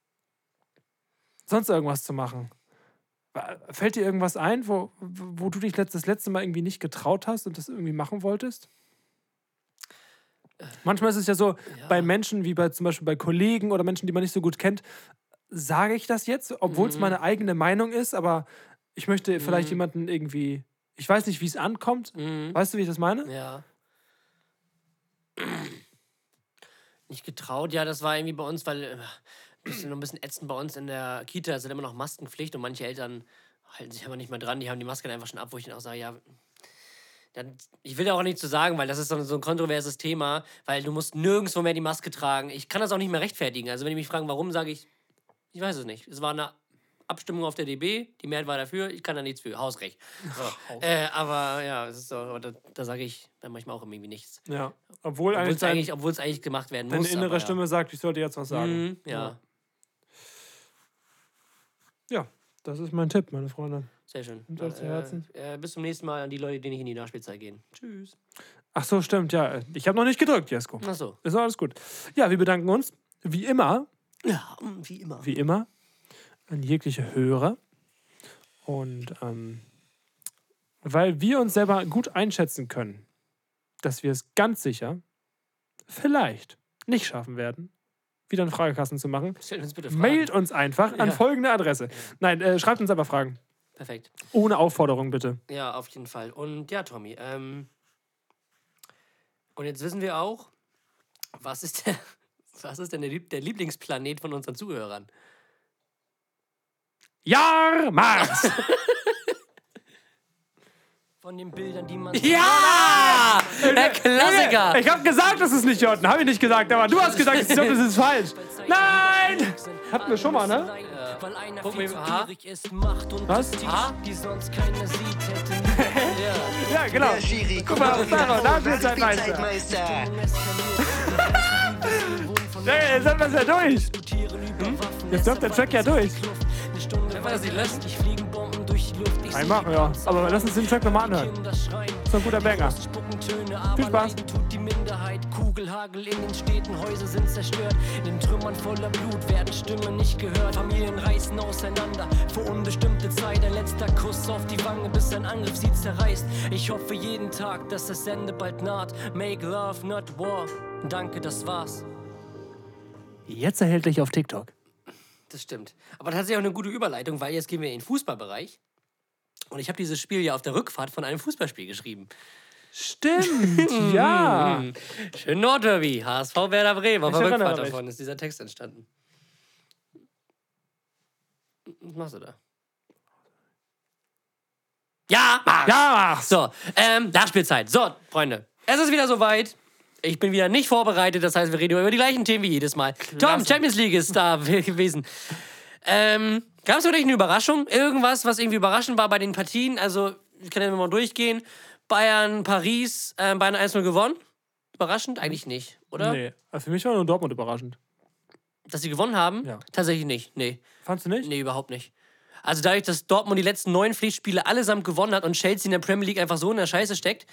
[SPEAKER 1] sonst irgendwas zu machen? Fällt dir irgendwas ein, wo, wo du dich letzt- das letzte Mal irgendwie nicht getraut hast und das irgendwie machen wolltest? Manchmal ist es ja so, bei Menschen wie bei zum Beispiel bei Kollegen oder Menschen, die man nicht so gut kennt, sage ich das jetzt, obwohl
[SPEAKER 2] Mhm.
[SPEAKER 1] es meine eigene Meinung ist, aber ich möchte vielleicht jemanden irgendwie, ich weiß nicht, wie es ankommt. Weißt du, wie ich das meine?
[SPEAKER 2] Mhm. Ja. Nicht getraut, ja, das war irgendwie bei uns, weil äh, bisschen, noch ein bisschen ätzend bei uns in der Kita sind immer noch Maskenpflicht und manche Eltern halten sich aber nicht mehr dran, die haben die Maske dann einfach schon ab, wo ich dann auch sage, ja. Dann, ich will da auch nichts zu sagen, weil das ist so ein, so ein kontroverses Thema, weil du musst nirgendwo mehr die Maske tragen. Ich kann das auch nicht mehr rechtfertigen. Also wenn die mich fragen, warum, sage ich, ich weiß es nicht. Es war eine Abstimmung auf der DB, die Mehrheit war dafür, ich kann da nichts für. Hausrecht.
[SPEAKER 1] Oh.
[SPEAKER 2] So. äh, aber ja, es ist so, aber da, da sage ich dann manchmal auch irgendwie nichts.
[SPEAKER 1] Ja. Obwohl
[SPEAKER 2] Obwohl
[SPEAKER 1] eigentlich
[SPEAKER 2] es eigentlich, obwohl's eigentlich gemacht werden
[SPEAKER 1] deine
[SPEAKER 2] muss. aber,
[SPEAKER 1] innere
[SPEAKER 2] ja.
[SPEAKER 1] Stimme sagt, ich sollte jetzt was sagen.
[SPEAKER 2] Mhm, ja,
[SPEAKER 1] Ja, das ist mein Tipp, meine Freunde.
[SPEAKER 2] sehr schön.
[SPEAKER 1] Nimmt euch zu Herzen.
[SPEAKER 2] Äh, äh, bis zum nächsten Mal an die Leute, die nicht in die Nachspielzeit gehen. Tschüss.
[SPEAKER 1] Ach so, stimmt, ja. Ich habe noch nicht gedrückt, Jesko.
[SPEAKER 2] Achso.
[SPEAKER 1] Ist alles gut. Ja, wir bedanken uns, wie immer,
[SPEAKER 2] Ja, wie immer.
[SPEAKER 1] wie immer, an jegliche Hörer. Und ähm, weil wir uns selber gut einschätzen können, dass wir es ganz sicher vielleicht nicht schaffen werden, wieder einen Fragekasten zu machen,
[SPEAKER 2] Stellt uns bitte Fragen.
[SPEAKER 1] mailt uns einfach an
[SPEAKER 2] Ja.
[SPEAKER 1] folgende Adresse. Nein, äh, schreibt uns aber Fragen.
[SPEAKER 2] Perfekt.
[SPEAKER 1] Ohne Aufforderung bitte.
[SPEAKER 2] Ja, auf jeden Fall. Und ja, Tommy, ähm, und jetzt wissen wir auch, was ist der, was ist denn der, Lieb der Lieblingsplanet von unseren Zuhörern?
[SPEAKER 1] Ja, Mars!
[SPEAKER 2] Von den Bildern, die man. Ja! Der Klassiker!
[SPEAKER 1] Ich habe gesagt, das ist nicht Jordan. Habe ich nicht gesagt, aber du hast gesagt, ich glaube, das ist falsch. Nein! Hatten wir schon mal, ne?
[SPEAKER 2] Ja.
[SPEAKER 7] Weil einer
[SPEAKER 2] Guck mal,
[SPEAKER 7] viel zu
[SPEAKER 2] Haar.
[SPEAKER 7] gierig ist, macht und
[SPEAKER 1] Was?
[SPEAKER 7] prestige,
[SPEAKER 2] Haar?
[SPEAKER 7] die sonst keiner sieht, hätte um
[SPEAKER 1] Ja, genau.
[SPEAKER 8] Der Schiri,
[SPEAKER 1] Guck mal, Sarah, da ist jetzt ein Meister.
[SPEAKER 8] Zeitmeister.
[SPEAKER 1] Ey, jetzt haben wir es ja durch. Hm? Jetzt läuft der Track ja durch.
[SPEAKER 7] eine Stunde
[SPEAKER 2] Wenn man das nicht löscht.
[SPEAKER 7] ich fliegen Bomben durch die Luft. Ich
[SPEAKER 1] Einmal, ja. Aber lass uns den Track nochmal anhören.
[SPEAKER 7] das Schreien.
[SPEAKER 1] Ist doch ein guter Banger.
[SPEAKER 7] Spucken Töne, aber
[SPEAKER 1] Viel Spaß.
[SPEAKER 7] leiden tut die Minderheit. Kugelhagel in den Städten, Häuser sind zerstört. In den Trümmern voller Blut werden Stimmen nicht gehört. Familien reißen auseinander für unbestimmte Zeit. Ein letzter Kuss auf die Wange, bis ein Angriff sie zerreißt. Ich hoffe jeden Tag, dass das Ende bald naht. Make love, not war. Danke, das war's.
[SPEAKER 1] Jetzt erhältlich auf TikTok.
[SPEAKER 2] Das stimmt. Aber tatsächlich auch eine gute Überleitung, weil jetzt gehen wir in den Fußballbereich. Und ich habe dieses Spiel ja auf der Rückfahrt von einem Fußballspiel geschrieben.
[SPEAKER 1] Stimmt, ja.
[SPEAKER 2] Mhm. Schön Nordderby, HSV Werder Bremen. Auf
[SPEAKER 1] Ich
[SPEAKER 2] der
[SPEAKER 1] erinnere
[SPEAKER 2] Rückfahrt
[SPEAKER 1] mich.
[SPEAKER 2] davon ist dieser Text entstanden. Was machst du da? Ja, mach!
[SPEAKER 1] Ja, mach's.
[SPEAKER 2] So, ähm, Nachspielzeit. So, Freunde, es ist wieder soweit. Ich bin wieder nicht vorbereitet, das heißt, wir reden über die gleichen Themen wie jedes Mal. Tom, Champions League ist da gewesen. Ähm, Gab es für dich eine Überraschung? Irgendwas, was irgendwie überraschend war bei den Partien? Also, ich kann ja mal durchgehen. Bayern, Paris, ähm, Bayern 1-0 gewonnen. Überraschend? Eigentlich nicht, oder?
[SPEAKER 1] Nee, also für mich war nur Dortmund überraschend.
[SPEAKER 2] Dass sie gewonnen haben?
[SPEAKER 1] Ja.
[SPEAKER 2] Tatsächlich nicht, nee.
[SPEAKER 1] Fandst du nicht?
[SPEAKER 2] Nee, überhaupt nicht. Also dadurch, dass Dortmund die letzten neun Pflichtspiele allesamt gewonnen hat und Chelsea in der Premier League einfach so in der Scheiße steckt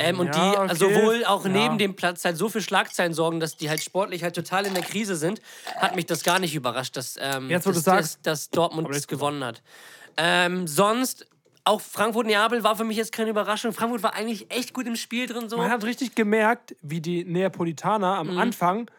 [SPEAKER 2] ähm, und
[SPEAKER 1] Ja,
[SPEAKER 2] die
[SPEAKER 1] okay.
[SPEAKER 2] sowohl auch
[SPEAKER 1] Ja.
[SPEAKER 2] neben dem Platz halt so für Schlagzeilen sorgen, dass die halt sportlich halt total in der Krise sind, hat mich das gar nicht überrascht, dass, ähm,
[SPEAKER 1] Jetzt, wo
[SPEAKER 2] dass,
[SPEAKER 1] du's sagst.
[SPEAKER 2] dass, dass Dortmund
[SPEAKER 1] Aber
[SPEAKER 2] es
[SPEAKER 1] jetzt-
[SPEAKER 2] gewonnen hat. Ähm, sonst, auch Frankfurt-Neapel war für mich jetzt keine Überraschung. Frankfurt war eigentlich echt gut im Spiel drin so. Mhm.
[SPEAKER 1] Man hat richtig gemerkt, wie die Neapolitaner am Anfang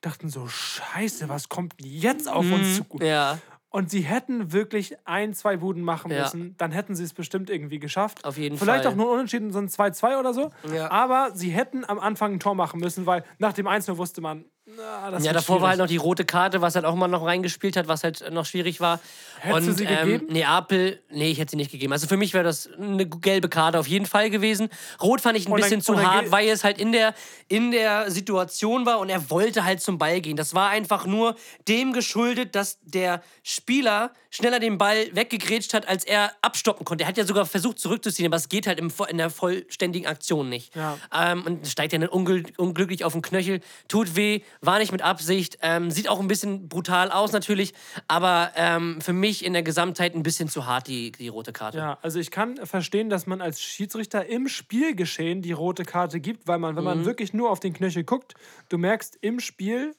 [SPEAKER 1] dachten so, scheiße, was kommt jetzt auf uns zu?
[SPEAKER 2] Mhm. Ja,
[SPEAKER 1] Und sie hätten wirklich ein, zwei Buden machen
[SPEAKER 2] Ja.
[SPEAKER 1] müssen, dann hätten sie es bestimmt irgendwie geschafft.
[SPEAKER 2] Auf jeden
[SPEAKER 1] Vielleicht
[SPEAKER 2] Fall.
[SPEAKER 1] auch nur unentschieden, so ein 2-2 oder so.
[SPEAKER 2] Ja.
[SPEAKER 1] Aber sie hätten am Anfang ein Tor machen müssen, weil nach dem 1 wusste man, na, das
[SPEAKER 2] ja
[SPEAKER 1] wird
[SPEAKER 2] davor war halt
[SPEAKER 1] schwierig.
[SPEAKER 2] noch die rote Karte, was halt auch mal noch reingespielt hat, was halt noch schwierig war.
[SPEAKER 1] Hättest du sie gegeben?
[SPEAKER 2] Neapel, nee, ich hätte sie nicht gegeben. Also für mich wäre das eine gelbe Karte auf jeden Fall gewesen. Rot fand ich ein
[SPEAKER 1] Und dann-
[SPEAKER 2] bisschen
[SPEAKER 1] und
[SPEAKER 2] zu
[SPEAKER 1] dann
[SPEAKER 2] hart,
[SPEAKER 1] ge-
[SPEAKER 2] weil es halt in der, in der Situation war und er wollte halt zum Ball gehen. Das war einfach nur dem geschuldet, dass der Spieler schneller den Ball weggegrätscht hat, als er abstoppen konnte. Er hat ja sogar versucht zurückzuziehen, aber es geht halt im, vo- in der vollständigen Aktion nicht.
[SPEAKER 1] Ja.
[SPEAKER 2] Ähm, und steigt ja dann ungl unglücklich auf den Knöchel. Tut weh, war nicht mit Absicht. Ähm, sieht auch ein bisschen brutal aus natürlich, aber ähm, für mich in der Gesamtheit ein bisschen zu hart die, die rote Karte.
[SPEAKER 1] Ja, also ich kann verstehen, dass man als Schiedsrichter im Spielgeschehen die rote Karte gibt, weil man, wenn man wirklich nur auf den Knöchel guckt, du merkst im Spiel,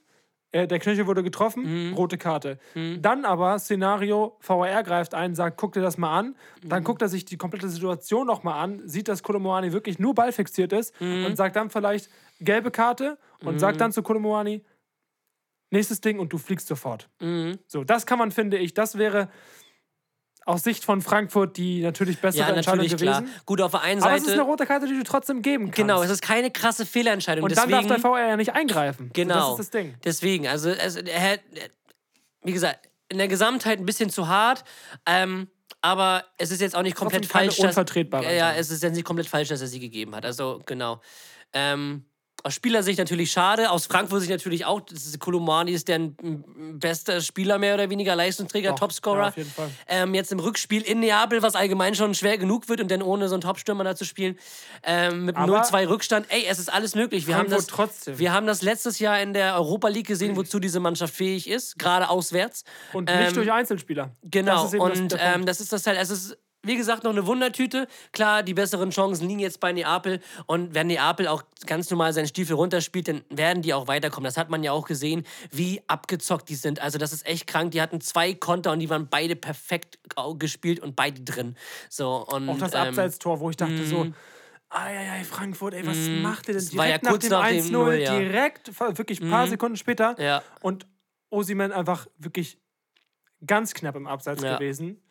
[SPEAKER 1] äh, der Knöchel wurde getroffen, rote Karte. Dann aber Szenario, VAR greift ein, sagt, guck dir das mal an. Dann guckt er sich die komplette Situation nochmal an, sieht, dass Kolomoani wirklich nur ballfixiert ist und sagt dann vielleicht gelbe Karte und sagt dann zu Kolomoani, nächstes Ding und du fliegst sofort.
[SPEAKER 2] Mhm.
[SPEAKER 1] So, das kann man, finde ich, das wäre aus Sicht von Frankfurt die natürlich bessere
[SPEAKER 2] Ja,
[SPEAKER 1] Entscheidung
[SPEAKER 2] natürlich,
[SPEAKER 1] gewesen.
[SPEAKER 2] klar. Gut, auf der einen
[SPEAKER 1] Aber
[SPEAKER 2] Seite.
[SPEAKER 1] es ist eine rote Karte, die du trotzdem geben kannst.
[SPEAKER 2] Genau, es ist keine krasse Fehlerentscheidung.
[SPEAKER 1] und dann
[SPEAKER 2] deswegen,
[SPEAKER 1] darf der VR ja nicht eingreifen.
[SPEAKER 2] Genau.
[SPEAKER 1] So, das ist das Ding.
[SPEAKER 2] Deswegen, also, es, er, hat- er, wie gesagt, in der Gesamtheit ein bisschen zu hart, ähm, aber es ist jetzt auch nicht komplett
[SPEAKER 1] Trotzdem keine
[SPEAKER 2] falsch. Dass,
[SPEAKER 1] unvertretbare
[SPEAKER 2] ja,
[SPEAKER 1] Entscheidung.
[SPEAKER 2] es ist jetzt nicht komplett falsch, dass er sie gegeben hat. Also, genau. Ähm, aus Spielersicht natürlich schade, aus Frankfurt-Sicht natürlich auch. Das ist- Kolomani ist deren m, bester Spieler, mehr oder weniger Leistungsträger,
[SPEAKER 1] Doch,
[SPEAKER 2] Topscorer.
[SPEAKER 1] ja, auf jeden Fall.
[SPEAKER 2] Ähm, jetzt im Rückspiel in Neapel, was allgemein schon schwer genug wird und dann ohne so einen Topstürmer da zu spielen, ähm, mit einem
[SPEAKER 1] Aber-
[SPEAKER 2] 0-2 Rückstand. Ey, es ist alles möglich. Wir haben,
[SPEAKER 1] Frankfurt
[SPEAKER 2] das,
[SPEAKER 1] trotzdem.
[SPEAKER 2] wir haben das letztes Jahr in der Europa League gesehen, wozu diese Mannschaft fähig ist, gerade auswärts.
[SPEAKER 1] Und
[SPEAKER 2] Ähm,
[SPEAKER 1] nicht durch Einzelspieler.
[SPEAKER 2] Genau,
[SPEAKER 1] Das ist eben das-
[SPEAKER 2] und
[SPEAKER 1] der Punkt.
[SPEAKER 2] ähm, das ist das halt, es ist, wie gesagt, noch eine Wundertüte. Klar, die besseren Chancen liegen jetzt bei Neapel. Und wenn Neapel auch ganz normal seinen Stiefel runterspielt, dann werden die auch weiterkommen. Das hat man ja auch gesehen, wie abgezockt die sind. Also, das ist echt krank. Die hatten zwei Konter und die waren beide perfekt au- gespielt und beide drin. So, und,
[SPEAKER 1] Auch das
[SPEAKER 2] ähm, mhm.
[SPEAKER 1] Abseitstor, wo ich dachte so, ei, Frankfurt, ey, was macht ihr denn
[SPEAKER 2] war ja
[SPEAKER 1] direkt
[SPEAKER 2] kurz
[SPEAKER 1] nach
[SPEAKER 2] nach dem
[SPEAKER 1] dem 1-0,
[SPEAKER 2] 0, ja. Mhm.
[SPEAKER 1] direkt, fa- wirklich ein paar Sekunden später.
[SPEAKER 2] ähm, Ja.
[SPEAKER 1] Und Osiman einfach wirklich ganz knapp im Abseits
[SPEAKER 2] Ja.
[SPEAKER 1] gewesen.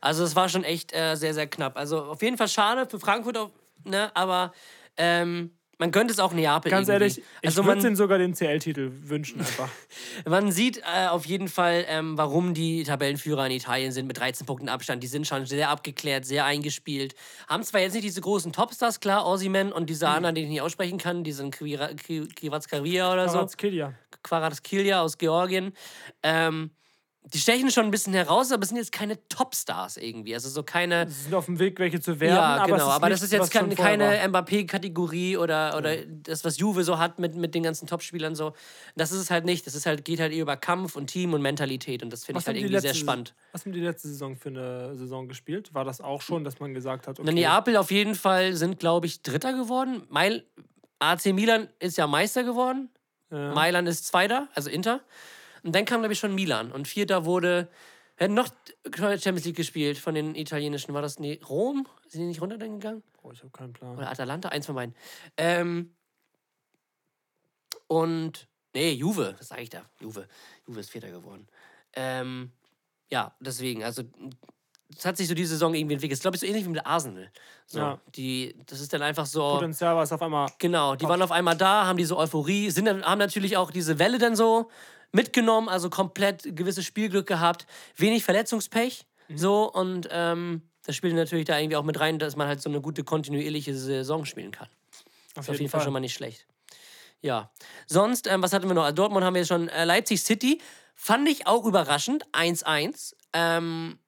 [SPEAKER 2] Also es war schon echt äh, sehr, sehr knapp. Also auf jeden Fall schade für Frankfurt, auch, ne? aber ähm, man könnte es auch Neapel
[SPEAKER 1] Ganz
[SPEAKER 2] irgendwie.
[SPEAKER 1] ehrlich, ich
[SPEAKER 2] also
[SPEAKER 1] würde
[SPEAKER 2] man,
[SPEAKER 1] denen sogar den CL-Titel wünschen einfach.
[SPEAKER 2] man sieht äh, auf jeden Fall, ähm, warum die Tabellenführer in Italien sind mit 13 Punkten Abstand. Die sind schon sehr abgeklärt, sehr eingespielt. Haben zwar jetzt nicht diese großen Topstars, klar, Ossiman und
[SPEAKER 1] Mhm.
[SPEAKER 2] diese anderen, die ich nicht aussprechen kann, diesen Kivatskaria oder so.
[SPEAKER 1] Kvaratskhelia.
[SPEAKER 2] Kvaratskhelia aus Georgien. Ähm, die stechen schon ein bisschen heraus, aber es sind jetzt keine Topstars irgendwie. Also so keine.
[SPEAKER 1] Sie sind auf dem Weg, welche zu werden.
[SPEAKER 2] Ja,
[SPEAKER 1] aber
[SPEAKER 2] genau,
[SPEAKER 1] es ist
[SPEAKER 2] aber das
[SPEAKER 1] nichts,
[SPEAKER 2] ist
[SPEAKER 1] was
[SPEAKER 2] jetzt
[SPEAKER 1] schon
[SPEAKER 2] keine,
[SPEAKER 1] vorher war.
[SPEAKER 2] keine MbaP-Kategorie oder, oder das, was Juve so hat mit, mit den ganzen Topspielern so. Das ist es halt nicht. Das ist halt, geht halt eher über Kampf und Team und Mentalität und das finde ich halt
[SPEAKER 1] haben die
[SPEAKER 2] irgendwie sehr
[SPEAKER 1] letzte-
[SPEAKER 2] spannend.
[SPEAKER 1] Was haben die letzte Saison für eine Saison gespielt? War das auch schon, dass man gesagt hat, okay,
[SPEAKER 2] Okay. Neapel auf jeden Fall sind, glaube ich, Dritter geworden. Meil AC Milan ist ja Meister geworden.
[SPEAKER 1] äh,
[SPEAKER 2] Mailand ist Zweiter, also Inter. Und dann kam, glaube ich, schon Milan. Und Vierter wurde, wir hätten noch Champions League gespielt von den italienischen. War das, nee, Rom? Sind die nicht runter dann gegangen?
[SPEAKER 1] oh, ich habe keinen Plan.
[SPEAKER 2] Oder Atalanta, eins von beiden. Ähm, und, nee, Juve, was sage ich da? Juve. Juve ist Vierter geworden. Ähm, ja, deswegen, also, es hat sich so die Saison irgendwie entwickelt. Ich glaube, so ähnlich wie mit Arsenal. So,
[SPEAKER 1] Ja.
[SPEAKER 2] die, das ist dann einfach so.
[SPEAKER 1] Potenzial war es auf einmal
[SPEAKER 2] Genau, die waren auf einmal da, haben diese Euphorie, sind dann, haben natürlich auch diese Welle dann so mitgenommen, also komplett gewisses Spielglück gehabt, wenig Verletzungspech,
[SPEAKER 1] Mhm.
[SPEAKER 2] so und ähm, das spielt natürlich da irgendwie auch mit rein, dass man halt so eine gute kontinuierliche Saison spielen kann.
[SPEAKER 1] auf
[SPEAKER 2] Ist auf jeden Fall schon mal nicht schlecht. Ja, sonst, ähm, was hatten wir noch? Dortmund haben wir schon, äh, Leipzig City fand ich auch überraschend, 1-1. Ähm,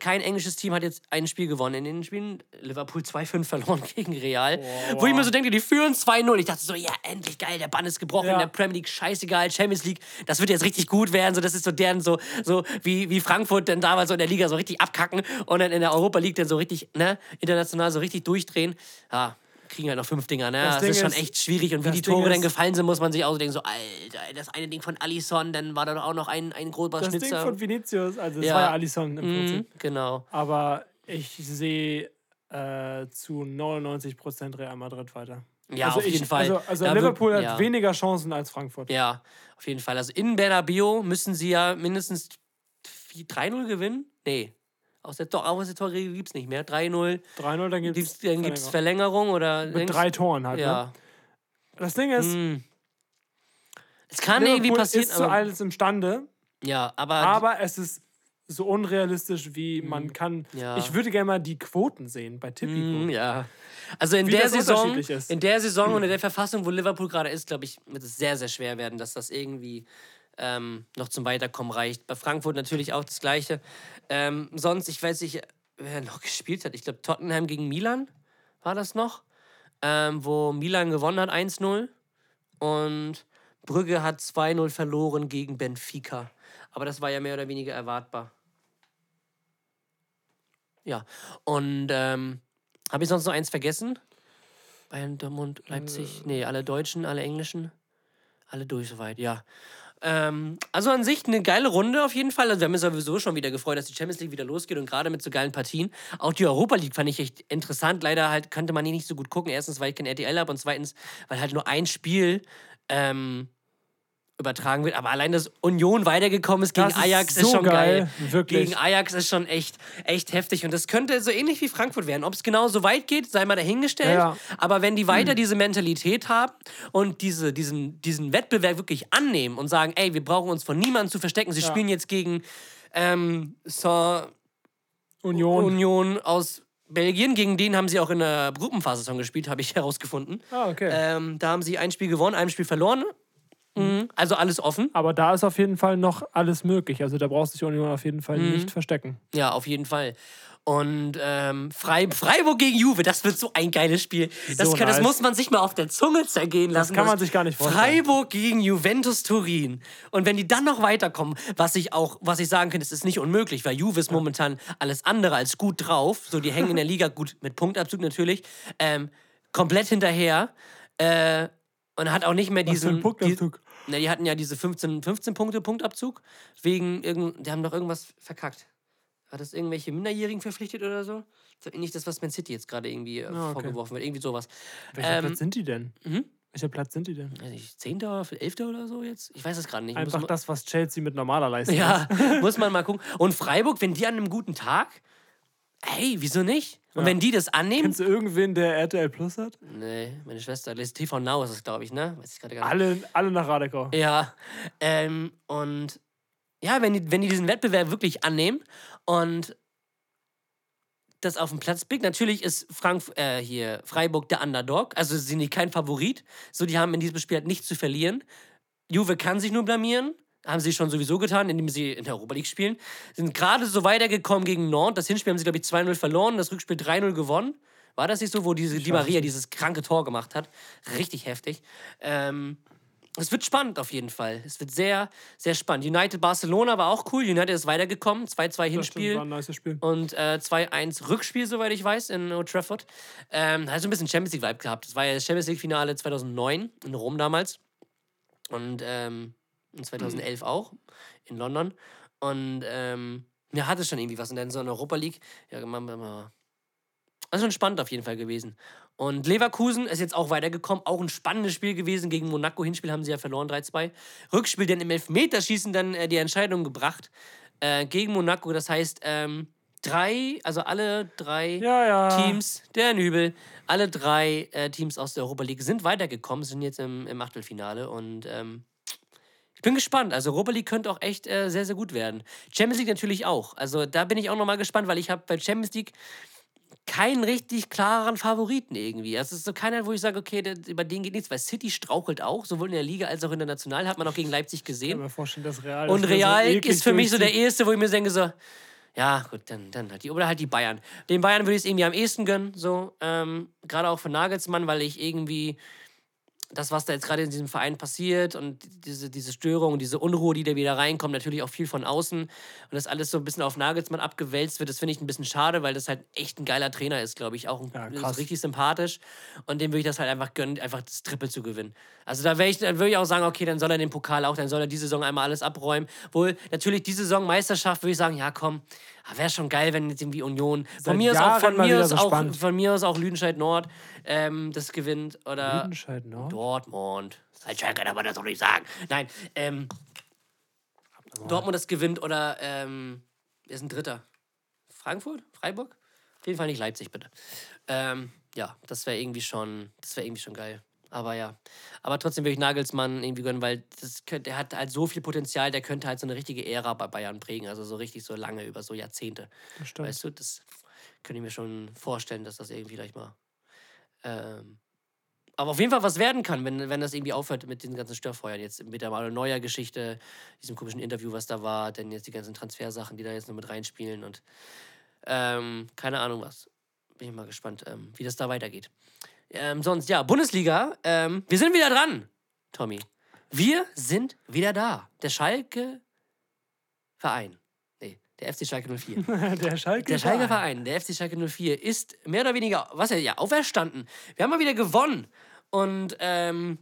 [SPEAKER 2] kein englisches Team hat jetzt ein Spiel gewonnen in den Spielen. Liverpool 2-5 verloren gegen Real. Wo ich mir so denke, die führen 2-0. Ich dachte so, ja, endlich geil, der Bann ist gebrochen
[SPEAKER 1] Ja.
[SPEAKER 2] in der Premier League, scheißegal, Champions League, das wird jetzt richtig gut werden. So, das ist so deren, so, so wie, wie Frankfurt dann damals so in der Liga so richtig abkacken und dann in der Europa League dann so richtig, ne, international so richtig durchdrehen. Ja, kriegen halt noch fünf Dinger, ne?
[SPEAKER 1] Das
[SPEAKER 2] Das,
[SPEAKER 1] Ding
[SPEAKER 2] ist schon
[SPEAKER 1] ist-
[SPEAKER 2] echt schwierig. Und wie
[SPEAKER 1] das
[SPEAKER 2] die
[SPEAKER 1] Ding
[SPEAKER 2] Tore dann
[SPEAKER 1] ist-
[SPEAKER 2] gefallen sind, muss man sich auch so denken, so, Alter, ey, das eine Ding von Alisson, dann war da doch auch noch ein, ein grober
[SPEAKER 1] Das Ding
[SPEAKER 2] Schnitzer.
[SPEAKER 1] von Vinicius, also es
[SPEAKER 2] Ja.
[SPEAKER 1] war ja Alisson im Prinzip.
[SPEAKER 2] Mhm, genau.
[SPEAKER 1] Aber ich sehe äh, zu 99% Real Madrid weiter.
[SPEAKER 2] Ja,
[SPEAKER 1] also
[SPEAKER 2] auf
[SPEAKER 1] ich,
[SPEAKER 2] jeden Fall.
[SPEAKER 1] Also, also
[SPEAKER 2] Da wird-
[SPEAKER 1] Liverpool hat
[SPEAKER 2] ja.
[SPEAKER 1] weniger Chancen als Frankfurt.
[SPEAKER 2] Ja, auf jeden Fall. Also in Bernabeu müssen sie ja mindestens 3-0 gewinnen. Nee. Aus der, doch, aus der Tore gibt es nicht mehr. 3-0.
[SPEAKER 1] 3-0, dann
[SPEAKER 2] Dann
[SPEAKER 1] gibt es
[SPEAKER 2] gibt es Verlängerung oder.
[SPEAKER 1] mit drei Toren halt. Ne?
[SPEAKER 2] Ja.
[SPEAKER 1] Das Ding ist,
[SPEAKER 2] Hm. Ah, Es kann irgendwie
[SPEAKER 1] Liverpool
[SPEAKER 2] passieren.
[SPEAKER 1] ist zu
[SPEAKER 2] aber,
[SPEAKER 1] alles imstande,
[SPEAKER 2] ja, aber.
[SPEAKER 1] aber es ist so unrealistisch, wie man kann.
[SPEAKER 2] Hm. Ja.
[SPEAKER 1] Ich würde gerne mal die Quoten sehen bei Tippico.
[SPEAKER 2] Mm, ja. Also in
[SPEAKER 1] Wie
[SPEAKER 2] der,
[SPEAKER 1] das
[SPEAKER 2] Saison,
[SPEAKER 1] unterschiedlich ist. Mm.
[SPEAKER 2] in der Saison und in der Verfassung, wo Liverpool gerade ist, glaube ich, wird es sehr, sehr schwer werden, dass das irgendwie ähm, noch zum Weiterkommen reicht. Bei Frankfurt natürlich auch das Gleiche. Ähm, sonst, ich weiß nicht, wer noch gespielt hat. Ich glaube, Tottenham gegen Milan war das noch, ähm, wo Milan gewonnen hat 1-0 und Brügge hat 2-0 verloren gegen Benfica. Aber das war ja mehr oder weniger erwartbar. Ja, und ähm, habe ich sonst noch eins vergessen? Bayern, Dortmund, Leipzig. Nee, alle Deutschen, alle Englischen. Alle durch soweit, ja. Ähm, also an sich eine geile Runde auf jeden Fall. Also wir haben uns sowieso schon wieder gefreut, dass die Champions League wieder losgeht und gerade mit so geilen Partien. Auch die Europa League fand ich echt interessant. Leider halt konnte man die nicht so gut gucken. Erstens, weil ich kein RTL habe und zweitens, weil halt nur ein Spiel ähm, übertragen wird. Aber allein, dass Union weitergekommen ist gegen
[SPEAKER 1] Das ist
[SPEAKER 2] Ajax, ist
[SPEAKER 1] so
[SPEAKER 2] schon geil.
[SPEAKER 1] geil, wirklich.
[SPEAKER 2] Gegen Ajax ist schon echt, echt heftig. Und das könnte so ähnlich wie Frankfurt werden. Ob es genau so weit geht, sei mal dahingestellt.
[SPEAKER 1] Ja, Hm. ja.
[SPEAKER 2] Aber wenn die weiter diese Mentalität haben und diese, diesen, diesen Wettbewerb wirklich annehmen und sagen, ey, wir brauchen uns von niemandem zu verstecken, sie spielen jetzt gegen ähm, Saint
[SPEAKER 1] Union.
[SPEAKER 2] Union aus Belgien, gegen den haben sie auch in der Gruppenphase schon gespielt, habe ich herausgefunden.
[SPEAKER 1] Ah, okay.
[SPEAKER 2] Ähm, da haben sie ein Spiel gewonnen, ein Spiel verloren. Mhm. Also alles offen.
[SPEAKER 1] Aber da
[SPEAKER 2] Hm.
[SPEAKER 1] ist auf jeden Fall noch alles möglich. Also da brauchst du dich Union auf jeden Fall nicht verstecken.
[SPEAKER 2] Ja, auf jeden Fall. Und ähm, Frei, Freiburg gegen Juve, das wird so ein geiles Spiel. Das,
[SPEAKER 1] So
[SPEAKER 2] kann, das
[SPEAKER 1] nice.
[SPEAKER 2] muss man sich mal auf der Zunge zergehen lassen.
[SPEAKER 1] kann man sich gar nicht vorstellen.
[SPEAKER 2] Freiburg gegen Juventus Turin. Und wenn die dann noch weiterkommen, was ich auch, was ich sagen kann, es ist nicht unmöglich, weil Juve ist momentan alles andere als gut drauf. So, die hängen in der Liga gut mit Punktabzug natürlich. Ähm, komplett hinterher. Äh, und hat auch nicht mehr
[SPEAKER 1] Was für
[SPEAKER 2] diesen.
[SPEAKER 1] ein Punktabzug.
[SPEAKER 2] Die, ne, die hatten ja diese 15, 15 Punkte Punktabzug. Wegen irgend, die haben doch irgendwas verkackt. Hat das irgendwelche Minderjährigen verpflichtet oder so? So Nicht das, was Man City jetzt gerade irgendwie äh,
[SPEAKER 1] Ah, okay.
[SPEAKER 2] vorgeworfen wird. Irgendwie sowas.
[SPEAKER 1] Welcher
[SPEAKER 2] Ähm,
[SPEAKER 1] Platz sind die denn?
[SPEAKER 2] Mhm.
[SPEAKER 1] Welcher Platz sind die denn?
[SPEAKER 2] Weiß nicht, 10. oder 11. oder so jetzt? Ich weiß es gerade nicht. Muss
[SPEAKER 1] Einfach
[SPEAKER 2] man-
[SPEAKER 1] das, was Chelsea mit normaler Leistung
[SPEAKER 2] Ja,
[SPEAKER 1] ist.
[SPEAKER 2] muss man mal gucken. Und Freiburg, wenn die an einem guten Tag, hey, wieso nicht? Und
[SPEAKER 1] Ja.
[SPEAKER 2] wenn die das annehmen.
[SPEAKER 1] Kennst du irgendwen, der RTL Plus hat?
[SPEAKER 2] Nee, meine Schwester lässt TV Now, ist es, glaube ich, ne? Weiß ich gerade gar nicht.
[SPEAKER 1] Alle, alle nach Radekau.
[SPEAKER 2] Ja, ähm, und ja, wenn die, wenn die diesen Wettbewerb wirklich annehmen und das auf den Platz bringt, natürlich ist Frank, äh, hier Freiburg der Underdog, also sie sind nicht kein Favorit, so die haben in diesem Spiel halt nichts zu verlieren. Juve kann sich nur blamieren, haben sie schon sowieso getan, indem sie in der Europa League spielen, sind gerade so weitergekommen gegen Nord, das Hinspiel haben sie, glaube ich, 2-0 verloren, das Rückspiel 3-0 gewonnen. War das nicht so, wo diese Di Maria dieses kranke Tor gemacht hat? Richtig heftig. Ähm, es wird spannend auf jeden Fall. Es wird sehr, sehr spannend. United Barcelona war auch cool. United ist weitergekommen. 2-2
[SPEAKER 1] Das stimmt,
[SPEAKER 2] Hinspiel
[SPEAKER 1] War ein nice Spiel.
[SPEAKER 2] und äh, 2-1 Rückspiel, soweit ich weiß, in Old Trafford. Ähm, hat so ein bisschen Champions League-Vibe gehabt. Das war ja das Champions League-Finale 2009 in Rom damals. Und ähm, in 2011 auch in London. Und ähm, mir hatte schon irgendwie was. Und dann so in der Europa League. Ja, man, man, man. Also schon spannend auf jeden Fall gewesen. Und Leverkusen ist jetzt auch weitergekommen. Auch ein spannendes Spiel gewesen. Gegen Monaco Hinspiel haben sie ja verloren 3-2. Rückspiel dann im Elfmeterschießen dann äh, die Entscheidung gebracht. Äh, gegen Monaco. Das heißt, ähm, drei, also alle drei
[SPEAKER 1] Ja, ja.
[SPEAKER 2] Teams der Nübel, alle drei äh, Teams aus der Europa League sind weitergekommen, sind jetzt im, im Achtelfinale und ähm, ich bin gespannt. Also Europa League könnte auch echt äh, sehr, sehr gut werden. Champions League natürlich auch. Also da bin ich auch nochmal gespannt, weil ich habe bei Champions League keinen richtig klareren Favoriten irgendwie. Das ist so keiner, wo ich sage, okay, der, über den geht nichts, weil City strauchelt auch, sowohl in der Liga als auch international, hat man auch gegen Leipzig
[SPEAKER 1] Ich kann
[SPEAKER 2] gesehen.
[SPEAKER 1] mir vorstellen, dass Real.
[SPEAKER 2] Und
[SPEAKER 1] das Spiel so
[SPEAKER 2] Real
[SPEAKER 1] eklig
[SPEAKER 2] ist für mich so der
[SPEAKER 1] durchzieht.
[SPEAKER 2] erste, wo ich mir denke, so, ja, gut, dann, dann halt die, oder halt die Bayern. Den Bayern würde ich es irgendwie am ehesten gönnen, so, ähm, gerade auch für Nagelsmann, weil ich irgendwie das, was da jetzt gerade in diesem Verein passiert und diese, diese Störung, diese Unruhe, die da wieder reinkommt, natürlich auch viel von außen und das alles so ein bisschen auf Nagelsmann abgewälzt wird, das finde ich ein bisschen schade, weil das halt echt ein geiler Trainer ist, glaube ich, auch ein,
[SPEAKER 1] Ja,
[SPEAKER 2] ist
[SPEAKER 1] krass.
[SPEAKER 2] richtig sympathisch und dem würde ich das halt einfach gönnen, einfach das Triple zu gewinnen. Also da wäre ich, dann würde ich auch sagen, okay, dann soll er den Pokal auch, dann soll er die Saison einmal alles abräumen. Wohl natürlich die Saison Meisterschaft würde ich sagen, ja komm, wäre schon geil, wenn jetzt irgendwie Union von
[SPEAKER 1] Seit
[SPEAKER 2] mir, aus auch,
[SPEAKER 1] Jahren
[SPEAKER 2] von,
[SPEAKER 1] mal
[SPEAKER 2] mir
[SPEAKER 1] wieder
[SPEAKER 2] aus
[SPEAKER 1] so
[SPEAKER 2] auch,
[SPEAKER 1] spannend.
[SPEAKER 2] von mir aus auch Lüdenscheid Nord ähm, das gewinnt oder
[SPEAKER 1] Lüdenscheid Nord?
[SPEAKER 2] Dortmund. Als Schalke darf man das doch nicht sagen. Nein, ähm, Dortmund das gewinnt oder ähm, wer ist ein Dritter? Frankfurt? Freiburg? Auf jeden Fall nicht Leipzig, bitte. Ähm, ja, das wäre irgendwie schon, das wäre irgendwie schon geil. Aber ja. Aber trotzdem würde ich Nagelsmann irgendwie gönnen, weil das könnte, der hat halt so viel Potenzial, der könnte halt so eine richtige Ära bei Bayern prägen. Also so richtig so lange, über so Jahrzehnte.
[SPEAKER 1] Das stimmt.
[SPEAKER 2] Weißt du, das könnte ich mir schon vorstellen, dass das irgendwie vielleicht mal. Ähm, aber auf jeden Fall was werden kann, wenn, wenn das irgendwie aufhört mit den ganzen Störfeuern. Jetzt mit der Manuel Neuer Geschichte, diesem komischen Interview, was da war, dann jetzt die ganzen Transfersachen, die da jetzt noch mit reinspielen und ähm, keine Ahnung was. Bin ich mal gespannt, ähm, wie das da weitergeht. Ähm, sonst, ja, Bundesliga, ähm, wir sind wieder dran, Tommy. Wir sind wieder da. Der Schalke Verein. Nee, der FC Schalke 04.
[SPEAKER 1] der Schalke.
[SPEAKER 2] Der Schalke Verein, der FC Schalke 04, ist mehr oder weniger, was er ja, auferstanden. Wir haben mal wieder gewonnen. Und ähm,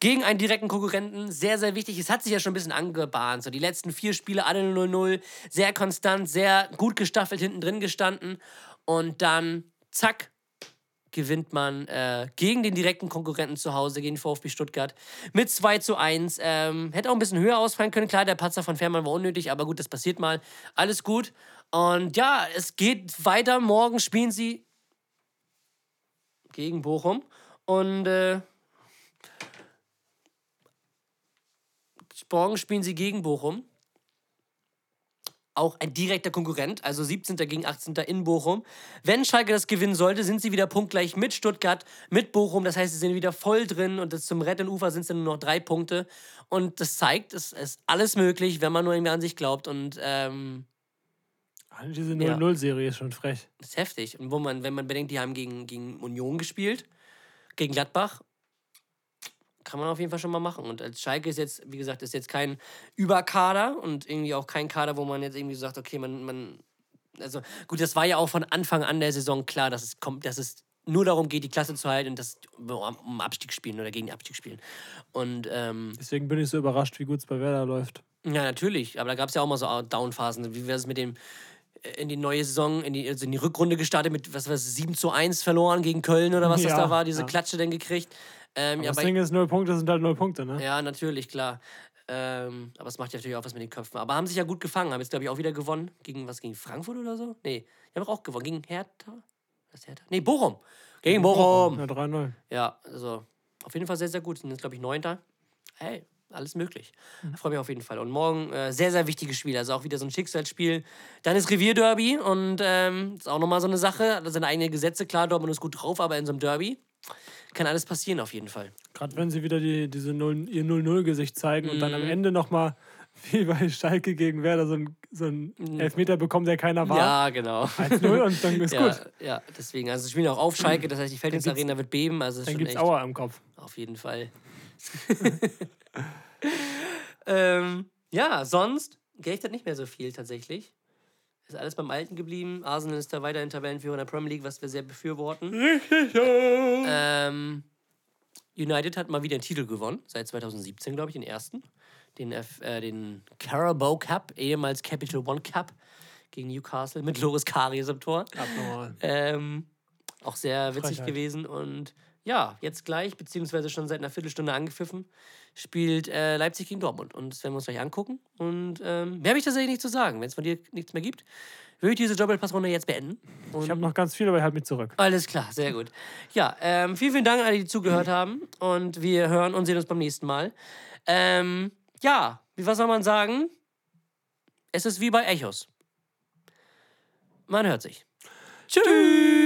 [SPEAKER 2] gegen einen direkten Konkurrenten, sehr, sehr wichtig. Es hat sich ja schon ein bisschen angebahnt. So die letzten vier Spiele, alle 0-0, sehr konstant, sehr gut gestaffelt hinten drin gestanden. Und dann, zack, gewinnt man äh, gegen den direkten Konkurrenten zu Hause, gegen VfB Stuttgart, mit 2 zu 1. Ähm, hätte auch ein bisschen höher ausfallen können. Klar, der Patzer von Fährmann war unnötig, aber gut, das passiert mal. Alles gut. Und ja, es geht weiter. Morgen spielen sie gegen Bochum. Und äh, morgen spielen sie gegen Bochum. Auch ein direkter Konkurrent, also 17. gegen 18. in Bochum. Wenn Schalke das gewinnen sollte, sind sie wieder punktgleich mit Stuttgart, mit Bochum. Das heißt, sie sind wieder voll drin und das zum Rettenufer sind es dann nur noch drei Punkte. Und das zeigt, es ist alles möglich, wenn man nur irgendwie an sich glaubt. Und ähm,
[SPEAKER 1] Diese
[SPEAKER 2] Ja.
[SPEAKER 1] 0-0-Serie ist schon frech.
[SPEAKER 2] Das ist heftig. Und wo man, wenn man bedenkt, die haben gegen, gegen Union gespielt, gegen Gladbach, kann man auf jeden Fall schon mal machen. Und als Schalke ist jetzt, wie gesagt, ist jetzt kein Überkader und irgendwie auch kein Kader, wo man jetzt irgendwie sagt, okay, man, man. Also gut, das war ja auch von Anfang an der Saison klar, dass es kommt, dass es nur darum geht, die Klasse zu halten und das um Abstieg spielen oder gegen den Abstieg spielen. Und ähm,
[SPEAKER 1] Deswegen bin ich so überrascht, wie gut es bei Werder läuft.
[SPEAKER 2] ja, natürlich. Aber da gab es ja auch mal so Downphasen. Wie wäre es mit dem äh, in die neue Saison, in die, also in die Rückrunde gestartet mit was weiß ich, 7 zu 1 verloren gegen Köln oder was das
[SPEAKER 1] Ja,
[SPEAKER 2] da war, diese
[SPEAKER 1] ja.
[SPEAKER 2] Klatsche denn gekriegt. Ähm, ja,
[SPEAKER 1] das
[SPEAKER 2] bei-
[SPEAKER 1] Ding ist, 0 Punkte sind halt 0 Punkte, ne?
[SPEAKER 2] ja, natürlich, klar. Ähm, aber es macht ja natürlich auch was mit den Köpfen. Aber haben sich ja gut gefangen, haben jetzt, glaube ich, auch wieder gewonnen. Gegen was? Gegen Frankfurt oder so? Nee, die haben auch gewonnen. Gegen Hertha? Was Hertha? Nee, Bochum. Gegen Bochum.
[SPEAKER 1] Ja, 3-0.
[SPEAKER 2] Ja, also auf jeden Fall sehr, sehr gut. Sind jetzt, glaube ich, Neunter. Hey, alles möglich.
[SPEAKER 1] Mhm.
[SPEAKER 2] Freue mich auf jeden Fall. Und morgen äh, sehr, sehr wichtiges Spiel. Also auch wieder so ein Schicksalsspiel. Dann ist Revierderby und ähm, ist auch nochmal so eine Sache. Das sind eigene Gesetze. Klar, Dortmund ist gut drauf, aber in so einem Derby kann alles passieren auf jeden Fall.
[SPEAKER 1] Gerade wenn sie wieder die, diese 0, ihr 0-0-Gesicht zeigen und dann am
[SPEAKER 2] Mhm.
[SPEAKER 1] Ende nochmal, wie bei Schalke gegen Werder, so einen so ein Elfmeter bekommen, der keiner war.
[SPEAKER 2] Mhm. Ja, genau.
[SPEAKER 1] 1-0 und dann ist
[SPEAKER 2] ja,
[SPEAKER 1] gut.
[SPEAKER 2] ja, deswegen. Also sie spielen auch auf Schalke, das heißt, die Feldins Arena wird beben. Also es ist
[SPEAKER 1] Dann
[SPEAKER 2] schon
[SPEAKER 1] gibt es
[SPEAKER 2] echt
[SPEAKER 1] Auer im Kopf.
[SPEAKER 2] auf jeden Fall. ähm, ja, sonst Geld hat nicht mehr so viel tatsächlich. Ist alles beim Alten geblieben. Arsenal ist da weiterhin Tabellenführer in der Premier League, was wir sehr befürworten. Richtig. Ähm, United hat mal wieder einen Titel gewonnen, seit 2017, glaube ich, den ersten. Den, F äh, den Carabao Cup, ehemals Capital One Cup, gegen Newcastle mit Loris Karius am Tor.
[SPEAKER 1] Abnormal.
[SPEAKER 2] Ähm, auch sehr witzig
[SPEAKER 1] Frechheit.
[SPEAKER 2] gewesen. Und ja, jetzt gleich, beziehungsweise schon seit einer Viertelstunde angepfiffen, spielt äh, Leipzig gegen Dortmund. Und das werden wir uns gleich angucken. Und ähm, mehr habe ich tatsächlich nicht zu sagen. Wenn es von dir nichts mehr gibt, würde ich diese Doppelpassrunde jetzt beenden. Und
[SPEAKER 1] Ich habe noch ganz viel, aber ich halte mich zurück.
[SPEAKER 2] alles klar, sehr gut. Ja, ähm, vielen, vielen Dank an alle, die zugehört haben. Und wir hören und sehen uns beim nächsten Mal. Ähm, ja, wie- was soll man sagen? Es ist wie bei Echos. Man hört sich. Tschüss.